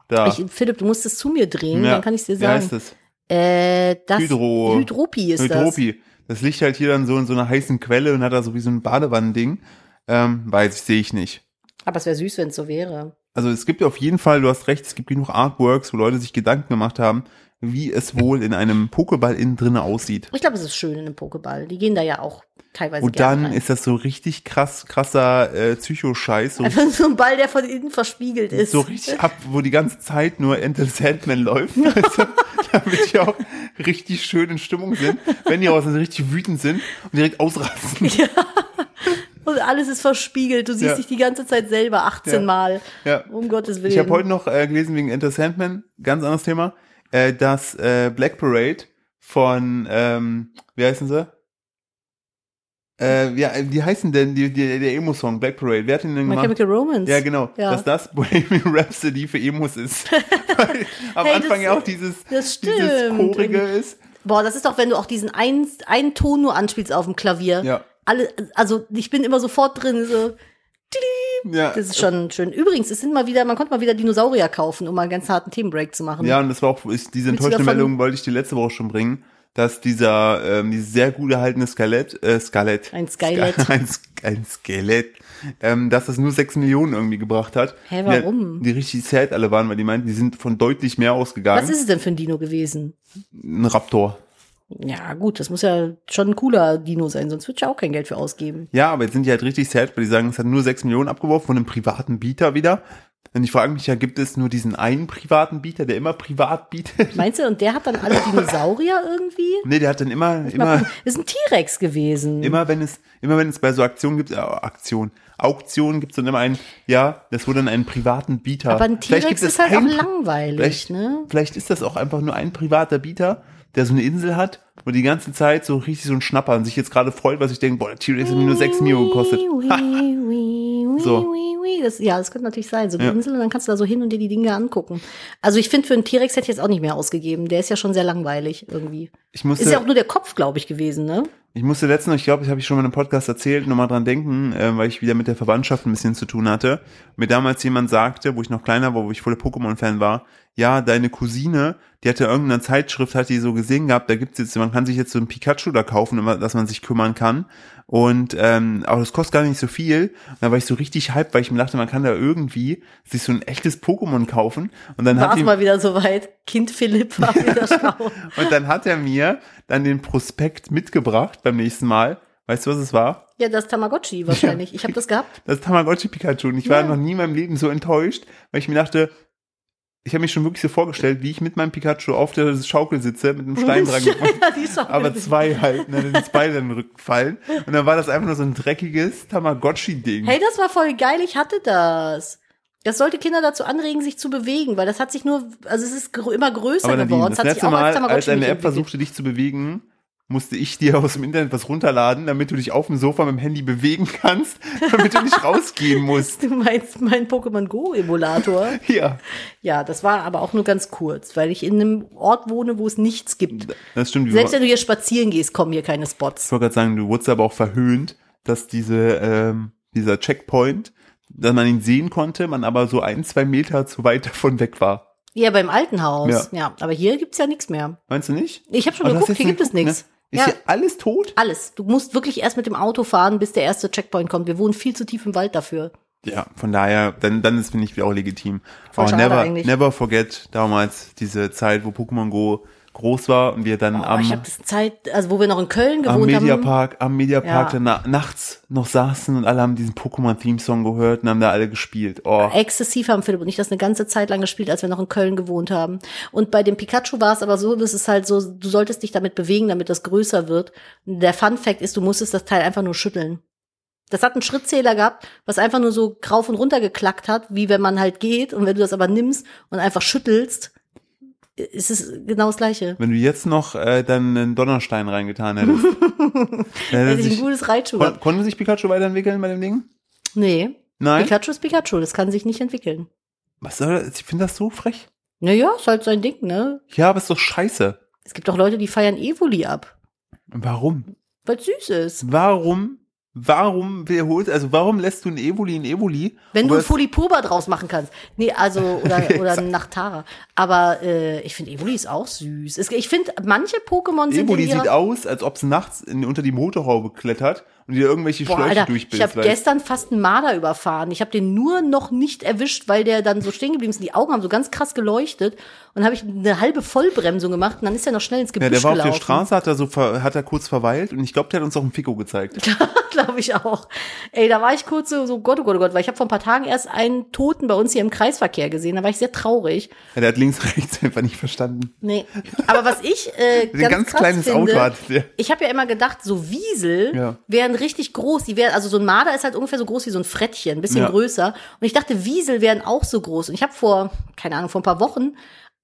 [SPEAKER 1] Da.
[SPEAKER 2] Ich, Philipp, du musst es zu mir drehen,
[SPEAKER 1] Ja.
[SPEAKER 2] dann kann ich dir
[SPEAKER 1] Wie heißt
[SPEAKER 2] sagen.
[SPEAKER 1] das?
[SPEAKER 2] Äh, das
[SPEAKER 1] Hydro-
[SPEAKER 2] Hydropi ist das.
[SPEAKER 1] Hydropi. Das liegt halt hier dann so in so einer heißen Quelle und hat da so wie so ein Badewannending. Ähm, weiß ich, sehe ich nicht.
[SPEAKER 2] Aber es wäre süß, wenn es so wäre.
[SPEAKER 1] Also es gibt auf jeden Fall, du hast recht, es gibt genug Artworks, wo Leute sich Gedanken gemacht haben, wie es wohl in einem Pokéball innen drinne aussieht.
[SPEAKER 2] Ich glaube, es ist schön in einem Pokéball. Die gehen da ja auch teilweise
[SPEAKER 1] Und
[SPEAKER 2] gerne
[SPEAKER 1] dann
[SPEAKER 2] rein.
[SPEAKER 1] ist das so richtig krass, krasser äh, Psychoscheiß, so,
[SPEAKER 2] Einfach so ein Ball, der von innen verspiegelt ist.
[SPEAKER 1] so richtig ab, wo die ganze Zeit nur Enter the Sandman läuft, weißt du, damit die auch richtig schön in Stimmung sind, wenn die auch so richtig wütend sind und direkt ausrasten.
[SPEAKER 2] Und alles ist verspiegelt. Du siehst
[SPEAKER 1] Ja.
[SPEAKER 2] dich die ganze Zeit selber 18
[SPEAKER 1] Ja.
[SPEAKER 2] Mal.
[SPEAKER 1] Ja.
[SPEAKER 2] Um Gottes Willen.
[SPEAKER 1] Ich habe heute noch äh, gelesen wegen Enter Sandman, ganz anderes Thema, äh, dass äh, Black Parade von, ähm, wie heißen sie? Äh, wie, wie heißen denn die, die, der Emo-Song Black Parade? Wer hat den denn
[SPEAKER 2] My
[SPEAKER 1] gemacht?
[SPEAKER 2] Chemical Romance.
[SPEAKER 1] Ja, genau.
[SPEAKER 2] Ja.
[SPEAKER 1] Dass das Bohemian Rhapsody für Emos ist. Weil am
[SPEAKER 2] Hey,
[SPEAKER 1] Anfang
[SPEAKER 2] das-
[SPEAKER 1] ja auch dieses, dieses
[SPEAKER 2] das stimmt.
[SPEAKER 1] Chorige ist.
[SPEAKER 2] Boah, das ist doch, wenn du auch diesen einen, einen Ton nur anspielst auf dem Klavier.
[SPEAKER 1] Ja.
[SPEAKER 2] Alle, also ich bin immer sofort drin. So.
[SPEAKER 1] Ja.
[SPEAKER 2] Das ist schon schön. Übrigens, es sind mal wieder, man konnte mal wieder Dinosaurier kaufen, um mal einen ganz harten Themenbreak zu machen.
[SPEAKER 1] ja, und das war auch, ist, diese
[SPEAKER 2] Willst du
[SPEAKER 1] enttäuschende
[SPEAKER 2] davon-
[SPEAKER 1] Meldung wollte ich die letzte Woche schon bringen, dass dieser, ähm, dieses sehr gut erhaltene Skelett, äh, Skelett.
[SPEAKER 2] Ein Skelett.
[SPEAKER 1] Ein, Sk- ein Skelett. Ähm, dass das nur 6 Millionen irgendwie gebracht hat.
[SPEAKER 2] Hä, warum?
[SPEAKER 1] Die, die richtig sad alle waren, weil die meinten, die sind von deutlich mehr ausgegangen.
[SPEAKER 2] Was ist es denn für ein Dino gewesen?
[SPEAKER 1] ein Raptor.
[SPEAKER 2] Ja, gut, das muss ja schon ein cooler Dino sein, sonst würde ich ja auch kein Geld für ausgeben.
[SPEAKER 1] Ja, aber jetzt sind die halt richtig sad, weil die sagen, es hat nur 6 Millionen abgeworfen von einem privaten Bieter wieder. Und ich frage mich ja, gibt es nur diesen einen privaten Bieter, der immer privat bietet?
[SPEAKER 2] Meinst du, und der hat dann alle Dinosaurier irgendwie?
[SPEAKER 1] Nee, der hat dann immer,
[SPEAKER 2] Mal
[SPEAKER 1] immer,
[SPEAKER 2] gucken. Ist ein T-Rex gewesen.
[SPEAKER 1] immer wenn es, immer wenn es bei so Aktionen gibt, äh, Aktionen, Auktionen gibt es dann immer einen, ja, das wurde dann einen privaten Bieter.
[SPEAKER 2] Aber ein
[SPEAKER 1] Vielleicht gibt
[SPEAKER 2] T-Rex
[SPEAKER 1] es
[SPEAKER 2] ist halt auch
[SPEAKER 1] einen-
[SPEAKER 2] langweilig,
[SPEAKER 1] Vielleicht,
[SPEAKER 2] ne?
[SPEAKER 1] vielleicht ist das auch einfach nur ein privater Bieter, der so eine Insel hat und die ganze Zeit so richtig so ein Schnapper und sich jetzt gerade freut, was ich denke, boah, der T-Rex hat mir nur 6 Millionen gekostet.
[SPEAKER 2] Wii, wii, wii,
[SPEAKER 1] So.
[SPEAKER 2] wii, wii. Das, ja, das könnte natürlich sein. So eine
[SPEAKER 1] Ja.
[SPEAKER 2] Insel und dann kannst du da so hin und dir die Dinge angucken. Also ich finde, für einen T-Rex hätte ich jetzt auch nicht mehr ausgegeben. Der ist ja schon sehr langweilig irgendwie.
[SPEAKER 1] Ich musste,
[SPEAKER 2] Ist ja auch nur der Kopf, glaube ich, gewesen, ne?
[SPEAKER 1] Ich musste letztens, ich glaube, das habe ich schon mal in einem Podcast erzählt, nochmal dran denken, äh, weil ich wieder mit der Verwandtschaft ein bisschen zu tun hatte. Mir damals jemand sagte, wo ich noch kleiner war, wo ich voller Pokémon-Fan war, ja, deine Cousine, die hatte irgendeine Zeitschrift, hat die so gesehen gehabt, da gibt's jetzt, man kann sich jetzt so ein Pikachu da kaufen, um dass man sich kümmern kann. Und ähm, aber das kostet gar nicht so viel. Und da war ich so richtig hyped, weil ich mir dachte, man kann da irgendwie sich so ein echtes Pokémon kaufen. Und dann
[SPEAKER 2] War
[SPEAKER 1] hat
[SPEAKER 2] es
[SPEAKER 1] die,
[SPEAKER 2] mal wieder soweit. Kind Philipp war wieder schlau.
[SPEAKER 1] und dann hat er mir dann den Prospekt mitgebracht beim nächsten Mal. Weißt du, was es war?
[SPEAKER 2] Ja, das Tamagotchi wahrscheinlich. Ich habe das gehabt.
[SPEAKER 1] das Tamagotchi Pikachu. Und ich war
[SPEAKER 2] Ja.
[SPEAKER 1] noch nie in meinem Leben so enttäuscht, weil ich mir dachte, ich habe mich schon wirklich so vorgestellt, wie ich mit meinem Pikachu auf der Schaukel sitze, mit einem Stein dran gebunden.
[SPEAKER 2] Ja, die Schaukel.
[SPEAKER 1] Aber zwei halt, ne, dann sind beide in den Rücken fallen. Und dann war das einfach nur so ein dreckiges Tamagotchi-Ding.
[SPEAKER 2] Hey, das war voll geil, ich hatte das. Das sollte Kinder dazu anregen, sich zu bewegen, weil das hat sich nur, also es ist grö- immer größer
[SPEAKER 1] Aber Nadine,
[SPEAKER 2] geworden. Es
[SPEAKER 1] das
[SPEAKER 2] hat sich
[SPEAKER 1] letzte
[SPEAKER 2] auch
[SPEAKER 1] Mal,
[SPEAKER 2] Tamagotchi
[SPEAKER 1] als eine
[SPEAKER 2] nicht
[SPEAKER 1] App
[SPEAKER 2] entwickelt.
[SPEAKER 1] versuchte, dich zu bewegen, musste ich dir aus dem Internet was runterladen, damit du dich auf dem Sofa mit dem Handy bewegen kannst, damit du nicht rausgehen musst.
[SPEAKER 2] Du meinst meinen Pokémon Go-Emulator?
[SPEAKER 1] Ja,
[SPEAKER 2] ja, das war aber auch nur ganz kurz, weil ich in einem Ort wohne, wo es nichts gibt.
[SPEAKER 1] das stimmt. wir-
[SPEAKER 2] Selbst wenn du hier spazieren gehst, kommen hier keine Spots.
[SPEAKER 1] Ich wollte gerade sagen, du wurdest aber auch verhöhnt, dass diese, ähm, dieser Checkpoint, dass man ihn sehen konnte, man aber so ein, zwei Meter zu weit davon weg war.
[SPEAKER 2] Ja, beim alten Haus.
[SPEAKER 1] Ja.
[SPEAKER 2] Ja, aber hier gibt's ja nichts mehr.
[SPEAKER 1] Meinst du nicht?
[SPEAKER 2] Ich habe schon
[SPEAKER 1] Aber du hast
[SPEAKER 2] geguckt,
[SPEAKER 1] jetzt
[SPEAKER 2] hier gibt
[SPEAKER 1] nicht
[SPEAKER 2] es nichts.
[SPEAKER 1] geguckt, Ne? Ist
[SPEAKER 2] Ja.
[SPEAKER 1] hier alles tot?
[SPEAKER 2] Alles. Du musst wirklich erst mit dem Auto fahren, bis der erste Checkpoint kommt. Wir wohnen viel zu tief im Wald dafür.
[SPEAKER 1] Ja, von daher, dann, dann ist, finde ich, auch legitim.
[SPEAKER 2] Voll
[SPEAKER 1] Aber
[SPEAKER 2] schade
[SPEAKER 1] never,
[SPEAKER 2] eigentlich.
[SPEAKER 1] never forget damals diese Zeit, wo Pokémon Go groß war und wir dann
[SPEAKER 2] Oh, ich habe
[SPEAKER 1] am,
[SPEAKER 2] das Zeit, also wo wir noch in Köln
[SPEAKER 1] am
[SPEAKER 2] gewohnt haben.
[SPEAKER 1] Mediapark, am Mediapark
[SPEAKER 2] Ja.
[SPEAKER 1] dann na, nachts noch saßen und alle haben diesen Pokémon-Theme-Song gehört und haben da alle gespielt. Oh,
[SPEAKER 2] Exzessiv haben Philipp und ich das eine ganze Zeit lang gespielt, als wir noch in Köln gewohnt haben. Und bei dem Pikachu war es aber so, das ist halt so, du solltest dich damit bewegen, damit das größer wird. Der Fun Fact ist, du musstest das Teil einfach nur schütteln. Das hat einen Schrittzähler gehabt, was einfach nur so rauf und runter geklackt hat, wie wenn man halt geht. Und wenn du das aber nimmst und einfach schüttelst, ist es genau das Gleiche.
[SPEAKER 1] wenn du jetzt noch äh, dann einen Donnerstein reingetan hättest. dann hätte
[SPEAKER 2] Hätte ich
[SPEAKER 1] sich,
[SPEAKER 2] ein gutes Reitschuh
[SPEAKER 1] kon,
[SPEAKER 2] gehabt.
[SPEAKER 1] konnte sich Pikachu weiterentwickeln bei dem Ding?
[SPEAKER 2] Nee.
[SPEAKER 1] Nein?
[SPEAKER 2] Pikachu ist Pikachu, das kann sich nicht entwickeln.
[SPEAKER 1] Was soll das? Ich finde das so frech.
[SPEAKER 2] Naja, ist halt sein Ding, ne?
[SPEAKER 1] Ja, aber ist doch scheiße.
[SPEAKER 2] Es gibt auch Leute, die feiern Evoli ab,
[SPEAKER 1] Warum?
[SPEAKER 2] weil süß ist.
[SPEAKER 1] warum, warum wiederholt, also warum lässt du ein Evoli ein Evoli?
[SPEAKER 2] Wenn du
[SPEAKER 1] Obwohl
[SPEAKER 2] einen
[SPEAKER 1] es-
[SPEAKER 2] Fulipoba draus machen kannst. Nee, also, oder, oder einen Nachtara. Aber äh, ich finde, Evoli ist auch süß. Es, ich finde, manche Pokémon sind
[SPEAKER 1] Evoli
[SPEAKER 2] in ihrer...
[SPEAKER 1] sieht aus, als ob es nachts in, unter die Motorhaube klettert und dir irgendwelche
[SPEAKER 2] Boah,
[SPEAKER 1] Schläuche
[SPEAKER 2] Alter, ich
[SPEAKER 1] durchbildet.
[SPEAKER 2] habe gestern fast einen Marder überfahren. Ich habe den nur noch nicht erwischt, weil der dann so stehen geblieben ist. Und Die Augen haben so ganz krass geleuchtet. Und habe ich eine halbe Vollbremsung gemacht. Und dann ist er noch schnell ins Gebüsch
[SPEAKER 1] ja, der war auf
[SPEAKER 2] gelaufen.
[SPEAKER 1] der Straße, hat er so ver, hat er kurz verweilt und ich glaube, der hat uns auch einen Fico gezeigt.
[SPEAKER 2] glaube ich auch. Ey, da war ich kurz so, so Gott, oh Gott, oh Gott, weil ich habe vor ein paar Tagen erst einen Toten bei uns hier im Kreisverkehr gesehen. Da war ich sehr traurig.
[SPEAKER 1] Ja, der hat links und rechts einfach nicht verstanden.
[SPEAKER 2] Nee. Aber was ich äh,
[SPEAKER 1] Ein
[SPEAKER 2] ganz,
[SPEAKER 1] ganz
[SPEAKER 2] krass
[SPEAKER 1] kleines
[SPEAKER 2] finde,
[SPEAKER 1] Auto hat der.
[SPEAKER 2] Ich habe ja immer gedacht, so Wiesel
[SPEAKER 1] Ja.
[SPEAKER 2] wären richtig groß. Die wären, also so ein Marder ist halt ungefähr so groß wie so ein Frettchen, ein bisschen
[SPEAKER 1] Ja.
[SPEAKER 2] größer. Und ich dachte, Wiesel wären auch so groß. Und ich habe vor, keine Ahnung, vor ein paar Wochen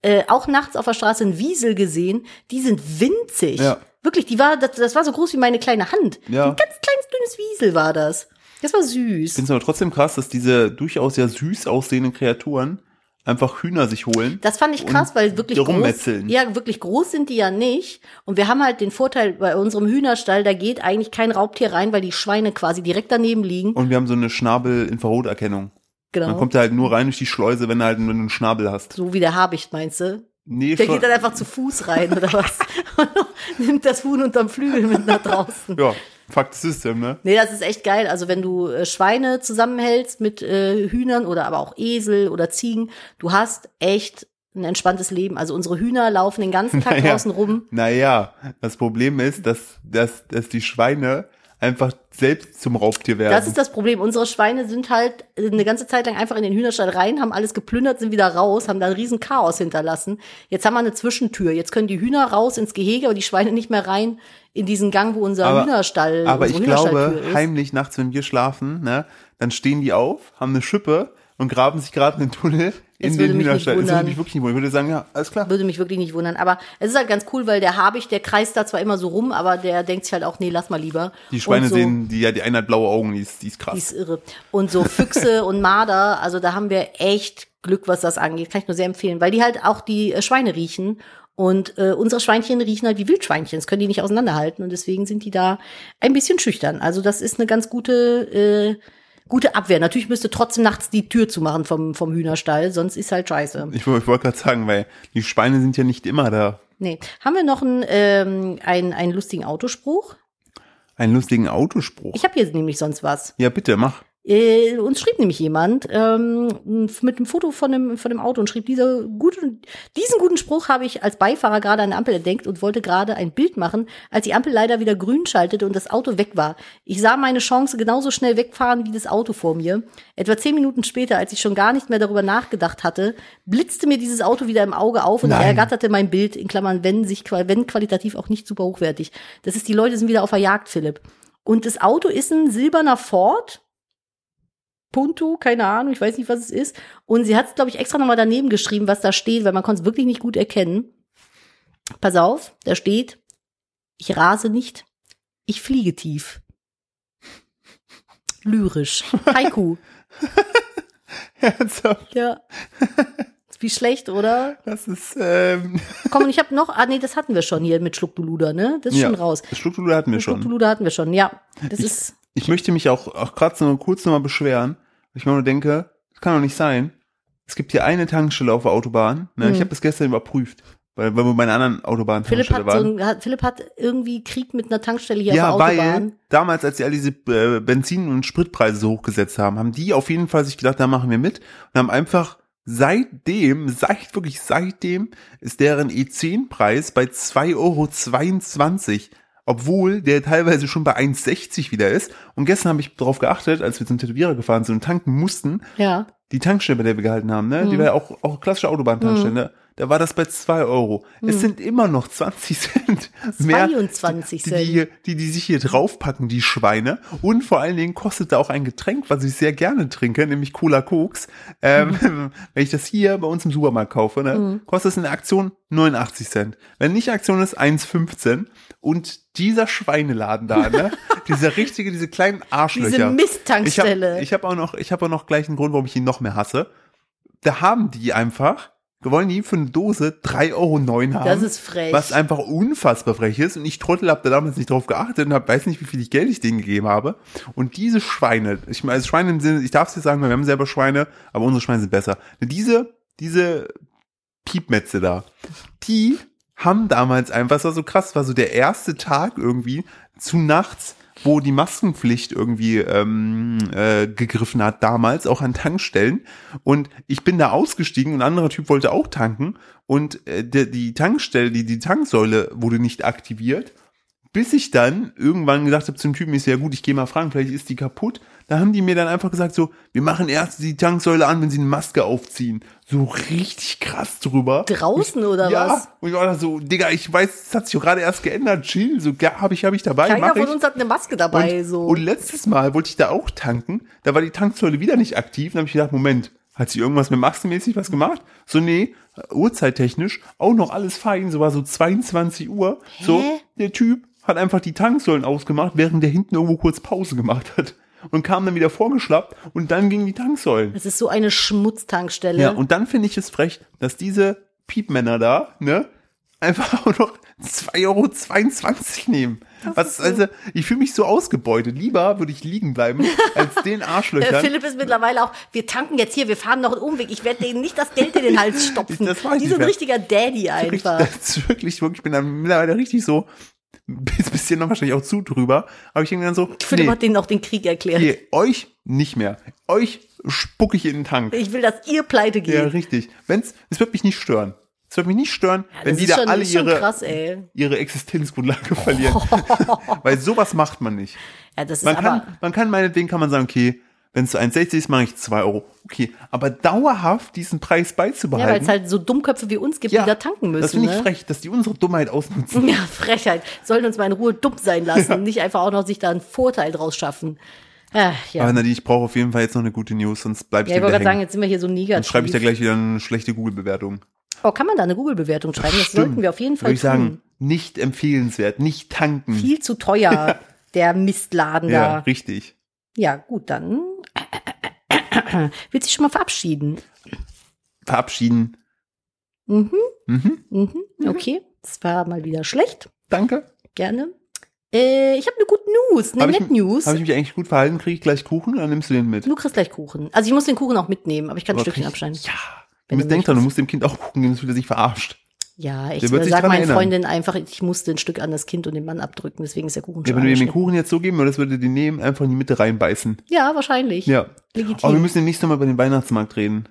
[SPEAKER 2] äh, auch nachts auf der Straße in Wiesel gesehen. Die sind winzig.
[SPEAKER 1] Ja.
[SPEAKER 2] Wirklich, die war, das, das war so groß wie meine kleine Hand.
[SPEAKER 1] Ja.
[SPEAKER 2] Ein ganz kleines, dünnes Wiesel war das. Das war süß.
[SPEAKER 1] Ich finde es aber trotzdem krass, dass diese durchaus ja süß aussehenden Kreaturen einfach Hühner sich holen.
[SPEAKER 2] Das fand ich krass,
[SPEAKER 1] und
[SPEAKER 2] weil wirklich
[SPEAKER 1] die
[SPEAKER 2] groß,
[SPEAKER 1] rummetzeln.
[SPEAKER 2] ja, wirklich groß sind die ja nicht. Und wir haben halt den Vorteil bei unserem Hühnerstall, da geht eigentlich kein Raubtier rein, weil die Schweine quasi direkt daneben liegen.
[SPEAKER 1] Und wir haben so eine Schnabel-Infraroterkennung. Dann
[SPEAKER 2] genau.
[SPEAKER 1] kommt er halt nur rein durch die Schleuse, wenn er halt nur einen Schnabel hast.
[SPEAKER 2] So wie der Habicht, meinst du?
[SPEAKER 1] Nee,
[SPEAKER 2] Der
[SPEAKER 1] schon-
[SPEAKER 2] geht dann einfach zu Fuß rein oder was? Nimmt das Huhn unterm Flügel mit nach draußen.
[SPEAKER 1] Ja, Fakt System, ne?
[SPEAKER 2] Nee, das ist echt geil. Also wenn du äh, Schweine zusammenhältst mit äh, Hühnern oder aber auch Esel oder Ziegen, du hast echt ein entspanntes Leben. Also unsere Hühner laufen den ganzen Tag
[SPEAKER 1] Naja.
[SPEAKER 2] draußen rum.
[SPEAKER 1] Naja, das Problem ist, dass, dass, dass die Schweine einfach selbst zum Raubtier werden.
[SPEAKER 2] Das ist das Problem. Unsere Schweine sind halt eine ganze Zeit lang einfach in den Hühnerstall rein, haben alles geplündert, sind wieder raus, haben da ein riesen Chaos hinterlassen. Jetzt haben wir eine Zwischentür. Jetzt können die Hühner raus ins Gehege, aber die Schweine nicht mehr rein in diesen Gang, wo unser
[SPEAKER 1] Aber-
[SPEAKER 2] Hühnerstall,
[SPEAKER 1] Aber
[SPEAKER 2] unsere
[SPEAKER 1] ich
[SPEAKER 2] Hühnerstalltür
[SPEAKER 1] glaube, heimlich nachts, wenn wir schlafen, ne, dann stehen die auf, haben eine Schippe und graben sich gerade einen Tunnel in
[SPEAKER 2] würde
[SPEAKER 1] den
[SPEAKER 2] mich nicht
[SPEAKER 1] Hühnerstall. Das würde
[SPEAKER 2] wundern.
[SPEAKER 1] mich wirklich nicht wundern. Ich würde sagen, ja, alles klar.
[SPEAKER 2] Würde mich wirklich nicht wundern. Aber es ist halt ganz cool, weil der Habicht, der kreist da zwar immer so rum, aber der denkt sich halt auch, nee, lass mal lieber.
[SPEAKER 1] Die Schweine
[SPEAKER 2] Und so,
[SPEAKER 1] sehen, die, ja, die eine hat blaue Augen, die ist, die ist krass.
[SPEAKER 2] Die ist irre. Und so Füchse und Marder, also da haben wir echt Glück, was das angeht. Kann ich nur sehr empfehlen, weil die halt auch die äh, Schweine riechen. Und äh, unsere Schweinchen riechen halt wie Wildschweinchen. Das können die nicht auseinanderhalten. Und deswegen sind die da ein bisschen schüchtern. Also das ist eine ganz gute, äh, gute Abwehr. Natürlich müsste trotzdem nachts die Tür zumachen vom, vom Hühnerstall. Sonst ist halt scheiße.
[SPEAKER 1] ich wollte wollt gerade sagen, weil die Schweine sind ja nicht immer da.
[SPEAKER 2] Nee. Haben wir noch einen, ähm, einen, einen lustigen Autospruch?
[SPEAKER 1] Einen lustigen Autospruch.
[SPEAKER 2] Ich habe hier nämlich sonst was.
[SPEAKER 1] ja, bitte, mach.
[SPEAKER 2] Äh, uns schrieb nämlich jemand ähm, f- mit einem Foto von dem, von dem Auto und schrieb, dieser gute, diesen guten Spruch habe ich als Beifahrer gerade an der Ampel entdeckt und wollte gerade ein Bild machen, als die Ampel leider wieder grün schaltete und das Auto weg war. Ich sah meine Chance genauso schnell wegfahren wie das Auto vor mir. Etwa zehn Minuten später, als ich schon gar nicht mehr darüber nachgedacht hatte, blitzte mir dieses Auto wieder im Auge auf und
[SPEAKER 1] Nein.
[SPEAKER 2] ergatterte mein Bild, in Klammern, wenn sich, qua- wenn qualitativ auch nicht super hochwertig. Das ist, die Leute sind wieder auf der Jagd, Philipp. Und das Auto ist ein silberner Ford, Punto, keine Ahnung, ich weiß nicht, was es ist. Und sie hat es, glaube ich, extra nochmal daneben geschrieben, was da steht, weil man konnte es wirklich nicht gut erkennen. Pass auf, da steht, ich rase nicht, ich fliege tief. Lyrisch. Haiku.
[SPEAKER 1] Ernsthaft?
[SPEAKER 2] ja. Wie schlecht, oder?
[SPEAKER 1] Das ist, ähm,
[SPEAKER 2] Komm, und ich habe noch, ah nee, das hatten wir schon hier mit Schluckduluder, ne? Das ist schon raus.
[SPEAKER 1] Das Struktur hatten wir schon.
[SPEAKER 2] Schluckduluder hatten wir schon, ja. Das
[SPEAKER 1] Ich-
[SPEAKER 2] ist,
[SPEAKER 1] ich möchte mich auch, auch gerade so kurz nochmal beschweren. weil Ich mir nur denke, das kann doch nicht sein. es gibt hier eine Tankstelle auf der Autobahn. Ne? Ich habe das gestern überprüft, weil, weil wir bei einer anderen
[SPEAKER 2] Hm. Philipp
[SPEAKER 1] Autobahntankstelle
[SPEAKER 2] hat, so
[SPEAKER 1] waren.
[SPEAKER 2] ein, hat, Philipp hat irgendwie Krieg mit einer Tankstelle hier
[SPEAKER 1] ja,
[SPEAKER 2] auf der
[SPEAKER 1] weil
[SPEAKER 2] Autobahn.
[SPEAKER 1] damals, als sie all diese äh, Benzin- und Spritpreise so hochgesetzt haben, haben die auf jeden Fall sich gedacht, da machen wir mit und haben einfach seitdem, seit wirklich seitdem, ist deren E10-Preis bei 2,22 Euro, obwohl der teilweise schon bei 1,60 wieder ist. Und gestern habe ich darauf geachtet, als wir zum Tätowierer gefahren sind und tanken mussten,
[SPEAKER 2] Ja.
[SPEAKER 1] die Tankstelle, bei der wir gehalten haben, ne? Die war ja auch, auch klassische Autobahntankstelle, ne? Da war das bei 2 Euro. Es sind immer noch 20 Cent mehr.
[SPEAKER 2] 22
[SPEAKER 1] Die, die, hier- die, die sich hier draufpacken, die Schweine. Und vor allen Dingen kostet da auch ein Getränk, was ich sehr gerne trinke, nämlich Cola Koks. Ähm,
[SPEAKER 2] Mhm.
[SPEAKER 1] Wenn ich das hier bei uns im Supermarkt kaufe, ne, kostet es in der Aktion 89 Cent. Wenn nicht Aktion ist, 1,15. Und dieser Schweineladen da, ne? dieser richtige, diese kleinen Arschlöcher.
[SPEAKER 2] Misttankstelle.
[SPEAKER 1] Ich habe hab auch, noch- ich hab auch noch gleich einen Grund, warum ich ihn noch mehr hasse. Da haben die einfach, wollen die für eine Dose 3,09 Euro haben.
[SPEAKER 2] Das ist frech.
[SPEAKER 1] Was einfach unfassbar frech ist. Und ich Trottel habe da damals nicht drauf geachtet und hab, weiß nicht, wie viel ich Geld ich denen gegeben habe. Und diese Schweine, ich meine, also Schweine im Sinne, ich darf es jetzt sagen, weil wir haben selber Schweine, aber unsere Schweine sind besser. Diese, diese Piepmetze da, die haben damals einfach, es war so krass, war so der erste Tag irgendwie zu nachts, wo die Maskenpflicht irgendwie ähm, äh, gegriffen hat, damals auch an Tankstellen. Und ich bin da ausgestiegen und ein anderer Typ wollte auch tanken. Und äh, die, die Tankstelle, die, die Tanksäule wurde nicht aktiviert. Bis ich dann irgendwann gesagt habe zum Typen, ist ja gut, ich gehe mal fragen, vielleicht ist die kaputt. Da haben die mir dann einfach gesagt so, wir machen erst die Tanksäule an, wenn sie eine Maske aufziehen. So richtig krass drüber.
[SPEAKER 2] Draußen oder
[SPEAKER 1] ja.
[SPEAKER 2] was?
[SPEAKER 1] Und ich war da so, Digga, ich weiß, das hat sich doch gerade erst geändert. Chill, so ja, habe ich, habe ich dabei.
[SPEAKER 2] Keiner
[SPEAKER 1] mach
[SPEAKER 2] von
[SPEAKER 1] ich.
[SPEAKER 2] uns hat eine Maske dabei.
[SPEAKER 1] Und,
[SPEAKER 2] so.
[SPEAKER 1] und letztes Mal wollte ich da auch tanken, da war die Tanksäule wieder nicht aktiv. Dann habe ich gedacht, Moment, hat sie irgendwas mit maskenmäßig was gemacht? So, nee, uhrzeittechnisch, auch noch alles fein, so war so 22 Uhr. So,
[SPEAKER 2] Hä?
[SPEAKER 1] der Typ hat einfach die Tanksäulen ausgemacht, während der hinten irgendwo kurz Pause gemacht hat. Und kam dann wieder vorgeschlappt und dann gingen die Tanksäulen.
[SPEAKER 2] das ist so eine Schmutztankstelle.
[SPEAKER 1] Ja, und dann finde ich es frech, dass diese Piepmänner da, ne, einfach auch noch 2,22 Euro nehmen. Was, also, ich fühle mich so ausgebeutet. Lieber würde ich liegen bleiben, als den
[SPEAKER 2] Äh,
[SPEAKER 1] Arschlöchern.
[SPEAKER 2] Philipp ist mittlerweile auch, wir tanken jetzt hier, wir fahren noch einen Umweg. Ich werde denen nicht das Geld in den Hals stopfen.
[SPEAKER 1] Das weiß
[SPEAKER 2] Die
[SPEAKER 1] ich
[SPEAKER 2] sind
[SPEAKER 1] nicht.
[SPEAKER 2] richtiger Daddy
[SPEAKER 1] Richtig,
[SPEAKER 2] einfach.
[SPEAKER 1] das ist wirklich, wirklich, ich bin dann mittlerweile richtig so, ein bisschen noch wahrscheinlich auch zu drüber, aber ich denke dann so,
[SPEAKER 2] Philipp
[SPEAKER 1] nee,
[SPEAKER 2] hat denen auch den Krieg erklärt.
[SPEAKER 1] hier, euch nicht mehr. Euch spucke ich in den Tank.
[SPEAKER 2] Ich will, dass ihr pleite geht.
[SPEAKER 1] Ja, richtig. Wenn's, es wird mich nicht stören. Es wird mich nicht stören, wenn
[SPEAKER 2] das
[SPEAKER 1] die
[SPEAKER 2] ist
[SPEAKER 1] da
[SPEAKER 2] schon-
[SPEAKER 1] alle
[SPEAKER 2] ist schon
[SPEAKER 1] ihre,
[SPEAKER 2] krass, ey.
[SPEAKER 1] ihre Existenzgrundlage verlieren. Weil sowas macht man nicht.
[SPEAKER 2] Ja, das ist
[SPEAKER 1] Man
[SPEAKER 2] aber.
[SPEAKER 1] kann, man kann meinetwegen kann man sagen, okay, wenn es zu 1,60 ist, mache ich 2 Euro. Okay, aber dauerhaft diesen Preis
[SPEAKER 2] ja, weil es
[SPEAKER 1] beizubehalten.
[SPEAKER 2] halt so Dummköpfe wie uns gibt, die da tanken müssen.
[SPEAKER 1] Das finde ich
[SPEAKER 2] ne?
[SPEAKER 1] frech, dass die unsere Dummheit ausnutzen.
[SPEAKER 2] Ja, Frechheit. Sollen uns mal in Ruhe dumm sein lassen. Nicht einfach auch noch sich da einen Vorteil draus schaffen. Äh,
[SPEAKER 1] Aber
[SPEAKER 2] ja.
[SPEAKER 1] Nadine, ich brauche auf jeden Fall jetzt noch eine gute News, sonst bleibe ich
[SPEAKER 2] Ja, ich
[SPEAKER 1] da
[SPEAKER 2] wollte
[SPEAKER 1] wieder
[SPEAKER 2] gerade sagen,
[SPEAKER 1] hängen.
[SPEAKER 2] jetzt sind wir hier so
[SPEAKER 1] Dann schreibe ich da
[SPEAKER 2] negativ.
[SPEAKER 1] gleich wieder eine schlechte Google-Bewertung.
[SPEAKER 2] Oh, kann man da eine Google-Bewertung schreiben? Das
[SPEAKER 1] Stimmt.
[SPEAKER 2] sollten wir auf jeden Fall
[SPEAKER 1] Würde ich sagen,
[SPEAKER 2] tun.
[SPEAKER 1] nicht empfehlenswert, nicht tanken.
[SPEAKER 2] Viel zu teuer, der Mistladen
[SPEAKER 1] ja,
[SPEAKER 2] da.
[SPEAKER 1] richtig.
[SPEAKER 2] Ja, gut, dann. Willst du dich schon mal verabschieden?
[SPEAKER 1] Verabschieden.
[SPEAKER 2] Mhm,
[SPEAKER 1] Mhm.
[SPEAKER 2] mhm, okay. Das war mal wieder schlecht.
[SPEAKER 1] Danke.
[SPEAKER 2] Gerne. Äh, ich habe eine gute News, eine
[SPEAKER 1] Hab ich-
[SPEAKER 2] nette News.
[SPEAKER 1] Habe ich mich eigentlich gut verhalten? Kriege ich gleich Kuchen oder nimmst du den mit?
[SPEAKER 2] Du kriegst gleich Kuchen. Also ich muss den Kuchen auch mitnehmen, aber ich kann ein
[SPEAKER 1] Oder
[SPEAKER 2] Stückchen
[SPEAKER 1] krieg-
[SPEAKER 2] abschneiden.
[SPEAKER 1] Ja. Du
[SPEAKER 2] Wenn
[SPEAKER 1] musst
[SPEAKER 2] du
[SPEAKER 1] denk dran, du musst dem Kind auch Kuchen geben, sonst wird er sich verarscht.
[SPEAKER 2] Ja, ich äh,
[SPEAKER 1] Der wird sich
[SPEAKER 2] sag
[SPEAKER 1] dran
[SPEAKER 2] meinen
[SPEAKER 1] erinnern.
[SPEAKER 2] Freundinnen einfach, ich musste ein Stück an das Kind und den Mann abdrücken, deswegen ist der Kuchen
[SPEAKER 1] Ja,
[SPEAKER 2] schon
[SPEAKER 1] wenn du ihm den
[SPEAKER 2] angeschnitten.
[SPEAKER 1] Kuchen jetzt so geben würdest, würde er den nehmen, einfach in die Mitte reinbeißen.
[SPEAKER 2] Ja, wahrscheinlich.
[SPEAKER 1] Ja.
[SPEAKER 2] Legitim.
[SPEAKER 1] Aber wir müssen demnächst nochmal über den Weihnachtsmarkt reden.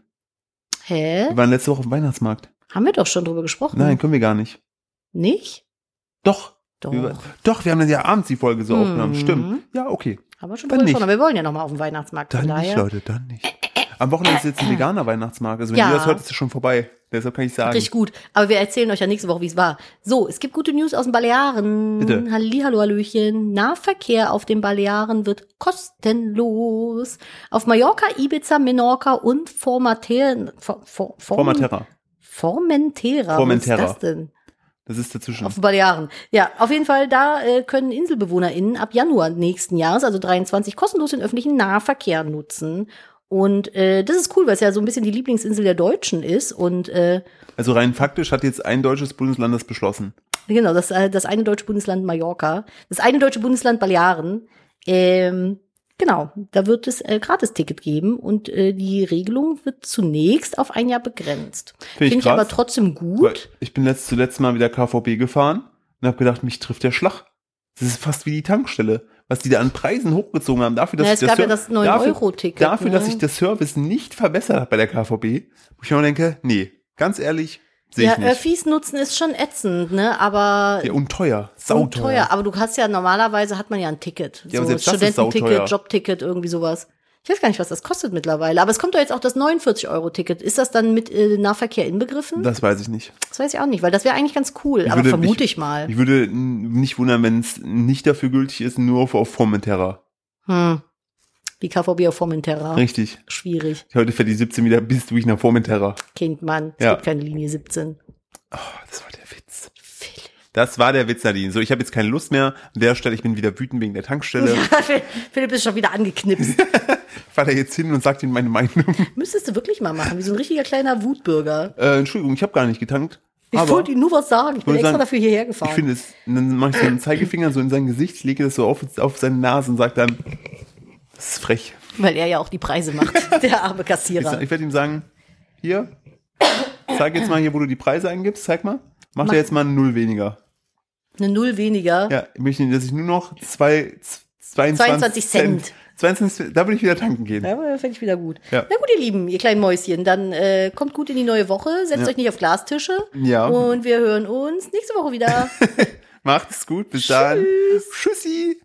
[SPEAKER 2] Hä?
[SPEAKER 1] Wir waren letzte Woche auf dem Weihnachtsmarkt.
[SPEAKER 2] Haben wir doch schon drüber gesprochen.
[SPEAKER 1] Nein, können wir gar nicht.
[SPEAKER 2] Nicht?
[SPEAKER 1] Doch.
[SPEAKER 2] Doch.
[SPEAKER 1] Wir, doch, wir haben dann ja abends die Folge so
[SPEAKER 2] Mhm.
[SPEAKER 1] aufgenommen. Stimmt. Ja, okay.
[SPEAKER 2] Haben wir schon
[SPEAKER 1] Dann
[SPEAKER 2] drüber
[SPEAKER 1] nicht.
[SPEAKER 2] gesprochen, aber wir wollen ja nochmal auf den Weihnachtsmarkt.
[SPEAKER 1] Dann
[SPEAKER 2] von daher.
[SPEAKER 1] nicht, Leute, dann nicht. Am Wochenende ist jetzt ein veganer Weihnachtsmarkt. Also wenn
[SPEAKER 2] Ja.
[SPEAKER 1] ihr das hört, ist es schon vorbei. Deshalb kann ich sagen.
[SPEAKER 2] Richtig gut. Aber wir erzählen euch ja nächste Woche, wie es war. So, es gibt gute News aus den Balearen.
[SPEAKER 1] Bitte.
[SPEAKER 2] Hallihallo, Hallöchen. Nahverkehr auf den Balearen wird kostenlos. Auf Mallorca, Ibiza, Menorca und Formater, For, For, Formen-
[SPEAKER 1] Formatera.
[SPEAKER 2] Formentera.
[SPEAKER 1] Formentera.
[SPEAKER 2] Was ist das denn?
[SPEAKER 1] Das ist dazwischen.
[SPEAKER 2] Auf den Balearen. Ja, auf jeden Fall, da äh, können InselbewohnerInnen ab Januar nächsten Jahres, also 23, kostenlos den öffentlichen Nahverkehr nutzen. Und äh, das ist cool, weil es ja so ein bisschen die Lieblingsinsel der Deutschen ist. Und äh,
[SPEAKER 1] Also rein faktisch hat jetzt ein deutsches Bundesland das beschlossen.
[SPEAKER 2] Genau, das, äh, das eine deutsche Bundesland Mallorca, das eine deutsche Bundesland Balearen ähm, Genau, da wird es äh, Gratisticket geben und äh, die Regelung wird zunächst auf ein Jahr begrenzt.
[SPEAKER 1] Finde ich
[SPEAKER 2] Finde ich
[SPEAKER 1] krass.
[SPEAKER 2] aber trotzdem
[SPEAKER 1] Weil
[SPEAKER 2] gut.
[SPEAKER 1] Ich bin letzt, zuletzt mal wieder KVB gefahren und habe gedacht, mich trifft der Schlag. Das ist fast wie die Tankstelle, was die da an Preisen hochgezogen haben. Dafür, dass
[SPEAKER 2] Na,
[SPEAKER 1] ich
[SPEAKER 2] es gab ja
[SPEAKER 1] Ser-
[SPEAKER 2] das 9-Euro-Ticket,
[SPEAKER 1] Dafür,
[SPEAKER 2] ne?
[SPEAKER 1] dass sich der Service nicht verbessert hat bei der KVB, wo ich mir denke, nee, ganz ehrlich, sehe
[SPEAKER 2] Ja, äh,
[SPEAKER 1] ich nicht.
[SPEAKER 2] Öffis nutzen ist schon ätzend, ne? Aber
[SPEAKER 1] Ja, und teuer,
[SPEAKER 2] so
[SPEAKER 1] sauteuer.
[SPEAKER 2] teuer. Aber du hast ja normalerweise hat man ja ein Ticket.
[SPEAKER 1] Ja, aber
[SPEAKER 2] so
[SPEAKER 1] selbst das ist sauteuer.
[SPEAKER 2] Studententicket, Jobticket, irgendwie sowas. Ich weiß gar nicht, was das kostet mittlerweile. Aber es kommt doch jetzt auch das 49-Euro-Ticket. Ist das dann mit äh, Nahverkehr inbegriffen? Das,
[SPEAKER 1] Das weiß ich nicht.
[SPEAKER 2] weiß ich auch nicht, weil das wäre eigentlich ganz cool. aber
[SPEAKER 1] würde-
[SPEAKER 2] vermute ich, mal.
[SPEAKER 1] Ich würde n- nicht wundern, wenn es nicht dafür gültig ist, nur auf, auf Formentera.
[SPEAKER 2] hm. Die KVB auf Formentera.
[SPEAKER 1] Richtig.
[SPEAKER 2] Schwierig.
[SPEAKER 1] Heute fährt die 17 wieder bis durch nach Formentera.
[SPEAKER 2] Kind, Mann. Es
[SPEAKER 1] Ja.
[SPEAKER 2] gibt keine Linie 17.
[SPEAKER 1] Oh, das war der Witz.
[SPEAKER 2] Philipp.
[SPEAKER 1] Das war der Witz, Nadine. So, ich habe jetzt keine Lust mehr. An der Stelle, ich bin wieder wütend wegen der Tankstelle.
[SPEAKER 2] Philipp ist schon wieder angeknipst.
[SPEAKER 1] Fahr da jetzt hin und sag ihm meine Meinung.
[SPEAKER 2] Müsstest du wirklich mal machen, wie so ein richtiger kleiner Wutbürger.
[SPEAKER 1] Äh, Entschuldigung, ich habe gar nicht getankt.
[SPEAKER 2] Ich
[SPEAKER 1] aber
[SPEAKER 2] wollte ihm nur was sagen. Ich bin
[SPEAKER 1] wollte
[SPEAKER 2] extra
[SPEAKER 1] sagen,
[SPEAKER 2] dafür hierher
[SPEAKER 1] ich
[SPEAKER 2] gefahren.
[SPEAKER 1] finde es, und dann mache ich so einen Zeigefinger so in sein Gesicht, lege das so auf, auf seine Nase und sage dann, das ist frech.
[SPEAKER 2] weil er ja auch die Preise macht, der arme
[SPEAKER 1] Ich,
[SPEAKER 2] Kassierer.
[SPEAKER 1] sa- ich werde ihm sagen, hier, zeig jetzt mal hier, wo du die Preise eingibst, zeig mal. Mach dir jetzt mal eine Null weniger.
[SPEAKER 2] Eine Null weniger.
[SPEAKER 1] Ja, ich möchte, dass ich nur noch zwei, z- 22
[SPEAKER 2] 22 Cent.
[SPEAKER 1] 22 Cent, da würde ich wieder tanken gehen.
[SPEAKER 2] Ja, finde ich wieder gut.
[SPEAKER 1] Ja.
[SPEAKER 2] Na gut, ihr Lieben, ihr kleinen Mäuschen, dann äh, kommt gut in die neue Woche, setzt euch nicht auf Glastische
[SPEAKER 1] Ja.
[SPEAKER 2] und wir hören uns nächste Woche wieder.
[SPEAKER 1] Macht's gut, bis dann. Tschüssi.